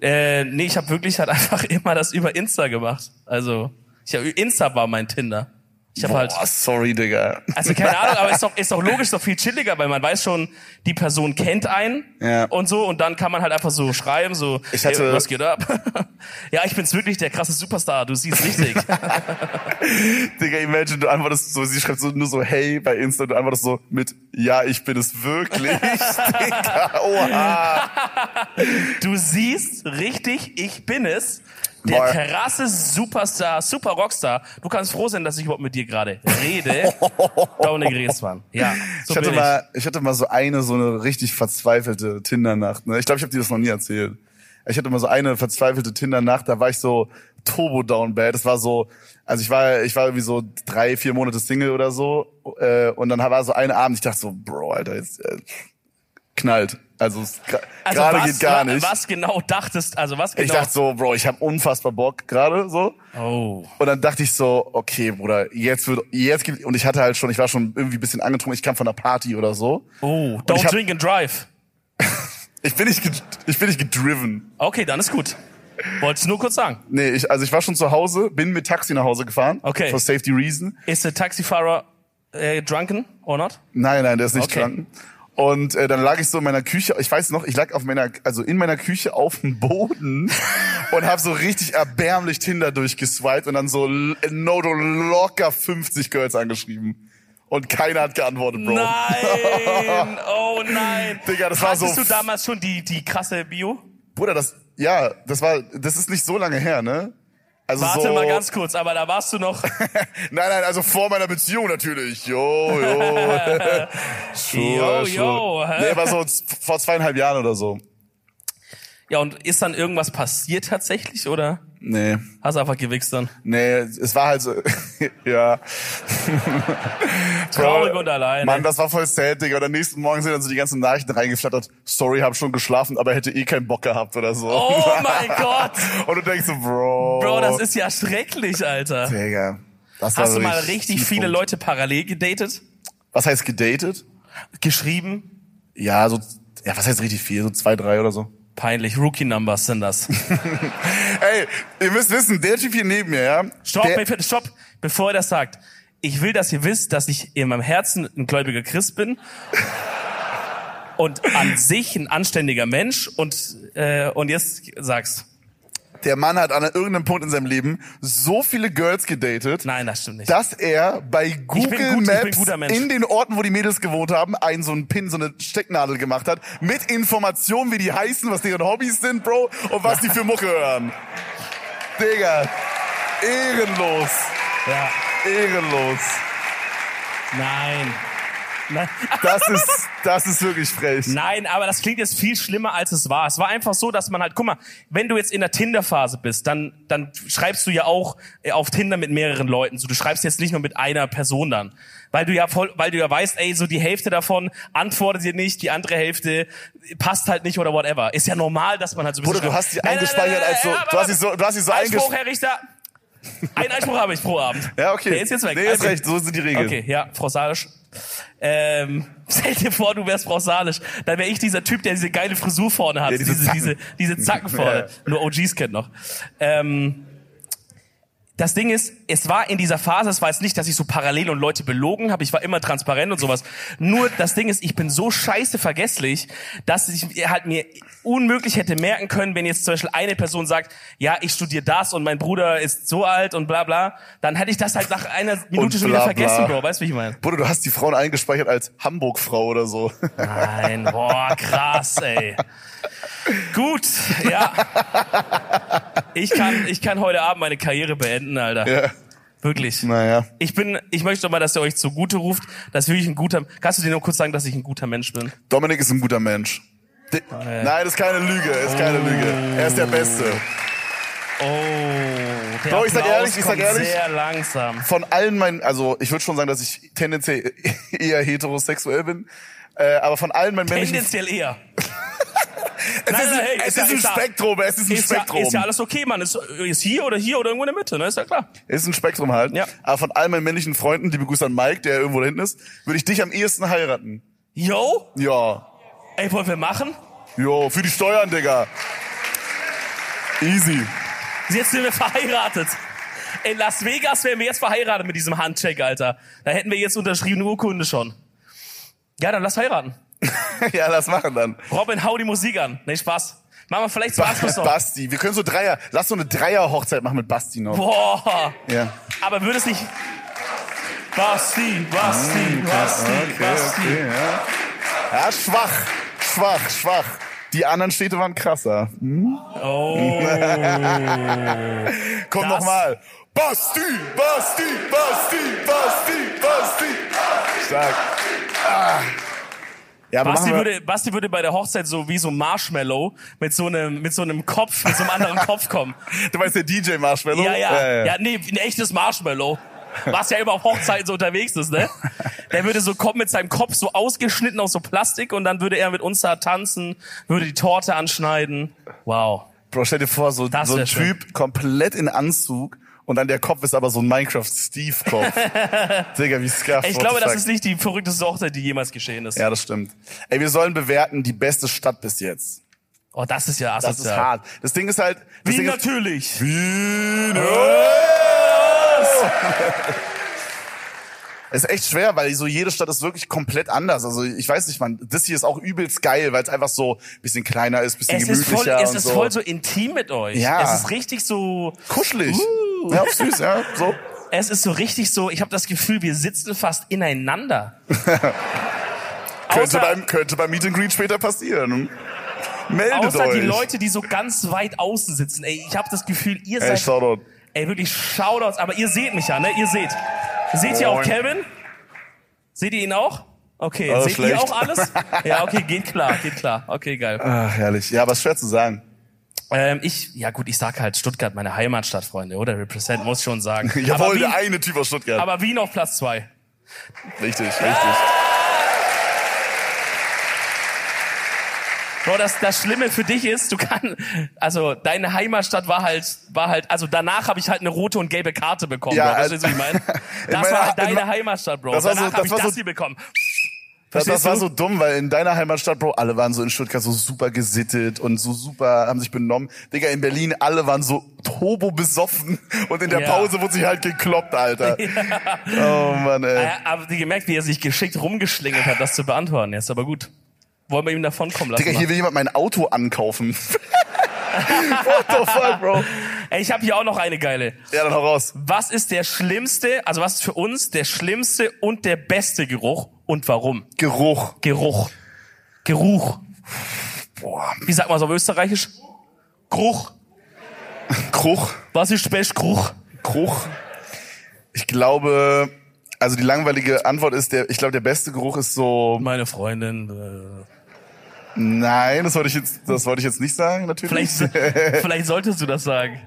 Speaker 1: Äh, nee, ich hab wirklich halt einfach immer das über Insta gemacht. Also, ich hab, Insta war mein Tinder. Ich hab halt
Speaker 2: Boah, sorry, Digga.
Speaker 1: Also keine Ahnung, aber ist doch, ist doch logisch, ist doch viel chilliger, weil man weiß schon, die Person kennt einen
Speaker 2: Ja.
Speaker 1: und so und dann kann man halt einfach so schreiben, so,
Speaker 2: Ich hatte-
Speaker 1: hey, was geht ab? ja, ich bin's wirklich, der krasse Superstar, du siehst richtig.
Speaker 2: Digga, imagine, du antwortest so, sie schreibt so nur so, hey, bei Insta, du antwortest so mit, ja, ich bin es wirklich, Digga, oha.
Speaker 1: du siehst richtig, ich bin es. Der
Speaker 2: Boah.
Speaker 1: krasse Superstar, Super Rockstar. Du kannst froh sein, dass ich überhaupt mit dir gerade rede. Daune Gräßmann. Ja, so
Speaker 2: Ich hatte,
Speaker 1: bin
Speaker 2: mal, ich hatte mal so eine, so eine richtig verzweifelte Tinder-Nacht. Ne? Ich glaube, ich habe dir das noch nie erzählt. Ich hatte mal so eine verzweifelte Tinder-Nacht, da war ich so turbo down bad. Das war so, also ich war, ich war irgendwie so drei, vier Monate Single oder so. Äh, und dann war so ein Abend, ich dachte so, Bro, Alter, jetzt äh, knallt. Also, es gra-
Speaker 1: Also
Speaker 2: gerade
Speaker 1: was,
Speaker 2: geht gar nicht.
Speaker 1: Was genau dachtest, also was genau.
Speaker 2: Ich dachte so, Bro, ich habe unfassbar Bock gerade so.
Speaker 1: oh.
Speaker 2: Und dann dachte ich so, okay, Bruder, jetzt wird, jetzt gibt, und ich hatte halt schon, ich war schon irgendwie ein bisschen angetrunken, ich kam von einer Party oder so.
Speaker 1: Oh,
Speaker 2: Und ich
Speaker 1: don't
Speaker 2: hab-
Speaker 1: drink and drive.
Speaker 2: Ich bin nicht, ged- ich bin nicht gedriven.
Speaker 1: Okay, dann ist gut. Wollt's nur kurz sagen.
Speaker 2: Nee, ich, also ich war schon zu Hause, bin mit Taxi nach Hause gefahren.
Speaker 1: Okay.
Speaker 2: For safety reason.
Speaker 1: Ist der Taxifahrer äh, drunken or not?
Speaker 2: Nein, nein, der ist nicht
Speaker 1: Okay.
Speaker 2: krank. Und äh, dann lag ich so in meiner Küche, ich weiß noch, ich lag auf meiner, also in meiner Küche auf dem Boden und habe so richtig erbärmlich Tinder durchgeswiped und dann so l- Nodo locker 50 Girls angeschrieben. Und keiner hat geantwortet, Bro.
Speaker 1: Nein! Oh nein!
Speaker 2: Digga, das war
Speaker 1: Hattest
Speaker 2: so-
Speaker 1: du damals schon die, die krasse Bio?
Speaker 2: Bruder, das, ja, das war, das ist nicht so lange her, ne? Also
Speaker 1: Warte
Speaker 2: so,
Speaker 1: mal ganz kurz, aber da warst du noch.
Speaker 2: Nein, nein, also vor meiner Beziehung natürlich. Jo, jo.
Speaker 1: Yo,
Speaker 2: Sure,
Speaker 1: yo.
Speaker 2: sure.
Speaker 1: hä?
Speaker 2: Nee, aber so z- vor zweieinhalb Jahren oder so.
Speaker 1: Ja, und ist dann irgendwas passiert tatsächlich oder
Speaker 2: Nee.
Speaker 1: hast du einfach gewichst dann?
Speaker 2: Nee, es war halt so. ja.
Speaker 1: Traurig und alleine.
Speaker 2: Mann, das war voll sad, Digga. Und am nächsten Morgen sind dann so die ganzen Nachrichten reingeflattert. Sorry, hab schon geschlafen, aber hätte eh keinen Bock gehabt oder so.
Speaker 1: Oh mein Gott!
Speaker 2: Und du denkst so, Bro.
Speaker 1: Bro, das ist ja schrecklich, Alter.
Speaker 2: Digga. Oh. Das war
Speaker 1: Hast du mal
Speaker 2: wirklich
Speaker 1: richtig
Speaker 2: Tiefpunkt.
Speaker 1: viele Leute parallel gedatet?
Speaker 2: Was heißt gedatet?
Speaker 1: Geschrieben?
Speaker 2: Ja, so. Ja, was heißt richtig viel? So zwei, drei oder so.
Speaker 1: Peinlich, Rookie-Numbers sind das.
Speaker 2: Ey, ihr müsst wissen, der Typ hier neben mir, ja.
Speaker 1: Stopp,
Speaker 2: der,
Speaker 1: mir- stopp, bevor er das sagt. Ich will, dass ihr wisst, dass ich in meinem Herzen ein gläubiger Christ bin und an sich ein anständiger Mensch und äh, und jetzt sagst
Speaker 2: der Mann hat an irgendeinem Punkt in seinem Leben so viele Girls gedatet,
Speaker 1: nein, das stimmt nicht.
Speaker 2: dass er bei Google
Speaker 1: gut, ich bin
Speaker 2: Maps
Speaker 1: guter Mensch.
Speaker 2: in den Orten, wo die Mädels gewohnt haben, einen so einen Pin, so eine Stecknadel gemacht hat, mit Informationen, wie die heißen, was deren Hobbys sind, Bro, und was die für Mucke hören. Digga, ehrenlos,
Speaker 1: ja.
Speaker 2: ehrenlos.
Speaker 1: Nein. Nein.
Speaker 2: Das ist, das ist wirklich frech.
Speaker 1: Nein, aber das klingt jetzt viel schlimmer, als es war. Es war einfach so, dass man halt, guck mal, wenn du jetzt in der Tinder-Phase bist, dann, dann schreibst du ja auch äh, auf Tinder mit mehreren Leuten. So, du schreibst jetzt nicht nur mit einer Person dann. Weil du ja voll, weil du ja weißt, ey, so die Hälfte davon antwortet dir nicht, die andere Hälfte passt halt nicht oder whatever. Ist ja normal, dass man halt so ein bisschen.
Speaker 2: Bruder, du hast die
Speaker 1: Nein, nein, nein,
Speaker 2: eingespeichert
Speaker 1: nein,
Speaker 2: als so,
Speaker 1: nein, aber-
Speaker 2: du hast sie so, du hast sie so
Speaker 1: Einspruch,
Speaker 2: eingespeichert.
Speaker 1: Herr Richter. Ein Einspruch habe ich pro Abend.
Speaker 2: Ja, okay.
Speaker 1: Der ist jetzt weg.
Speaker 2: Nee, ist
Speaker 1: Also-
Speaker 2: recht, so sind die Regeln.
Speaker 1: Okay, ja, Frau Salisch. Ähm, stell dir vor, du wärst Frau Salisch. Dann wäre ich dieser Typ, der diese geile Frisur vorne hat.
Speaker 2: Ja, diese
Speaker 1: diese, diese,
Speaker 2: Zacken.
Speaker 1: diese Zacken vorne.
Speaker 2: Ja.
Speaker 1: Nur OGs kennt noch. Ähm, das Ding ist, es war in dieser Phase, es war jetzt nicht, dass ich so parallel und Leute belogen habe, ich war immer transparent und sowas. Nur das Ding ist, ich bin so scheiße vergesslich, dass ich halt mir unmöglich hätte merken können, wenn jetzt zum Beispiel eine Person sagt, ja, ich studiere das und mein Bruder ist so alt und bla bla, dann hätte ich das halt nach einer Minute schon wieder
Speaker 2: bla, bla.
Speaker 1: vergessen, Bro. Weißt du, wie ich meine?
Speaker 2: Bruder, du hast die Frauen eingespeichert als Hamburg-Frau oder so.
Speaker 1: Nein, boah, krass, ey. Gut, ja. Ich kann, ich kann heute Abend meine Karriere beenden, Alter.
Speaker 2: Ja.
Speaker 1: Wirklich.
Speaker 2: Naja.
Speaker 1: Ich bin, ich möchte doch mal, dass ihr euch zugute ruft, dass wirklich ein guter, kannst du dir nur kurz sagen, dass ich ein guter Mensch bin?
Speaker 2: Dominik ist ein guter Mensch. De
Speaker 1: Ah,
Speaker 2: Nein, das ist keine Lüge, das ist keine Lüge. Er ist der Beste.
Speaker 1: Oh, der
Speaker 2: Doch, ich sag
Speaker 1: Applaus
Speaker 2: ehrlich, ich sag
Speaker 1: kommt
Speaker 2: ehrlich.
Speaker 1: sehr langsam.
Speaker 2: Von allen meinen, also ich würde schon sagen, dass ich tendenziell eher heterosexuell bin, äh, aber von allen meinen männlichen...
Speaker 1: Tendenziell eher.
Speaker 2: Es
Speaker 1: Nein,
Speaker 2: ist,
Speaker 1: nein,
Speaker 2: ein-
Speaker 1: hey,
Speaker 2: es
Speaker 1: ist
Speaker 2: ist
Speaker 1: ja-
Speaker 2: ein
Speaker 1: ist ja-
Speaker 2: Spektrum, es ist ein
Speaker 1: Ist ja,
Speaker 2: Spektrum.
Speaker 1: ist ja alles okay, Mann. Ist, ist hier oder hier oder irgendwo in der Mitte, ne? Ist ja klar.
Speaker 2: Ist ein Spektrum halt.
Speaker 1: Ja.
Speaker 2: Aber von all meinen männlichen Freunden, liebe Grüße an Mike, der irgendwo da hinten ist, würde ich dich am ehesten heiraten.
Speaker 1: Yo,
Speaker 2: Ja.
Speaker 1: ey, wollen wir machen?
Speaker 2: Jo, für die Steuern, Digga. Easy.
Speaker 1: Jetzt sind wir verheiratet. In Las Vegas wären wir jetzt verheiratet mit diesem Handcheck, Alter. Da hätten wir jetzt unterschriebene Urkunde schon. Ja, dann lass heiraten.
Speaker 2: ja, lass machen dann.
Speaker 1: Robin, hau die Musik an. Nee, Spaß. Machen wir vielleicht zum
Speaker 2: Ba
Speaker 1: Abschluss noch.
Speaker 2: Basti, wir können so Dreier, lass so eine Dreier-Hochzeit machen mit Basti noch.
Speaker 1: Boah.
Speaker 2: Ja.
Speaker 1: Aber würde es nicht... Basti, Basti,
Speaker 2: Mm,
Speaker 1: Basti, Basti.
Speaker 2: ja. ja, schwach, schwach, schwach. Die anderen Städte waren krasser.
Speaker 1: Oh.
Speaker 2: Komm
Speaker 1: Das-
Speaker 2: nochmal. Basti, Basti, Basti, Basti, Basti. Stark. Ah. Ja, aber
Speaker 1: Basti
Speaker 2: machen wir-
Speaker 1: würde, Basti würde bei der Hochzeit so wie so ein Marshmallow mit so einem, mit so einem Kopf, mit so einem anderen Kopf kommen.
Speaker 2: Du meinst der DJ Marshmallow?
Speaker 1: Ja, ja, ja. nee, ein echtes Marshmallow. Was ja immer auf Hochzeiten so unterwegs ist, ne? Der würde so kommen mit seinem Kopf so ausgeschnitten aus so Plastik und dann würde er mit uns da tanzen, würde die Torte anschneiden. Wow.
Speaker 2: Bro, stell dir vor, so,
Speaker 1: Das
Speaker 2: so ein
Speaker 1: wär schön.
Speaker 2: Typ komplett in Anzug und dann der Kopf ist aber so ein Minecraft-Steve-Kopf. Digga, wie Scuff.
Speaker 1: Ich glaube, das ist nicht die verrückteste Hochzeit, die jemals geschehen ist.
Speaker 2: Ja, das stimmt. Ey, wir sollen bewerten die beste Stadt bis jetzt.
Speaker 1: Oh, das ist ja asozial.
Speaker 2: Das ist hart. Das Ding ist halt. Das
Speaker 1: Wie
Speaker 2: Ding ist,
Speaker 1: natürlich.
Speaker 2: Wien. Es ist echt schwer, weil so jede Stadt ist wirklich komplett anders. Also ich weiß nicht, man, das hier ist auch übelst geil, weil es einfach so ein bisschen kleiner ist, ein bisschen
Speaker 1: Es ist
Speaker 2: gemütlicher
Speaker 1: voll, es
Speaker 2: und
Speaker 1: ist
Speaker 2: so.
Speaker 1: voll so intim mit euch.
Speaker 2: Ja.
Speaker 1: Es ist richtig so,
Speaker 2: kuschelig.
Speaker 1: Uh.
Speaker 2: Ja, süß, ja, so.
Speaker 1: es ist so richtig so, ich habe das Gefühl, wir sitzen fast ineinander.
Speaker 2: Könnte
Speaker 1: Außer-
Speaker 2: beim, könnte beim Meet and Greet später passieren. Meldet
Speaker 1: Außer
Speaker 2: euch.
Speaker 1: die Leute, die so ganz weit außen sitzen. Ey, ich habe das Gefühl, ihr
Speaker 2: Ey,
Speaker 1: seid.
Speaker 2: Shoutout.
Speaker 1: ey, wirklich Shoutouts. Aber ihr seht mich ja, ne? Ihr seht. Seht ihr auch
Speaker 2: Moin.
Speaker 1: Kevin? Seht ihr ihn auch? Okay,
Speaker 2: Oh,
Speaker 1: seht ihr
Speaker 2: schlecht.
Speaker 1: auch alles? Ja, okay, geht klar, geht klar. Okay, geil.
Speaker 2: Ach, Ah, herrlich. Ja, aber ist schwer zu sagen.
Speaker 1: Ähm, ich, ja gut, ich sag halt Stuttgart, meine Heimatstadt, Freunde, oder? Represent, muss schon sagen. aber,
Speaker 2: Jawohl,
Speaker 1: Wien,
Speaker 2: der eine Typ aus Stuttgart.
Speaker 1: aber Wien auf Platz zwei.
Speaker 2: richtig, richtig.
Speaker 1: Bro, das, das Schlimme für dich ist, du kannst, also deine Heimatstadt war halt, war halt, also danach habe ich halt eine rote und gelbe Karte bekommen.
Speaker 2: Ja,
Speaker 1: Bro. Verstehst du, wie ich
Speaker 2: also-
Speaker 1: meine?
Speaker 2: in
Speaker 1: Das
Speaker 2: meiner-
Speaker 1: war halt
Speaker 2: in
Speaker 1: deine
Speaker 2: me-
Speaker 1: Heimatstadt, Bro.
Speaker 2: Das war so-
Speaker 1: danach
Speaker 2: das
Speaker 1: habe ich
Speaker 2: war
Speaker 1: das
Speaker 2: so-
Speaker 1: hier bekommen.
Speaker 2: Das, das
Speaker 1: Verstehst
Speaker 2: war
Speaker 1: du?
Speaker 2: so dumm, weil in deiner Heimatstadt, Bro, alle waren so in Stuttgart so super gesittet und so super, haben sich benommen. Digga, in Berlin, alle waren so turbo besoffen und in der
Speaker 1: Ja.
Speaker 2: Pause wurde sich halt gekloppt, Alter. Oh Mann, ey.
Speaker 1: Ja, aber die Äh, gemerkt, wie er sich geschickt rumgeschlingelt hat, das zu beantworten. Jetzt aber gut. Wollen wir ihm davonkommen lassen?
Speaker 2: Digga,
Speaker 1: Mann?
Speaker 2: hier will jemand mein Auto ankaufen. What the fuck, Bro?
Speaker 1: Ey, ich habe hier auch noch eine geile.
Speaker 2: Ja, dann hau raus.
Speaker 1: Was ist der schlimmste, also was ist für uns der schlimmste und der beste Geruch und warum?
Speaker 2: Geruch.
Speaker 1: Geruch. Geruch.
Speaker 2: Boah,
Speaker 1: Wie sagt man es auf Österreichisch? Geruch.
Speaker 2: Kruch.
Speaker 1: Was ist best Geruch?
Speaker 2: Geruch. Ich glaube, also die langweilige Antwort ist der, ich glaube, der beste Geruch ist so,
Speaker 1: Meine Freundin. Äh,
Speaker 2: nein, das wollte ich jetzt, das wollte ich jetzt nicht sagen, natürlich.
Speaker 1: vielleicht, vielleicht solltest du das sagen.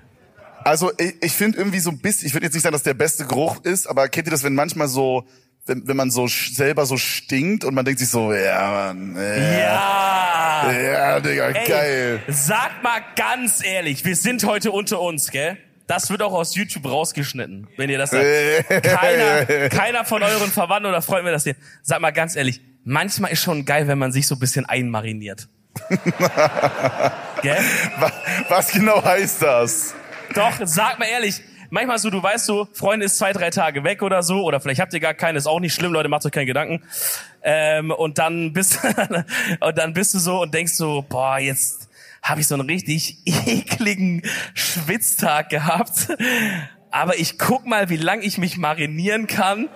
Speaker 2: Also ich, ich finde irgendwie so ein bisschen, ich würde jetzt nicht sagen, dass der beste Geruch ist, aber kennt ihr das, wenn manchmal so, wenn, wenn man so sch- selber so stinkt und man denkt sich so, ja, Mann, äh,
Speaker 1: Ja.
Speaker 2: ja, Digga,
Speaker 1: Ey,
Speaker 2: geil.
Speaker 1: Sag mal ganz ehrlich, wir sind heute unter uns, gell? Das wird auch aus YouTube rausgeschnitten, wenn ihr das sagt. Keiner, keiner von euren Verwandten oder Freunden will das hier. Sag mal ganz ehrlich, manchmal ist schon geil, wenn man sich so ein bisschen einmariniert. gell?
Speaker 2: Wa- Was genau heißt das?
Speaker 1: Doch, sag mal ehrlich, manchmal so, du weißt so, Freund ist zwei, drei Tage weg oder so, oder vielleicht habt ihr gar keinen, ist auch nicht schlimm, Leute, macht euch keine Gedanken. Ähm, und dann bist und dann bist du so und denkst so, boah, jetzt habe ich so einen richtig ekligen Schwitztag gehabt. Aber ich guck mal, wie lang ich mich marinieren kann,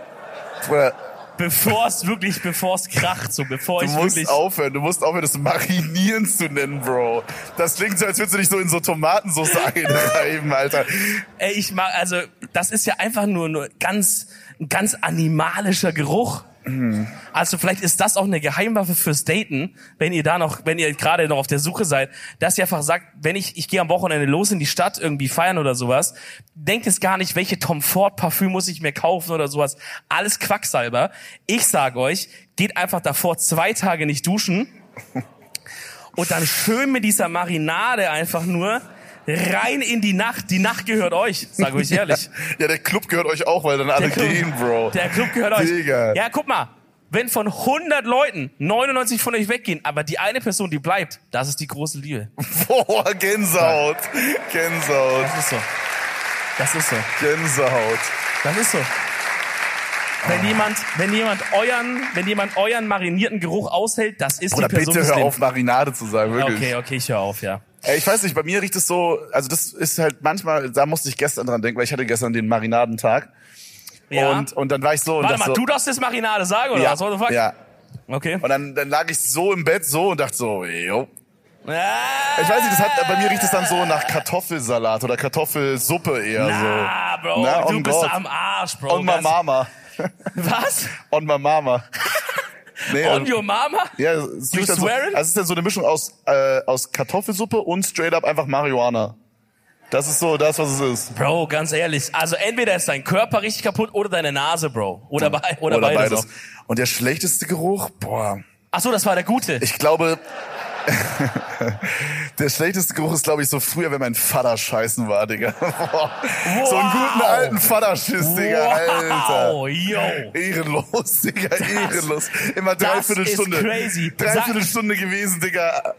Speaker 2: Bruder,
Speaker 1: bevor es wirklich, bevor es kracht, so bevor
Speaker 2: Du
Speaker 1: ich
Speaker 2: musst
Speaker 1: wirklich.
Speaker 2: aufhören, du musst aufhören, das Marinieren zu nennen, Bro. Das klingt so, als würdest du dich so in so Tomatensauce einreiben, Alter.
Speaker 1: Ey, ich mag, also das ist ja einfach nur, nur ganz, ein ganz animalischer Geruch. Also vielleicht ist das auch eine Geheimwaffe fürs Daten, wenn ihr da noch, wenn ihr gerade noch auf der Suche seid, dass ihr einfach sagt, wenn ich, ich gehe am Wochenende los in die Stadt irgendwie feiern oder sowas, denkt es gar nicht, welche Tom Ford Parfüm muss ich mir kaufen oder sowas. Alles Quacksalber. Ich sage euch, geht einfach davor zwei Tage nicht duschen und dann schön mit dieser Marinade einfach nur rein in die Nacht. Die Nacht gehört euch, sage ich euch ehrlich.
Speaker 2: Ja, der Club gehört euch auch, weil dann alle
Speaker 1: Der Club-
Speaker 2: gehen, Bro.
Speaker 1: Der Club gehört euch.
Speaker 2: Digga.
Speaker 1: Ja, guck mal. Wenn von 100 Leuten 99 von euch weggehen, aber die eine Person, die bleibt, das ist die große Liebe.
Speaker 2: Boah, Gänsehaut. Gänsehaut.
Speaker 1: Das ist so. Das ist so.
Speaker 2: Gänsehaut.
Speaker 1: Das ist so.
Speaker 2: Ah.
Speaker 1: Wenn jemand, wenn jemand euren, wenn jemand euren marinierten Geruch aushält, das ist
Speaker 2: Oder
Speaker 1: die Person.
Speaker 2: bitte
Speaker 1: des
Speaker 2: hör
Speaker 1: Lebens.
Speaker 2: auf, Marinade zu sagen, wirklich.
Speaker 1: Okay, okay, ich höre auf, ja.
Speaker 2: Ey, ich weiß nicht, bei mir riecht es so, also das ist halt manchmal, da musste ich gestern dran denken, weil ich hatte gestern den Marinadentag.
Speaker 1: ja.
Speaker 2: Und, und dann war ich so und
Speaker 1: Warte
Speaker 2: dachte
Speaker 1: mal,
Speaker 2: so,
Speaker 1: du darfst jetzt Marinade sagen, oder
Speaker 2: ja,
Speaker 1: was? What the fuck?
Speaker 2: ja.
Speaker 1: Okay.
Speaker 2: Und dann, dann lag ich so im Bett so und dachte so, yo.
Speaker 1: Ah,
Speaker 2: Ich weiß nicht, das hat, bei mir riecht es dann so nach Kartoffelsalat oder Kartoffelsuppe eher
Speaker 1: Na, Bro,
Speaker 2: Na,
Speaker 1: du
Speaker 2: on
Speaker 1: bist
Speaker 2: God.
Speaker 1: am Arsch, Bro.
Speaker 2: so. On my
Speaker 1: Das-
Speaker 2: mama.
Speaker 1: Was?
Speaker 2: On my mama. Nee,
Speaker 1: On
Speaker 2: also,
Speaker 1: your mama?
Speaker 2: ja, es
Speaker 1: You
Speaker 2: riecht dann so,
Speaker 1: swearing?
Speaker 2: also es ist dann so eine Mischung aus, äh, aus Kartoffelsuppe und straight up einfach Marihuana. Das ist so das, was es ist.
Speaker 1: Bro, ganz ehrlich. Also entweder ist dein Körper richtig kaputt oder deine Nase, Bro. Oder, bei, oder, beides. auch.
Speaker 2: Und der schlechteste Geruch, boah.
Speaker 1: Ach so, das war der gute.
Speaker 2: Ich glaube, der schlechteste Geruch ist, glaube ich, so früher, wenn mein Vater scheißen war, Digga. Boah. So einen guten alten Vaterschiss, Digga,
Speaker 1: wow,
Speaker 2: Alter.
Speaker 1: yo.
Speaker 2: Ehrenlos, Digga, ehrenlos. Immer
Speaker 1: das
Speaker 2: dreiviertel
Speaker 1: ist
Speaker 2: Stunde.
Speaker 1: crazy.
Speaker 2: Dreiviertel Stunde gewesen, Digga.
Speaker 1: Digga,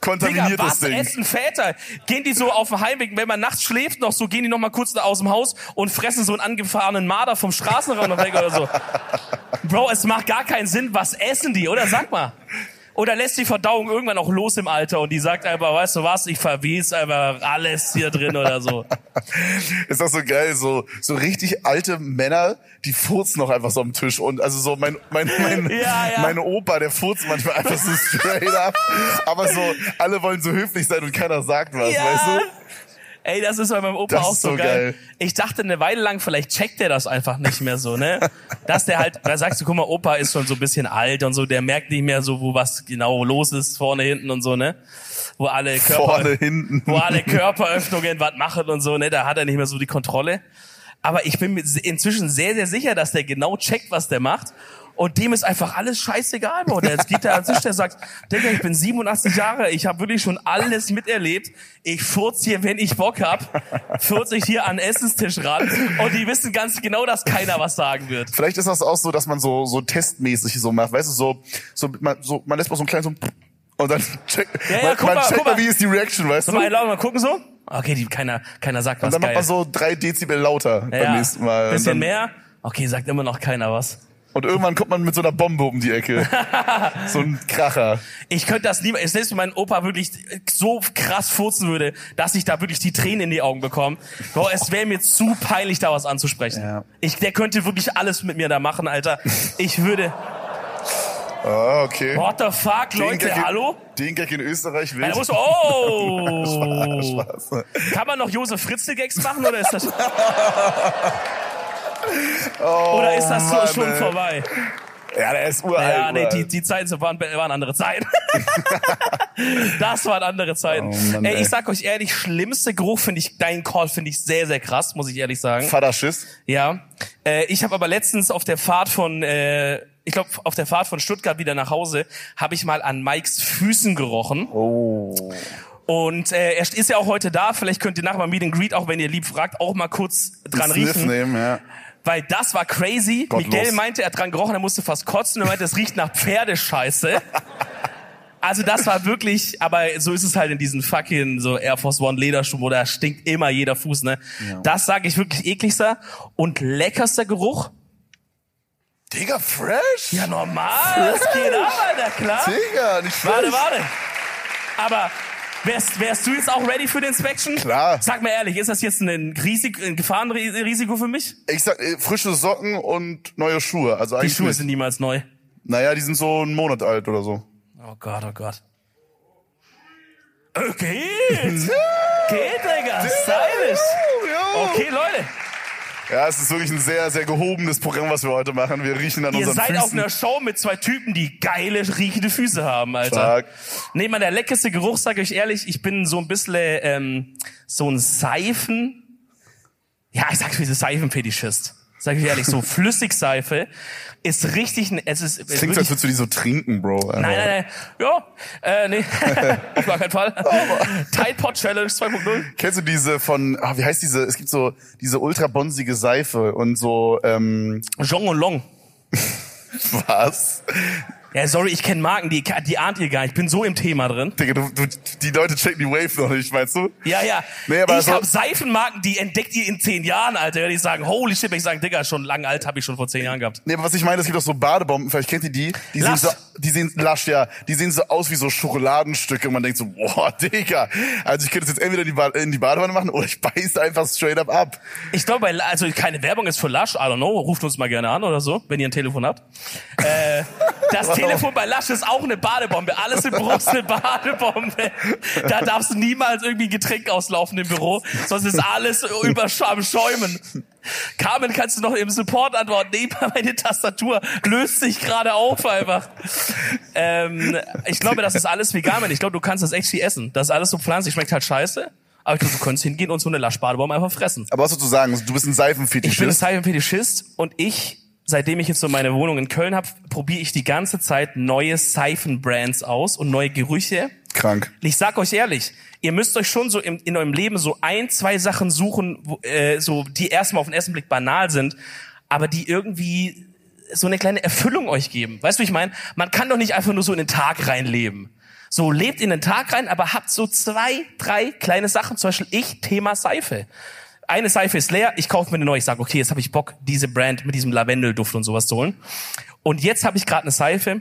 Speaker 2: Kontaminiert das
Speaker 1: was
Speaker 2: Ding.
Speaker 1: essen Väter? Gehen die so auf dem Heimweg, wenn man nachts schläft noch so, gehen die noch mal kurz aus dem Haus und fressen so einen angefahrenen Marder vom Straßenrand noch weg oder so. Bro, es macht gar keinen Sinn. Was essen die, oder? Sag mal. Oder lässt die Verdauung irgendwann auch los im Alter und die sagt einfach, weißt du was, ich verwies einfach alles hier drin oder so.
Speaker 2: Ist das so geil, so, so richtig alte Männer, die furzen noch einfach so am Tisch und also so mein, mein, mein,
Speaker 1: Ja, ja.
Speaker 2: mein Opa, der furzt manchmal einfach so straight up, aber so, alle wollen so höflich sein und keiner sagt was,
Speaker 1: Ja.
Speaker 2: weißt du?
Speaker 1: Ey, das ist bei meinem Opa
Speaker 2: Das
Speaker 1: auch
Speaker 2: ist
Speaker 1: so
Speaker 2: so
Speaker 1: geil.
Speaker 2: geil.
Speaker 1: Ich dachte eine Weile lang, vielleicht checkt der das einfach nicht mehr so, ne? Dass der halt, da sagst du, guck mal, Opa ist schon so ein bisschen alt und so, der merkt nicht mehr so, wo was genau los ist, vorne, hinten und so, ne? Wo alle Körper,
Speaker 2: Vorne, hinten.
Speaker 1: wo alle Körperöffnungen was machen und so, ne? Da hat er nicht mehr so die Kontrolle. Aber ich bin mir inzwischen sehr, sehr sicher, dass der genau checkt, was der macht. Und dem ist einfach alles scheißegal, Bro. Der jetzt geht da an den Tisch, der sagt, Digga, ich bin 87 Jahre, ich habe wirklich schon alles miterlebt. Ich furz hier, wenn ich Bock hab, furz ich hier an den Essenstisch ran. Und die wissen ganz genau, dass keiner was sagen wird.
Speaker 2: Vielleicht ist das auch so, dass man so, so testmäßig so macht, weißt du, so, so, man, so, man lässt mal so einen kleinen so, und dann checkt,
Speaker 1: ja,
Speaker 2: man,
Speaker 1: guck
Speaker 2: man
Speaker 1: mal,
Speaker 2: checkt
Speaker 1: guck
Speaker 2: mal,
Speaker 1: mal.
Speaker 2: wie ist die Reaction, weißt du?
Speaker 1: So, mal, Leute, mal gucken so. Okay, die, keiner, keiner sagt was.
Speaker 2: Dann macht
Speaker 1: geil.
Speaker 2: man so drei Dezibel lauter beim nächsten Mal. Und
Speaker 1: Bisschen
Speaker 2: dann,
Speaker 1: mehr. Okay, sagt immer noch keiner was.
Speaker 2: Und irgendwann kommt man mit so einer Bombe um die Ecke. so ein Kracher.
Speaker 1: Ich könnte das nie, selbst wenn mein Opa wirklich so krass furzen würde, dass ich da wirklich die Tränen in die Augen bekomme. Boah, es wäre mir zu peinlich, da was anzusprechen.
Speaker 2: Ja.
Speaker 1: Ich, der könnte wirklich alles mit mir da machen, Alter. Ich würde,
Speaker 2: Ah, okay.
Speaker 1: what the fuck,
Speaker 2: Den
Speaker 1: Leute,
Speaker 2: Gag in-
Speaker 1: hallo?
Speaker 2: Den Gag in Österreich will
Speaker 1: Da muss, oh! Kann man noch Josef Fritzl Gags machen oder ist das, oder ist das so
Speaker 2: Oh, Mann,
Speaker 1: schon
Speaker 2: ey.
Speaker 1: vorbei?
Speaker 2: Ja, der ist uralt.
Speaker 1: Ja, nee,
Speaker 2: uralt.
Speaker 1: die, die Zeiten waren, waren andere Zeiten. das waren andere Zeiten.
Speaker 2: Oh Mann,
Speaker 1: ey,
Speaker 2: ey.
Speaker 1: ich sag euch ehrlich, schlimmste Geruch finde ich, dein Call finde ich sehr, sehr krass, muss ich ehrlich sagen.
Speaker 2: Vaterschiss.
Speaker 1: Ja. Äh, ich habe aber letztens auf der Fahrt von, äh, ich glaube, auf der Fahrt von Stuttgart wieder nach Hause, habe ich mal an Mikes Füßen gerochen.
Speaker 2: Oh.
Speaker 1: Und äh, er ist ja auch heute da. Vielleicht könnt ihr nach meinem Meet and Greet, auch wenn ihr lieb fragt, auch mal kurz dran
Speaker 2: Sniff
Speaker 1: riechen.
Speaker 2: nehmen, ja.
Speaker 1: Weil das war crazy.
Speaker 2: Gottlos.
Speaker 1: Miguel meinte, er hat dran gerochen, er musste fast kotzen. Er meinte, es riecht nach Pferdescheiße. Also das war wirklich, aber so ist es halt in diesen fucking so Air Force One Lederschuhen, wo da stinkt immer jeder Fuß, ne? Das sage ich wirklich ekligster und leckerster Geruch.
Speaker 2: Digga, fresh?
Speaker 1: Ja, normal. Das geht ab, Alter, klar.
Speaker 2: Digga, nicht schlecht.
Speaker 1: Warte, warte. Aber wärst, wärst du jetzt auch ready für die Inspection?
Speaker 2: Klar.
Speaker 1: Sag mir ehrlich, ist das jetzt ein, Risik, ein Gefahrenrisiko für mich?
Speaker 2: Ich sag, äh, frische Socken und neue Schuhe. Also
Speaker 1: Die
Speaker 2: eigentlich
Speaker 1: Schuhe
Speaker 2: nicht.
Speaker 1: sind niemals neu.
Speaker 2: Naja, die sind so einen Monat alt oder so.
Speaker 1: Oh Gott, oh Gott. Oh, geht! geht, Digga! Stylisch! Okay, Leute,
Speaker 2: Ja, es ist wirklich ein sehr, sehr gehobenes Programm, was wir heute machen. Wir riechen an
Speaker 1: ihr
Speaker 2: unseren
Speaker 1: seid
Speaker 2: Füßen.
Speaker 1: auf einer Show mit zwei Typen, die geile, riechende Füße haben, Alter.
Speaker 2: Stark.
Speaker 1: Nee, man, der leckerste Geruch, sag ich euch ehrlich, ich bin so ein bisschen ähm, so ein Seifen. Ja, ich sag's wie so Seifenfetischist. Sag ich euch ehrlich, so Flüssigseife ist richtig, ein- es ist,
Speaker 2: Klingt, als würdest du die so trinken, Bro. Also-
Speaker 1: Nein, nein, nein. Ja, äh, nee. Auf gar keinen Fall. Tide Pod Challenge 2.0.
Speaker 2: Kennst du diese von, ah, wie heißt diese, es gibt so diese ultra bonsige Seife und so, ähm,
Speaker 1: Jean und Long.
Speaker 2: was?
Speaker 1: Ja, sorry, ich kenne Marken, die, die ahnt ihr gar nicht. Ich bin so im Thema drin.
Speaker 2: Digga, du, du, die Leute checken die Wave noch nicht, meinst du?
Speaker 1: Ja, ja.
Speaker 2: Nee, aber
Speaker 1: ich
Speaker 2: so-
Speaker 1: hab Seifenmarken, die entdeckt ihr in zehn Jahren, Alter. Die sagen, holy shit, wenn ich sagen, Digga, schon lang alt habe ich schon vor zehn Jahren gehabt.
Speaker 2: Nee, aber was ich meine, es gibt auch so Badebomben, vielleicht kennt ihr die, die
Speaker 1: Lasch.
Speaker 2: sehen so, die sehen, Lasch, ja, die sehen so aus wie so Schokoladenstücke und man denkt so, boah, Digga, also ich könnte es jetzt entweder in die, ba in die Badewanne machen oder ich beiße einfach straight up ab.
Speaker 1: Ich glaube, weil- also keine Werbung ist für Lush, I don't know, ruft uns mal gerne an oder so, wenn ihr ein Telefon habt. Äh, das Telefon bei Lush ist auch eine Badebombe. Alles im Büro ist eine Badebombe. Da darfst du niemals irgendwie ein Getränk auslaufen im Büro, sonst ist alles über am Schäumen. Carmen, kannst du noch im Support antworten? Nee, meine Tastatur löst sich gerade auf einfach. Ähm, ich glaube, das ist alles vegan. Ich glaube, du kannst das echt viel essen. Das ist alles so pflanzlich, schmeckt halt scheiße. Aber ich glaube, du könntest hingehen und so eine Lasch-Badebombe einfach fressen.
Speaker 2: Aber was sollst du sagen, du bist ein
Speaker 1: Ich bin ein
Speaker 2: Seifenfetischist.
Speaker 1: Seifenfetischist und ich, seitdem ich jetzt so meine Wohnung in Köln habe, probiere ich die ganze Zeit neue Seifenbrands aus und neue Gerüche.
Speaker 2: Krank.
Speaker 1: Ich sag euch ehrlich, ihr müsst euch schon so im, in eurem Leben so ein, zwei Sachen suchen, wo, äh, so die erstmal auf den ersten Blick banal sind, aber die irgendwie so eine kleine Erfüllung euch geben. Weißt du, wie ich meine? Man kann doch nicht einfach nur so in den Tag reinleben. So lebt in den Tag rein, aber habt so zwei, drei kleine Sachen. Zum Beispiel ich, Thema Seife. Eine Seife ist leer, ich kaufe mir eine neue. Ich sag, okay, jetzt habe ich Bock, diese Brand mit diesem Lavendelduft und sowas zu holen. Und jetzt habe ich gerade eine Seife,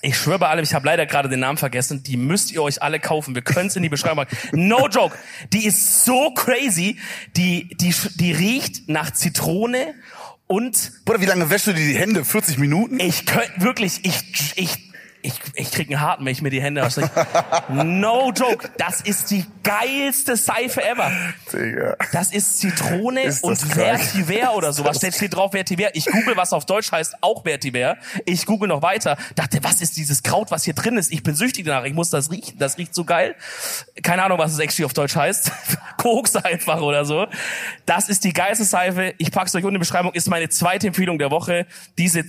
Speaker 1: ich schwöre bei allem, ich habe leider gerade den Namen vergessen. Die müsst ihr euch alle kaufen. Wir können es in die Beschreibung. packen. No joke. Die ist so crazy. Die, die, sch- die riecht nach Zitrone und
Speaker 2: Bruder, wie lange wäschst du dir die Hände? 40 Minuten?
Speaker 1: ich könnte wirklich, ich, ich, ich, ich krieg einen harten, wenn ich mir die Hände ausstrecke. No joke. Das ist die geilste Seife ever.
Speaker 2: Digga.
Speaker 1: Das ist Zitrone
Speaker 2: Ist das
Speaker 1: und
Speaker 2: krank.
Speaker 1: Vertiver oder sowas. Da steht drauf Vertiver. Ich google, was auf Deutsch heißt, auch Vertiver. Ich google noch weiter. Dachte, was ist dieses Kraut, was hier drin ist? Ich bin süchtig danach. Ich muss das riechen. Das riecht so geil. Keine Ahnung, was es actually auf Deutsch heißt. Koks einfach oder so. Das ist die geilste Seife. Ich pack's euch unten in die Beschreibung. Ist meine zweite Empfehlung der Woche. Diese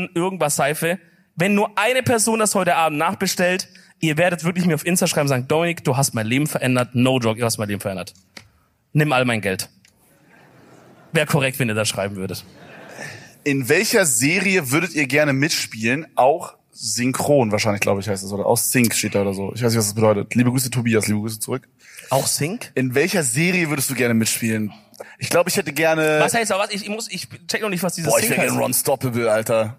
Speaker 1: Zitronen-Irgendwas-Seife. Wenn nur eine Person das heute Abend nachbestellt, ihr werdet wirklich mir auf Insta schreiben und sagen, Dominik, du hast mein Leben verändert. No joke, du hast mein Leben verändert nimm all mein Geld. Wäre korrekt, wenn ihr das schreiben würdet.
Speaker 2: In welcher Serie würdet ihr gerne mitspielen? Auch synchron wahrscheinlich, glaube ich, heißt es. Oder aus Sync steht da oder so. Ich weiß nicht, was das bedeutet. Liebe Grüße, Tobias. Liebe Grüße zurück.
Speaker 1: Auch Sync?
Speaker 2: In welcher Serie würdest du gerne mitspielen? Ich glaube, ich hätte gerne...
Speaker 1: Was heißt aber was? Ich, ich muss, ich check noch nicht, was dieses
Speaker 2: Boah, ich
Speaker 1: Sync
Speaker 2: wäre gerne Ron Stoppable, Alter.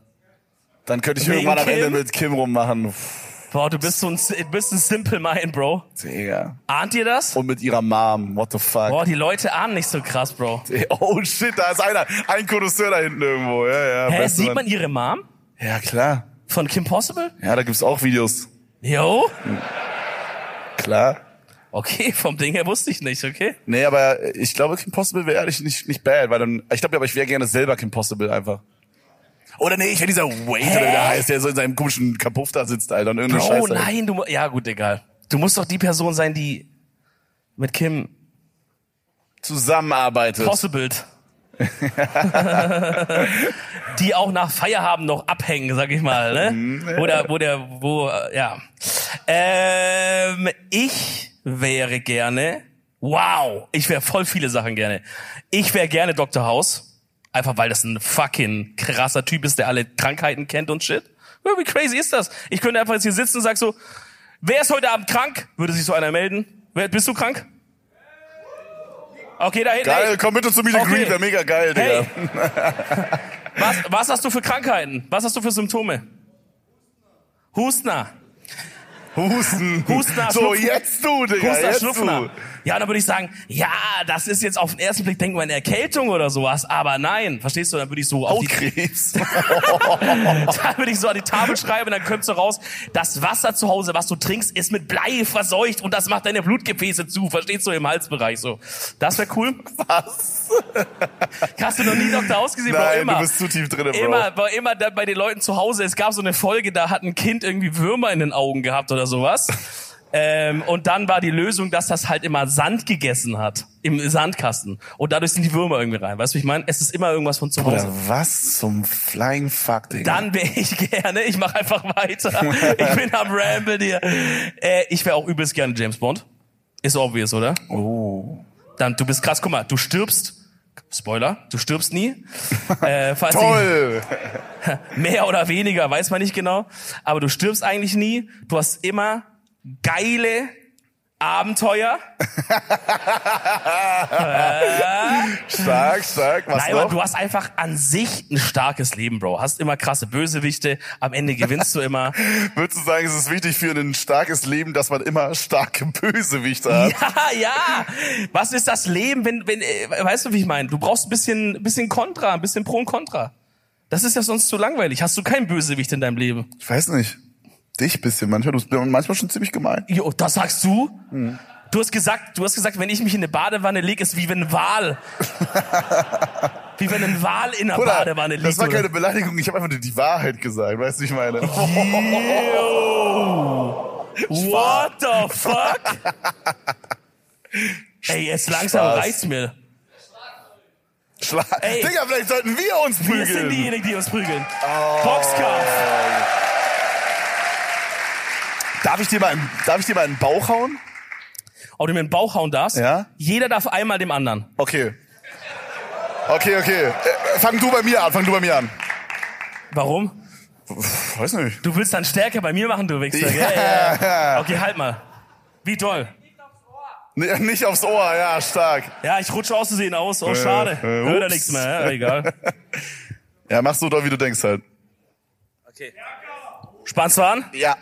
Speaker 2: Dann könnte ich
Speaker 1: Wegen
Speaker 2: irgendwann am
Speaker 1: Kim?
Speaker 2: Ende mit Kim rummachen. Pff,
Speaker 1: Boah, du bist so ein, du bist ein Simple Mind, Bro.
Speaker 2: Digga.
Speaker 1: Ahnt ihr das?
Speaker 2: Und mit ihrer Mom. What the fuck?
Speaker 1: Boah, die Leute ahnen nicht so krass, Bro.
Speaker 2: Oh shit, da ist einer. Ein Connoisseur da hinten irgendwo. Ja, ja.
Speaker 1: Hä,
Speaker 2: beste
Speaker 1: sieht
Speaker 2: Mann.
Speaker 1: man ihre Mom?
Speaker 2: Ja, klar.
Speaker 1: Von Kim Possible?
Speaker 2: Ja, da gibt's auch Videos.
Speaker 1: Yo?
Speaker 2: Klar.
Speaker 1: Okay, vom Ding her wusste ich nicht, okay?
Speaker 2: Nee, aber ich glaube, Kim Possible wäre ehrlich nicht, nicht bad, weil dann, ich glaube, aber ich wäre gerne selber Kim Possible einfach. Oder nee, ich wäre dieser Waiter,
Speaker 1: Hä?
Speaker 2: der da heißt, der so in seinem komischen Kapuff da sitzt, Alter, und irgendeine
Speaker 1: Bro,
Speaker 2: Scheiße. halt
Speaker 1: nein, du, mu- ja gut, egal. Du musst doch die Person sein, die mit Kim
Speaker 2: Zusammenarbeitet.
Speaker 1: Possible. die auch nach Feierabend noch abhängen, sag ich mal, ne? Oder wo der, wo, äh, ja. Ähm, ich wäre gerne, wow, ich wäre voll viele Sachen gerne. Ich wäre gerne Dr. House, einfach weil das ein fucking krasser Typ ist, der alle Krankheiten kennt und shit. Wie crazy ist das? Ich könnte einfach jetzt hier sitzen und sag so, wer ist heute Abend krank? Würde sich so einer melden. Wer, bist du krank? Okay, da hinten.
Speaker 2: Geil, komm bitte zu Meet and
Speaker 1: Okay.
Speaker 2: Greet, wär mega geil,
Speaker 1: Hey.
Speaker 2: Digga.
Speaker 1: Was, was hast du für Krankheiten? Was hast du für Symptome? Hustner.
Speaker 2: Husten.
Speaker 1: Husten,
Speaker 2: So,
Speaker 1: Schnupfen.
Speaker 2: jetzt du, Digga,
Speaker 1: Huster,
Speaker 2: jetzt
Speaker 1: Schnupfner.
Speaker 2: du.
Speaker 1: Ja, dann würde ich sagen, ja, das ist jetzt auf den ersten Blick, denken wir an Erkältung oder sowas, aber nein, verstehst du, dann würde ich so auf die,
Speaker 2: Hautkrebs.
Speaker 1: dann würde ich so an die Tafel schreiben, dann kommt so raus, das Wasser zu Hause, was du trinkst, ist mit Blei verseucht und das macht deine Blutgefäße zu, verstehst du, im Halsbereich so. Das wäre cool.
Speaker 2: Was?
Speaker 1: Hast du noch nie Doktor ausgesehen? Bro,
Speaker 2: Nein,
Speaker 1: immer.
Speaker 2: du bist zu tief drin, Bro.
Speaker 1: Immer, war immer da bei den Leuten zu Hause. Es gab so eine Folge, da hat ein Kind irgendwie Würmer in den Augen gehabt oder sowas. Ähm, und dann war die Lösung, dass das halt immer Sand gegessen hat im Sandkasten. Und dadurch sind die Würmer irgendwie rein. Weißt du, wie ich meine? Es ist immer irgendwas von zu Hause.
Speaker 2: Oder was zum Flying Fuck, Digga.
Speaker 1: Dann wäre ich gerne, ich mache einfach weiter. Ich bin am Ramble hier. Äh, ich wäre auch übelst gerne James Bond. Ist obvious, oder?
Speaker 2: Oh.
Speaker 1: Dann, du bist krass, guck mal, du stirbst. Spoiler, du stirbst nie. Äh, falls die-
Speaker 2: Toll!
Speaker 1: mehr oder weniger, weiß man nicht genau. Aber du stirbst eigentlich nie. Du hast immer geile Abenteuer.
Speaker 2: Stark, stark. Was
Speaker 1: Nein, aber
Speaker 2: noch?
Speaker 1: du hast einfach an sich ein starkes Leben, Bro. Hast immer krasse Bösewichte. Am Ende gewinnst du immer.
Speaker 2: Würdest du sagen, es ist wichtig für ein starkes Leben, dass man immer starke Bösewichte hat?
Speaker 1: Ja, ja. Was ist das Leben, wenn, wenn, äh, weißt du, wie ich meine? Du brauchst ein bisschen, bisschen Kontra, ein bisschen Pro und Contra. Das ist ja sonst zu langweilig. Hast du keinen Bösewicht in deinem Leben?
Speaker 2: Ich weiß nicht. Dich bisschen. Manchmal, du bist manchmal schon ziemlich gemein.
Speaker 1: Jo, das sagst du? Du hast gesagt, du hast gesagt, wenn ich mich in eine Badewanne lege, ist wie wenn ein Wal. wie wenn ein Wal in einer
Speaker 2: Oder?
Speaker 1: Badewanne liegt.
Speaker 2: das war
Speaker 1: oder?
Speaker 2: keine Beleidigung. Ich habe einfach nur die Wahrheit gesagt. Weißt du, ich meine.
Speaker 1: Oh. What the fuck? Ey, jetzt langsam
Speaker 2: Spaß.
Speaker 1: reicht's mir.
Speaker 2: Schlag.
Speaker 1: Ey.
Speaker 2: Digga, vielleicht sollten wir uns
Speaker 1: Wir sind
Speaker 2: prügeln. Oh.
Speaker 1: diejenigen, die uns prügeln. Boxkampf.
Speaker 2: Darf ich dir mal, einen- darf ich dir mal einen Bauch hauen?
Speaker 1: Ob Oh, du mir einen Bauch hauen darfst?
Speaker 2: Ja.
Speaker 1: Jeder darf einmal dem anderen.
Speaker 2: Okay. Okay, okay. Äh, fang du bei mir an. Fang du bei mir an.
Speaker 1: Warum?
Speaker 2: Pff, weiß nicht.
Speaker 1: Du willst dann Stärke bei mir machen, du Wichser. Ja. Ja, ja, ja. Okay, halt mal. Wie toll.
Speaker 2: Nee, nicht aufs Ohr. Ja, stark.
Speaker 1: Ja, ich rutsche auszusehen aus. Oh, schade.
Speaker 2: äh,
Speaker 1: Hör da
Speaker 2: ups.
Speaker 1: nichts mehr. Ja, egal.
Speaker 2: Ja, mach so doll, wie du denkst halt.
Speaker 1: Spannst du an?
Speaker 2: Ja.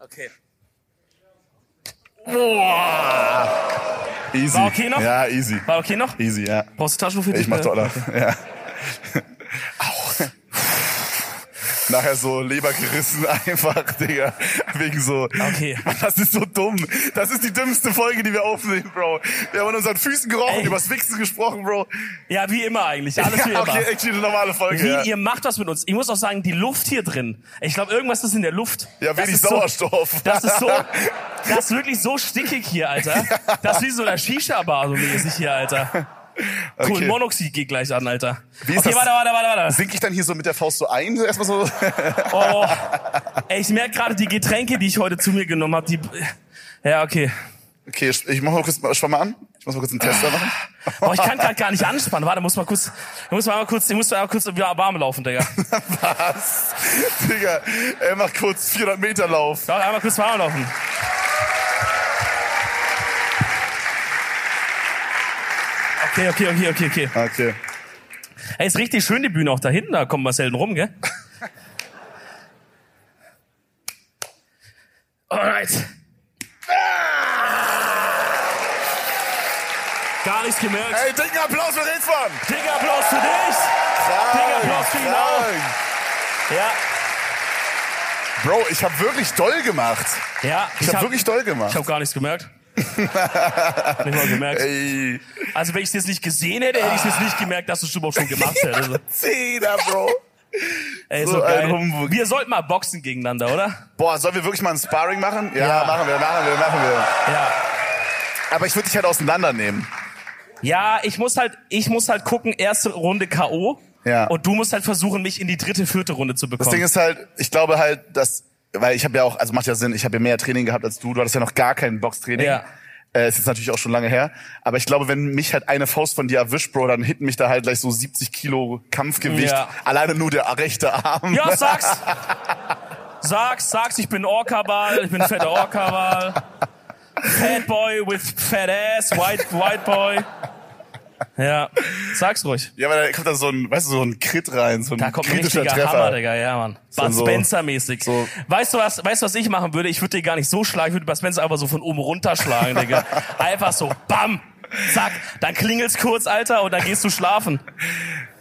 Speaker 1: Okay.
Speaker 2: Easy.
Speaker 1: War okay noch?
Speaker 2: Ja, easy.
Speaker 1: War okay noch?
Speaker 2: Easy, ja.
Speaker 1: Brauchst du Taschen für dich?
Speaker 2: Ich mach Dollar. Ja. Au. Nachher so Leber gerissen einfach, Digga. Wegen so.
Speaker 1: Okay.
Speaker 2: Das ist so dumm. Das ist die dümmste Folge, die wir aufnehmen, Bro. Wir haben an unseren Füßen gerochen,
Speaker 1: Ey.
Speaker 2: übers Wichsen gesprochen, Bro.
Speaker 1: Ja, wie immer eigentlich. Alles wie
Speaker 2: ja,
Speaker 1: immer.
Speaker 2: okay, echt wie eine normale Folge.
Speaker 1: Wie
Speaker 2: ja.
Speaker 1: ihr macht was mit uns. Ich muss auch sagen, die Luft hier drin. Ich glaube, irgendwas ist in der Luft.
Speaker 2: ja,
Speaker 1: Das
Speaker 2: wenig
Speaker 1: ist so-
Speaker 2: Sauerstoff.
Speaker 1: Das ist so, das ist wirklich so stickig hier, Alter. Das ist wie so eine Shisha-Bar so mäßig hier, Alter. Kohlenmonoxid geht gleich an, Alter.
Speaker 2: Wie ist
Speaker 1: okay,
Speaker 2: das?
Speaker 1: warte, warte, warte,
Speaker 2: Sink ich dann hier so mit der Faust so ein? Erstmal so.
Speaker 1: warte. Oh, ey, ich merke gerade die Getränke, die ich heute zu mir genommen habe, die... Ja, okay.
Speaker 2: Okay, ich mach mal kurz, schau mal an. Ich muss mal kurz einen Tester machen.
Speaker 1: Boah, ich kann gerade gar nicht anspannen. Warte, muss mal kurz, muss mal kurz, ich muss mal kurz ja, warm laufen, Digga.
Speaker 2: Was? Digga, er macht kurz 400 Meter Lauf.
Speaker 1: Doch, einmal kurz warm laufen. Okay, okay, okay, okay, okay.
Speaker 2: Okay.
Speaker 1: Ey, ist richtig schön die Bühne auch da hinten, da kommen wir selten rum, gell? Alright. Gar nichts gemerkt.
Speaker 2: Ey, dicken Applaus für Rätmann!
Speaker 1: Digga, Applaus für dich! Dicker Applaus für ihn Ja,
Speaker 2: Bro, ich habe wirklich doll gemacht.
Speaker 1: ja.
Speaker 2: Ich, habe hab wirklich doll gemacht.
Speaker 1: Ich habe gar nichts gemerkt. nicht mal gemerkt.
Speaker 2: Ey,
Speaker 1: Also wenn ich es jetzt nicht gesehen hätte, hätte ich es jetzt nicht gemerkt, dass du es überhaupt schon gemacht hättest. Also,
Speaker 2: Zehner, Bro.
Speaker 1: ey, ist
Speaker 2: So
Speaker 1: so
Speaker 2: ein
Speaker 1: geil.
Speaker 2: Humbug.
Speaker 1: Wir sollten mal boxen gegeneinander, oder?
Speaker 2: Boah, sollen wir wirklich mal ein Sparring machen? Ja,
Speaker 1: Ja.
Speaker 2: machen wir, machen wir, machen wir.
Speaker 1: Ja.
Speaker 2: Aber ich würde dich halt auseinandernehmen.
Speaker 1: Ja, ich muss halt, ich muss halt gucken, erste Runde K.O.
Speaker 2: Ja.
Speaker 1: Und du musst halt versuchen, mich in die dritte, vierte Runde zu
Speaker 2: Das Ding
Speaker 1: bekommen.
Speaker 2: ist halt, ich glaube halt, dass, weil ich habe ja auch, also macht ja Sinn, ich habe ja mehr Training gehabt als du. Du hattest ja noch gar kein Boxtraining.
Speaker 1: Ja.
Speaker 2: Äh, es ist natürlich auch schon lange her. Aber ich glaube, wenn mich halt eine Faust von dir erwischt, Bro, dann hitten mich da halt gleich so 70 Kilo Kampfgewicht.
Speaker 1: Ja.
Speaker 2: Alleine nur der rechte Arm.
Speaker 1: ja, sag's! Sag's, sag's, ich bin Orca-Ball, ich bin fetter Orca-Ball. Fat Boy with fat ass, white, white boy. Ja, sag's ruhig.
Speaker 2: Ja, aber da kommt da so ein, weißt du, so ein Crit rein, so ein
Speaker 1: Da kommt ein
Speaker 2: kritischer
Speaker 1: richtiger
Speaker 2: Treffer.
Speaker 1: Hammer, Digga, ja, Mann. Bud
Speaker 2: so-
Speaker 1: Spencer-mäßig.
Speaker 2: so-
Speaker 1: Weißt du was, weißt du, was ich machen würde? Ich würde den gar nicht so schlagen, ich würde Bud Spencer einfach so von oben runterschlagen, Digga. Einfach so, bam! Zack, dann klingelt's kurz, Alter, und dann gehst du schlafen.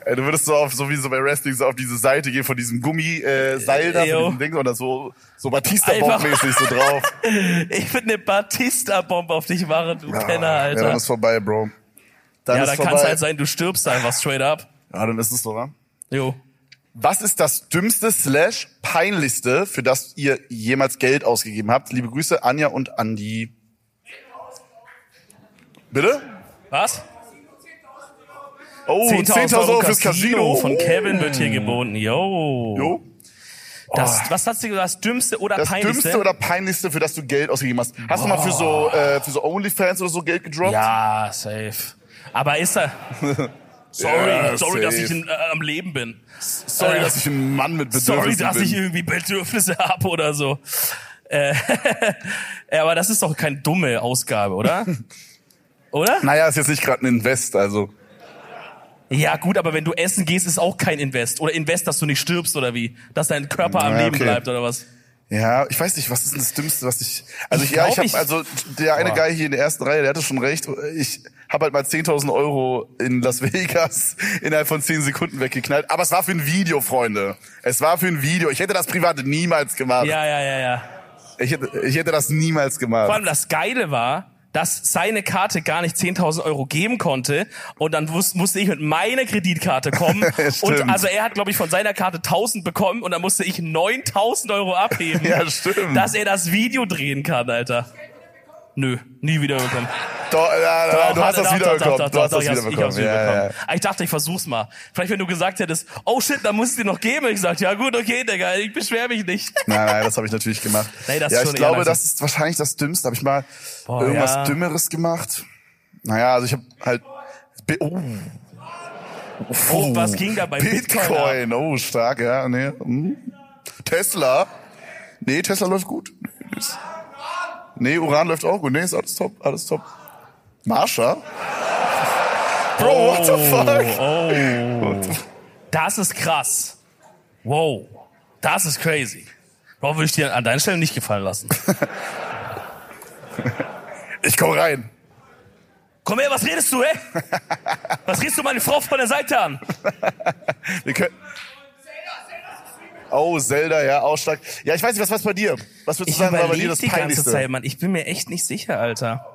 Speaker 2: Äh, Du würdest so auf, so wie so bei Wrestling, so auf diese Seite gehen von diesem Gummi-Seil äh, Seil da,
Speaker 1: Yo.
Speaker 2: von diesem Ding, oder so, so
Speaker 1: Einfach-
Speaker 2: Batista-Bob-mäßig so drauf.
Speaker 1: Ich würde eine Batista-Bombe auf dich machen, du Penner,
Speaker 2: Ah, Ja,
Speaker 1: Alter.
Speaker 2: dann ist vorbei, Bro. Dann
Speaker 1: Ja,
Speaker 2: ist
Speaker 1: dann
Speaker 2: vorbei.
Speaker 1: kann es halt sein, du stirbst einfach straight up.
Speaker 2: Ja, dann ist es so, wa?
Speaker 1: Jo.
Speaker 2: Was ist das dümmste slash peinlichste, für das ihr jemals Geld ausgegeben habt? Liebe Grüße, Anja und Andi. Bitte?
Speaker 1: Was?
Speaker 2: Oh, 10.000 Euro fürs Casino.
Speaker 1: von
Speaker 2: Oh.
Speaker 1: Kevin wird hier geboten. Yo.
Speaker 2: Jo.
Speaker 1: Das, was hast du gesagt? Das Dümmste oder
Speaker 2: Das
Speaker 1: Peinlichste?
Speaker 2: dümmste oder peinlichste, für das du Geld ausgegeben hast. Hast du mal für so, äh, für so Onlyfans oder so Geld gedroppt?
Speaker 1: ja, safe. Aber ist er... Sorry,
Speaker 2: Ja,
Speaker 1: sorry, dass ich
Speaker 2: safe.
Speaker 1: in, äh, am Leben bin.
Speaker 2: Sorry,
Speaker 1: Äh,
Speaker 2: dass ich ein Mann mit Bedürfnissen
Speaker 1: Sorry, dass
Speaker 2: bin.
Speaker 1: ich irgendwie Bedürfnisse habe oder so. Äh, ja, aber das ist doch keine dumme Ausgabe, oder? oder?
Speaker 2: Naja, ist jetzt nicht gerade ein Invest, also.
Speaker 1: Ja, gut, aber wenn du essen gehst, ist auch kein Invest. Oder Invest, dass du nicht stirbst oder wie? Dass dein Körper am
Speaker 2: Ja,
Speaker 1: Leben
Speaker 2: okay.
Speaker 1: bleibt oder was?
Speaker 2: Ja, ich weiß nicht, was ist denn das Dümmste, was ich. Also ich,
Speaker 1: Ich
Speaker 2: ja, ich
Speaker 1: glaub,
Speaker 2: habe
Speaker 1: ich-
Speaker 2: also der eine
Speaker 1: Boah.
Speaker 2: Guy hier in der ersten Reihe, der hatte schon recht. Ich habe halt mal 10.000 Euro in Las Vegas innerhalb von 10 Sekunden weggeknallt. Aber es war für ein Video, Freunde. Es war für ein Video. Ich hätte das privat niemals gemacht.
Speaker 1: Ja, ja, ja, ja.
Speaker 2: Ich, hätte, ich hätte das niemals
Speaker 1: Vor
Speaker 2: gemacht.
Speaker 1: allem das Geile war, dass seine Karte gar nicht 10.000 Euro geben konnte und dann wus- musste ich mit meiner Kreditkarte kommen
Speaker 2: Stimmt.
Speaker 1: und also er hat glaube ich von seiner Karte 1.000 bekommen und dann musste ich 9.000 Euro abheben,
Speaker 2: Ja, stimmt.
Speaker 1: dass er das Video drehen kann, Alter. Nö, nie wieder bekommen.
Speaker 2: Doch, ja, ja, Äh, du
Speaker 1: Doch,
Speaker 2: hast
Speaker 1: doch, doch,
Speaker 2: das
Speaker 1: doch,
Speaker 2: wiederbekommen.
Speaker 1: doch,
Speaker 2: Du hast
Speaker 1: doch,
Speaker 2: das
Speaker 1: ich hab's- ich hab's
Speaker 2: wiederbekommen. Ja, ja.
Speaker 1: wiederbekommen. Ich dachte, ich versuch's mal. Vielleicht, wenn du gesagt hättest, oh shit, dann muss es dir noch geben. Ich sagte, ja gut, okay, Digga, ich beschwer mich nicht.
Speaker 2: Nein, nein, das habe ich natürlich gemacht.
Speaker 1: Nee, das
Speaker 2: ja,
Speaker 1: ist
Speaker 2: ich
Speaker 1: schon eher
Speaker 2: glaube,
Speaker 1: langsam.
Speaker 2: das ist wahrscheinlich das Dümmste. Habe ich mal
Speaker 1: Boah,
Speaker 2: irgendwas
Speaker 1: ja.
Speaker 2: Dümmeres gemacht? Naja, also ich habe halt. Bi- Oh.
Speaker 1: Oh, was ging da bei Bitcoin ab?
Speaker 2: Bitcoin? Oh, stark, ja. Nee. Hm. Tesla? Nee, Tesla läuft gut. Nee, Uran läuft auch gut. Nee, ist alles top, alles top. Marsha? Bro, what the fuck?
Speaker 1: Oh, oh. Das ist krass. Wow. Das ist crazy. Warum würde ich dir an deiner Stelle nicht gefallen lassen?
Speaker 2: Ich komm rein.
Speaker 1: Komm her, was redest du, hä? Was redest du meine Frau von der Seite an?
Speaker 2: Wir können. Oh, Zelda, ja, auch stark. Ja, ich weiß nicht, was war's bei dir? Was würdest du sagen, war bei dir
Speaker 1: überleg
Speaker 2: das
Speaker 1: die ganze
Speaker 2: Peinlichste?
Speaker 1: Zeit, Mann. Ich bin mir echt nicht sicher, Alter.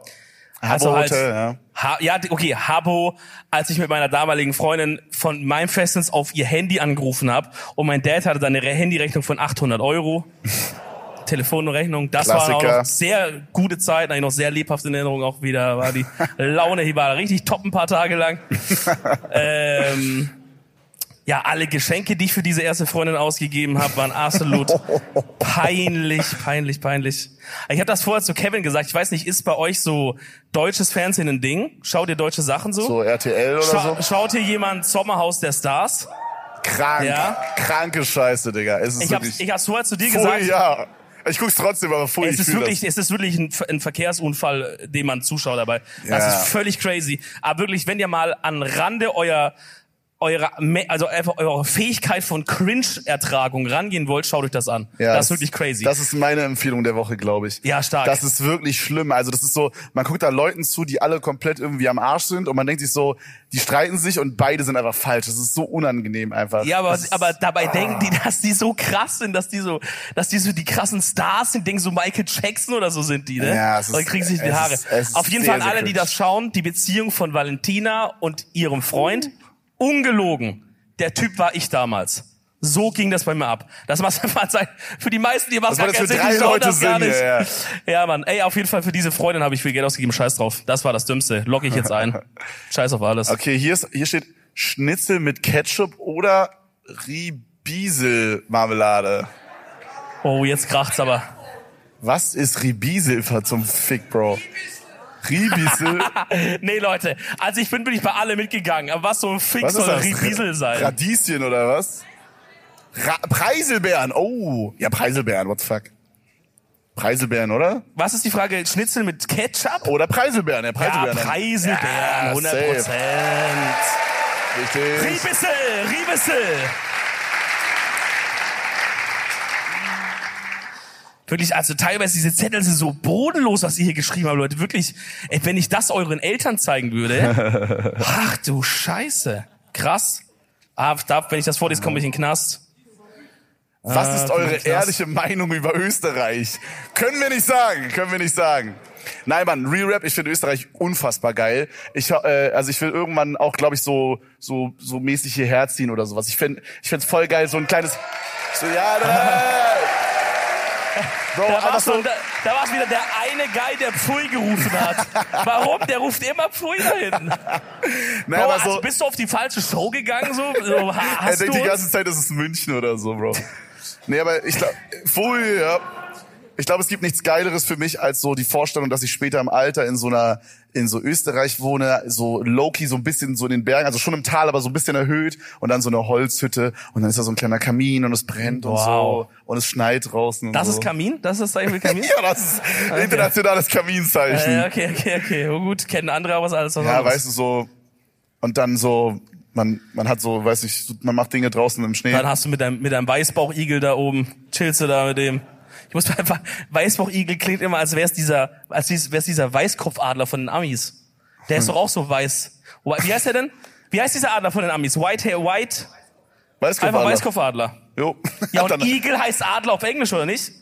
Speaker 1: Also
Speaker 2: Habbo Hotel, ja.
Speaker 1: Ha ja, d- okay, Habo, als ich mit meiner damaligen Freundin von meinem Festnetz auf ihr Handy angerufen habe und mein Dad hatte dann eine Re- Handyrechnung von 800 Euro. Telefonrechnung, das war auch
Speaker 2: Klassiker.
Speaker 1: noch sehr gute Zeit, eigentlich noch sehr lebhaft in Erinnerung auch wieder, war die Laune, die war richtig top ein paar Tage lang. ähm, ja, alle Geschenke, die ich für diese erste Freundin ausgegeben habe, waren absolut peinlich, peinlich, peinlich. Ich habe das vorher zu Kevin gesagt. Ich weiß nicht, ist bei euch so deutsches Fernsehen ein Ding? Schaut ihr deutsche Sachen so?
Speaker 2: So also- RTL oder
Speaker 1: Scha
Speaker 2: so?
Speaker 1: Schaut hier jemand Sommerhaus der Stars?
Speaker 2: Krank.
Speaker 1: Ja.
Speaker 2: Kranke Scheiße, Digga. Es ist
Speaker 1: Ich habe
Speaker 2: wirklich.
Speaker 1: ich hab's vorher zu dir
Speaker 2: Pfui,
Speaker 1: gesagt.
Speaker 2: ja. Ich guck's trotzdem, aber pfui,
Speaker 1: Es
Speaker 2: ich
Speaker 1: ist,
Speaker 2: fühl
Speaker 1: wirklich, es ist wirklich ein, Ver- ein Verkehrsunfall, äh, dem man zuschaut dabei. Das
Speaker 2: Ja.
Speaker 1: ist völlig crazy. Aber wirklich, wenn ihr mal an Rande euer eure, also einfach eure Fähigkeit von Cringe-Ertragung rangehen wollt, schaut euch das an.
Speaker 2: das.
Speaker 1: das ist wirklich crazy.
Speaker 2: Das ist meine Empfehlung der Woche, glaube ich.
Speaker 1: Ja, stark.
Speaker 2: Das ist wirklich schlimm. Also das ist so, man guckt da Leuten zu, die alle komplett irgendwie am Arsch sind und man denkt sich so, die streiten sich und beide sind einfach falsch. Das ist so unangenehm einfach.
Speaker 1: Ja, aber,
Speaker 2: Das ist- ah.
Speaker 1: aber dabei denken die, dass die so krass sind, dass die so, dass die so die krassen Stars sind, denken so Michael Jackson oder so sind die, ne?
Speaker 2: Ja, es ist-
Speaker 1: und dann kriegen sie sich in die
Speaker 2: es
Speaker 1: Haare.
Speaker 2: ist- es ist
Speaker 1: Auf jeden
Speaker 2: sehr,
Speaker 1: Fall
Speaker 2: sehr
Speaker 1: alle, die
Speaker 2: cringe.
Speaker 1: das schauen, die Beziehung von Valentina und ihrem Freund,
Speaker 2: Uh.
Speaker 1: ungelogen. Der Typ war ich damals. So ging das bei mir ab. Das muss man sagen. Für die meisten, die was gar
Speaker 2: war jetzt
Speaker 1: keinen
Speaker 2: für
Speaker 1: Sinn,
Speaker 2: drei
Speaker 1: die schauen
Speaker 2: Leute
Speaker 1: das gar
Speaker 2: Sinn,
Speaker 1: nicht.
Speaker 2: ja,
Speaker 1: Ja, Mann. Ey, auf jeden Fall für diese Freundin habe ich viel Geld ausgegeben. Scheiß drauf. Das war das Dümmste. Lock ich jetzt ein. Scheiß auf alles.
Speaker 2: Okay, hier, ist, hier steht Schnitzel mit Ketchup oder Ribisel-Marmelade.
Speaker 1: Oh, jetzt kracht's aber.
Speaker 2: Was ist Ribisel für zum Fick, Bro? Ribisel?
Speaker 1: Nee, Leute, also ich bin, bin ich bei alle mitgegangen. Aber was so ein Fick
Speaker 2: Was ist
Speaker 1: soll
Speaker 2: das?
Speaker 1: Riesel sein?
Speaker 2: Radieschen oder was? Ra Preiselbeeren. Oh, ja, Preiselbeeren, what the fuck. Preiselbeeren, oder?
Speaker 1: Was ist die Frage? Schnitzel mit Ketchup?
Speaker 2: Oder Preiselbeeren, ja,
Speaker 1: ja,
Speaker 2: Preiselbeeren.
Speaker 1: Preiselbeeren,
Speaker 2: Ja,
Speaker 1: 100
Speaker 2: safe.
Speaker 1: Prozent.
Speaker 2: Richtig.
Speaker 1: Riebissel, Riebissel. Wirklich, also teilweise diese Zettel sind so bodenlos, was ihr hier geschrieben habt, Leute. Wirklich, ey, wenn ich das euren Eltern zeigen würde. Ach du Scheiße. Krass. Ah, darf, wenn ich das vorlese, komme ich in den Knast.
Speaker 2: Was ist eure
Speaker 1: Ah, vielleicht das.
Speaker 2: ehrliche Meinung über Österreich? Können wir nicht sagen, können wir nicht sagen. Nein, Mann, Real Rap, ich finde Österreich unfassbar geil. Ich, äh, also ich will irgendwann auch, glaube ich, so, so, so mäßig hierher ziehen oder sowas. Ich finde, ich find's voll geil, so ein kleines, so, ja, da, Bro,
Speaker 1: Da
Speaker 2: einfach
Speaker 1: war
Speaker 2: so,
Speaker 1: schon, da, da war's wieder der eine Guy, der Pfui gerufen hat. Warum? Der ruft immer Pfui dahin.
Speaker 2: nein,
Speaker 1: Bro,
Speaker 2: ne, aber
Speaker 1: also
Speaker 2: so,
Speaker 1: bist du auf die falsche Show gegangen? So, so ha-
Speaker 2: er
Speaker 1: hast du
Speaker 2: denkt Äh, die
Speaker 1: uns?
Speaker 2: ganze Zeit, das ist München oder so, Bro. nee, aber ich glaube, wohl, ja. Ich glaube, es gibt nichts Geileres für mich als so die Vorstellung, dass ich später im Alter in so einer, in so Österreich wohne, so low-key, so ein bisschen so in den Bergen, also schon im Tal, aber so ein bisschen erhöht und dann so eine Holzhütte und dann ist da so ein kleiner Kamin und es brennt
Speaker 1: Wow.
Speaker 2: und so und es schneit draußen und
Speaker 1: Das
Speaker 2: so.
Speaker 1: ist Kamin? Das ist eigentlich Kamin?
Speaker 2: Ja, das ist internationales Kaminzeichen.
Speaker 1: Äh, okay, okay, okay. Oh, gut, kennen andere aber alles was
Speaker 2: Ja,
Speaker 1: anderes.
Speaker 2: weißt du, so, und dann so, man, man hat so, weiß ich, so- man macht Dinge draußen im Schnee.
Speaker 1: Dann hast du mit deinem, mit deinem Weißbauchigel da oben, chillst du da mit dem. Ich muss mal einfach, Weißbauchigel klingt immer, als wär's dieser, als dies- wär's dieser Weißkopfadler von den Amis. Der
Speaker 2: Hm.
Speaker 1: ist doch auch so weiß. Wh- Wie heißt der denn? Wie heißt dieser Adler von den Amis? White Hair, White,
Speaker 2: Weißt du,
Speaker 1: einfach
Speaker 2: Walla?
Speaker 1: Weißkopfadler.
Speaker 2: Jo.
Speaker 1: Ja, und
Speaker 2: Dann-
Speaker 1: Igel heißt Adler auf Englisch, oder nicht?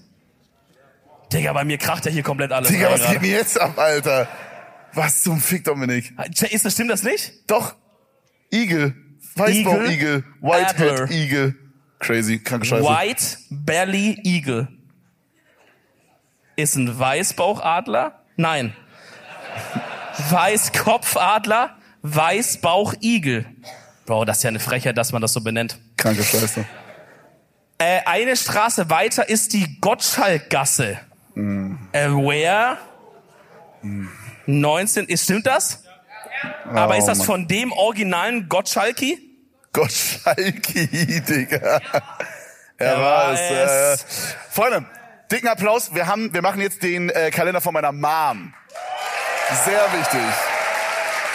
Speaker 1: Digga, bei mir kracht ja hier komplett alles.
Speaker 2: Digga,
Speaker 1: rein
Speaker 2: was geht
Speaker 1: gerade.
Speaker 2: denn jetzt ab, Alter? Was zum Fick, Dominik?
Speaker 1: Ist das, stimmt das nicht?
Speaker 2: Doch, Igel. Weißbauchigel.
Speaker 1: Adler.
Speaker 2: Whitehead-Igel. Crazy, kranke Scheiße.
Speaker 1: White Belly Eagle. Ist ein Weißbauchadler? Nein. Weißkopfadler, Weißbauchigel. Bro, das ist ja eine Frechheit, dass man das so benennt.
Speaker 2: Kranke Scheiße.
Speaker 1: Äh, eine Straße weiter ist die Gottschalkgasse. Äh, Aware 19, ist, stimmt das? Aber ist das
Speaker 2: Oh, Mann.
Speaker 1: von dem originalen Gottschalki?
Speaker 2: Gottschalki, Digga. Er war es. Äh, Freunde, dicken Applaus. Wir, haben, wir machen jetzt den äh, Kalender von meiner Mom. Sehr wichtig.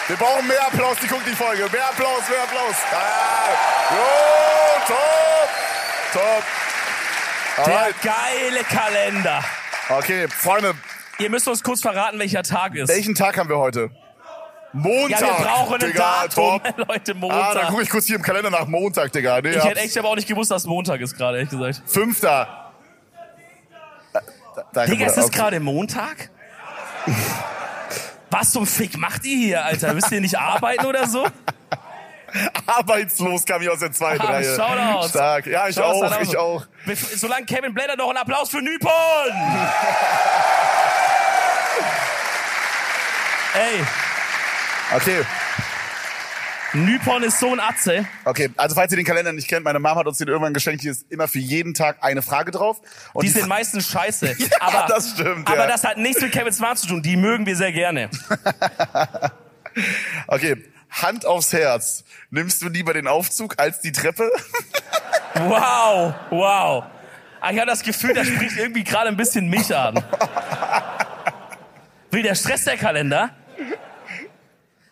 Speaker 2: Wir brauchen mehr Applaus, die guckt die Folge. Mehr Applaus, mehr Applaus. Ah, jo, top, top.
Speaker 1: Der
Speaker 2: Alright.
Speaker 1: geile Kalender.
Speaker 2: Okay, Freunde,
Speaker 1: Ihr müsst uns kurz verraten, welcher Tag ist.
Speaker 2: welchen Tag haben wir heute? Montag.
Speaker 1: Ja, wir brauchen ein
Speaker 2: Digga,
Speaker 1: Datum,
Speaker 2: Top.
Speaker 1: Leute,
Speaker 2: Ah,
Speaker 1: Montag.
Speaker 2: dann gucke ich kurz hier im Kalender nach Montag, Digga. Nee,
Speaker 1: ich
Speaker 2: ja,
Speaker 1: hätte echt aber auch nicht gewusst, dass Montag ist gerade, ehrlich gesagt.
Speaker 2: Fünfter. Da, danke,
Speaker 1: Digga, es
Speaker 2: Bruder.
Speaker 1: ist gerade Montag? Was zum Fick macht ihr hier, Alter? Müsst ihr nicht arbeiten oder so?
Speaker 2: Arbeitslos kam ich aus der zweiten
Speaker 1: Ah,
Speaker 2: Reihe.
Speaker 1: Shoutouts.
Speaker 2: Stark. Ja, ich
Speaker 1: Shoutouts
Speaker 2: auch,
Speaker 1: an Amazon.
Speaker 2: ich auch.
Speaker 1: Bef- Solange Kevin Blätter noch einen Applaus für Nypon! Ey,
Speaker 2: Okay,
Speaker 1: Nypon ist so ein Atze.
Speaker 2: okay. Also falls ihr den Kalender nicht kennt, meine Mom hat uns den irgendwann geschenkt. Hier ist immer für jeden Tag eine Frage drauf. Und
Speaker 1: Die
Speaker 2: die
Speaker 1: sind meistens scheiße.
Speaker 2: Ja,
Speaker 1: aber,
Speaker 2: das stimmt,
Speaker 1: Aber
Speaker 2: ja.
Speaker 1: das hat nichts mit Kevin Smart zu tun. Die mögen wir sehr gerne.
Speaker 2: okay, Hand aufs Herz. Nimmst du lieber den Aufzug als die Treppe?
Speaker 1: Wow, wow. Ah, Ich habe das Gefühl, das spricht irgendwie gerade ein bisschen mich an. Will der Stress der Kalender?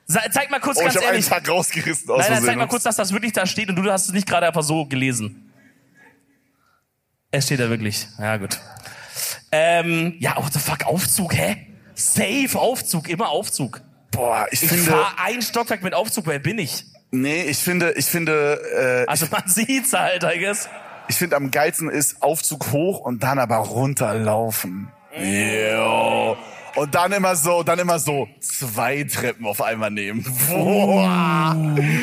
Speaker 1: Sa- Zeig mal kurz
Speaker 2: Oh, ich
Speaker 1: ganz
Speaker 2: habe einen
Speaker 1: ehrlich.
Speaker 2: Tag rausgerissen aus
Speaker 1: Nein, nein, zeig
Speaker 2: Versehen.
Speaker 1: mal kurz, dass das wirklich da steht und du hast es nicht gerade einfach so gelesen. Es steht da wirklich. Ja, gut. Ähm, ja, what the fuck, Aufzug, hä? Safe, Aufzug, immer Aufzug.
Speaker 2: Boah, ich,
Speaker 1: Ich
Speaker 2: finde,
Speaker 1: fahr ein Stockwerk mit Aufzug, wer bin ich?
Speaker 2: nee, ich finde, ich finde, äh,
Speaker 1: Also man sieht's halt, I guess.
Speaker 2: ich finde am geilsten ist Aufzug hoch und dann aber runterlaufen. Yo. Und dann immer so, dann immer so zwei Treppen auf einmal nehmen. Boah.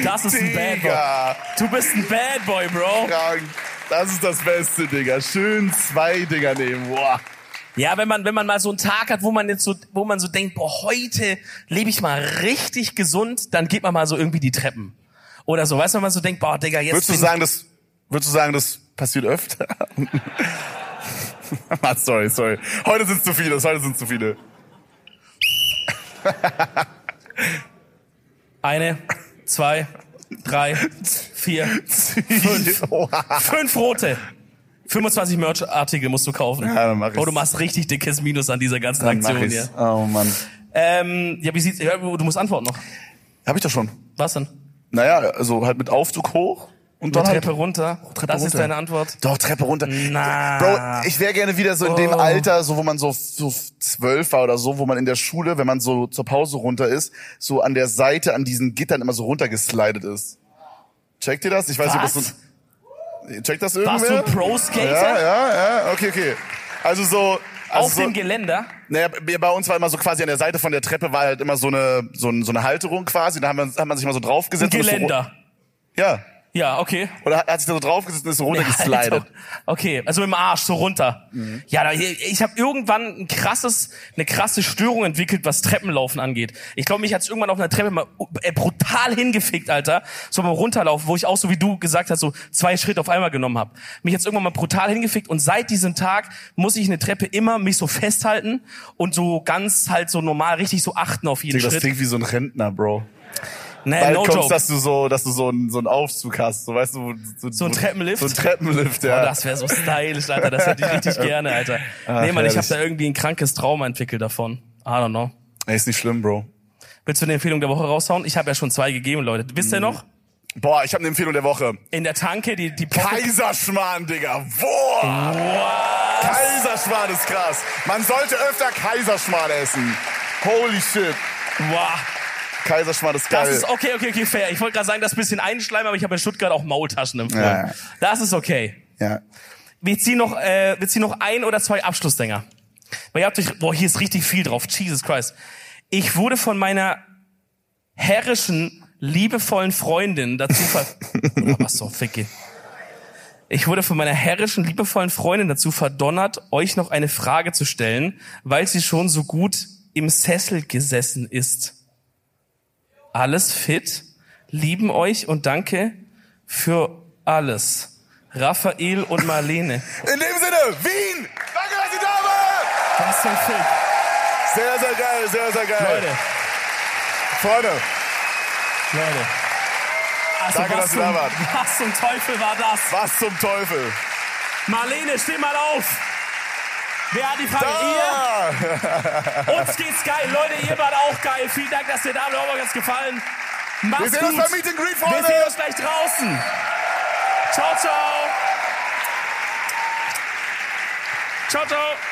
Speaker 1: Das ist ein Bad Boy.
Speaker 2: Digga.
Speaker 1: Du bist ein Bad Boy, Bro.
Speaker 2: Krank. Das ist das Beste, Digga. Schön zwei Dinger nehmen. Boah.
Speaker 1: Ja, wenn man, wenn man mal so einen Tag hat, wo man jetzt so, wo man so denkt, boah, heute lebe ich mal richtig gesund, dann geht man mal so irgendwie die Treppen. Oder so, weißt du, wenn man so denkt, boah, Digga, jetzt
Speaker 2: Würdest du
Speaker 1: bin
Speaker 2: sagen, das, würdest du sagen, das passiert öfter? Ah, sorry, sorry. Heute sind zu viele, heute sind zu viele.
Speaker 1: ich eine, zwei, drei, vier,
Speaker 2: Fünf. Oha.
Speaker 1: fünf rote. 25 Merch-Artikel musst du kaufen.
Speaker 2: Ja, dann mach ich's.
Speaker 1: Bro, du machst richtig dickes Minus an dieser ganzen
Speaker 2: Dann mach
Speaker 1: Aktion
Speaker 2: ich's.
Speaker 1: hier.
Speaker 2: Oh Mann.
Speaker 1: Ähm, ja, wie sieht's, ja, du musst antworten noch.
Speaker 2: Hab ich doch schon.
Speaker 1: Was denn?
Speaker 2: Naja, also halt mit Aufzug hoch und dann halt
Speaker 1: Treppe runter.
Speaker 2: Treppe
Speaker 1: das ist
Speaker 2: runter.
Speaker 1: deine Antwort.
Speaker 2: Doch, Treppe runter.
Speaker 1: Na.
Speaker 2: Bro, ich wäre gerne wieder so in dem
Speaker 1: Oh.
Speaker 2: Alter, so wo man so so zwölf war oder so, wo man in der Schule, wenn man so zur Pause runter ist, so an der Seite an diesen Gittern immer so runtergeslidet ist. Checkt ihr das? Ich weiß nicht, ob Also, das
Speaker 1: Was?
Speaker 2: so, checkt das
Speaker 1: Warst du
Speaker 2: irgendwer?
Speaker 1: ein Pro-Skater?
Speaker 2: ja, ja, ja, okay, okay. Also so also
Speaker 1: Auf
Speaker 2: so,
Speaker 1: dem Geländer?
Speaker 2: Naja, b- bei uns war immer so quasi an der Seite von der Treppe war halt immer so eine so, ein, so eine Halterung quasi. Da haben wir, uns- hat man sich mal so draufgesetzt. und ist
Speaker 1: Geländer.
Speaker 2: So, ru- ja.
Speaker 1: Ja, okay.
Speaker 2: Oder hat, hat sich da so draufgesetzt und ist so runtergeslidet.
Speaker 1: Alter. Okay, also mit dem Arsch so runter.
Speaker 2: Mhm.
Speaker 1: Ja, da, ich habe irgendwann ein krasses, eine krasse Störung entwickelt, was Treppenlaufen angeht. Ich glaube, mich hat's irgendwann auf einer Treppe mal äh, brutal hingefickt, Alter. So beim Runterlaufen, wo ich auch so wie du gesagt hast, so zwei Schritte auf einmal genommen habe. Mich hat's irgendwann mal brutal hingefickt und seit diesem Tag muss ich eine Treppe immer mich so festhalten und so ganz halt so normal richtig so achten auf jeden
Speaker 2: Das
Speaker 1: Schritt.
Speaker 2: klingt wie so ein Rentner, Bro.
Speaker 1: Nee,
Speaker 2: Bald
Speaker 1: no
Speaker 2: kommst,
Speaker 1: joke.
Speaker 2: dass du so, dass du so einen, so einen Aufzug hast, so weißt du, so,
Speaker 1: So ein Treppenlift?
Speaker 2: so ein Treppenlift, ja.
Speaker 1: Oh, das wäre so stylisch, Alter. Das hätte ich richtig gerne, Alter.
Speaker 2: Ach,
Speaker 1: nee, Mann, ich habe
Speaker 2: Ah, herrlich.
Speaker 1: da irgendwie ein krankes Trauma entwickelt davon. I don't know.
Speaker 2: Ey, ist nicht schlimm, Bro.
Speaker 1: Willst du eine Empfehlung der Woche raushauen? Ich habe ja schon zwei gegeben, Leute. Wisst
Speaker 2: Mhm.
Speaker 1: ihr noch?
Speaker 2: Boah, ich habe eine Empfehlung der Woche.
Speaker 1: In der Tanke, die, die Pocket-
Speaker 2: Kaiserschmarrn, Digga. Boah,
Speaker 1: Wow.
Speaker 2: Kaiserschmarrn ist krass. Man sollte öfter Kaiserschmarrn essen. Holy shit.
Speaker 1: Wow.
Speaker 2: Kaiserschmarrn ist geil.
Speaker 1: Das ist okay, okay, okay, fair. Ich wollte gerade sagen, das ist ein bisschen einschleimen, aber ich habe in Stuttgart auch Maultaschen empfohlen.
Speaker 2: Ja, ja.
Speaker 1: Das ist okay.
Speaker 2: ja.
Speaker 1: Wir ziehen noch, äh, wir ziehen noch ein oder zwei Abschlussdinger. Weil ihr habt euch, boah, hier ist richtig viel drauf. Jesus Christ. Ich wurde von meiner herrischen, liebevollen Freundin dazu ver... Oh, Was so, Ficke. Ich wurde von meiner herrischen, liebevollen Freundin dazu verdonnert, euch noch eine Frage zu stellen, weil sie schon so gut im Sessel gesessen ist. Alles fit, lieben euch und danke für alles. Raphael und Marlene.
Speaker 2: In dem Sinne, Wien! Danke, dass ihr da wart!
Speaker 1: Was für ein Film.
Speaker 2: Sehr, sehr geil, sehr, sehr geil.
Speaker 1: Leute,
Speaker 2: Freunde,
Speaker 1: Leute. Also
Speaker 2: Danke,
Speaker 1: was
Speaker 2: dass ihr
Speaker 1: zum,
Speaker 2: da wart.
Speaker 1: Was zum Teufel war das?
Speaker 2: was zum Teufel?
Speaker 1: Marlene, steh mal auf. Wer hat die Frage?
Speaker 2: Da!
Speaker 1: Ihr? Uns geht's geil. Leute, ihr wart auch geil. Vielen Dank, dass ihr da wart. Hat mir ganz gefallen. Macht's
Speaker 2: Wir sehen
Speaker 1: gut.
Speaker 2: uns beim ne? Meet and Greet,
Speaker 1: Wir
Speaker 2: Freunde!
Speaker 1: sehen uns gleich draußen. Ciao, ciao. Ciao, ciao.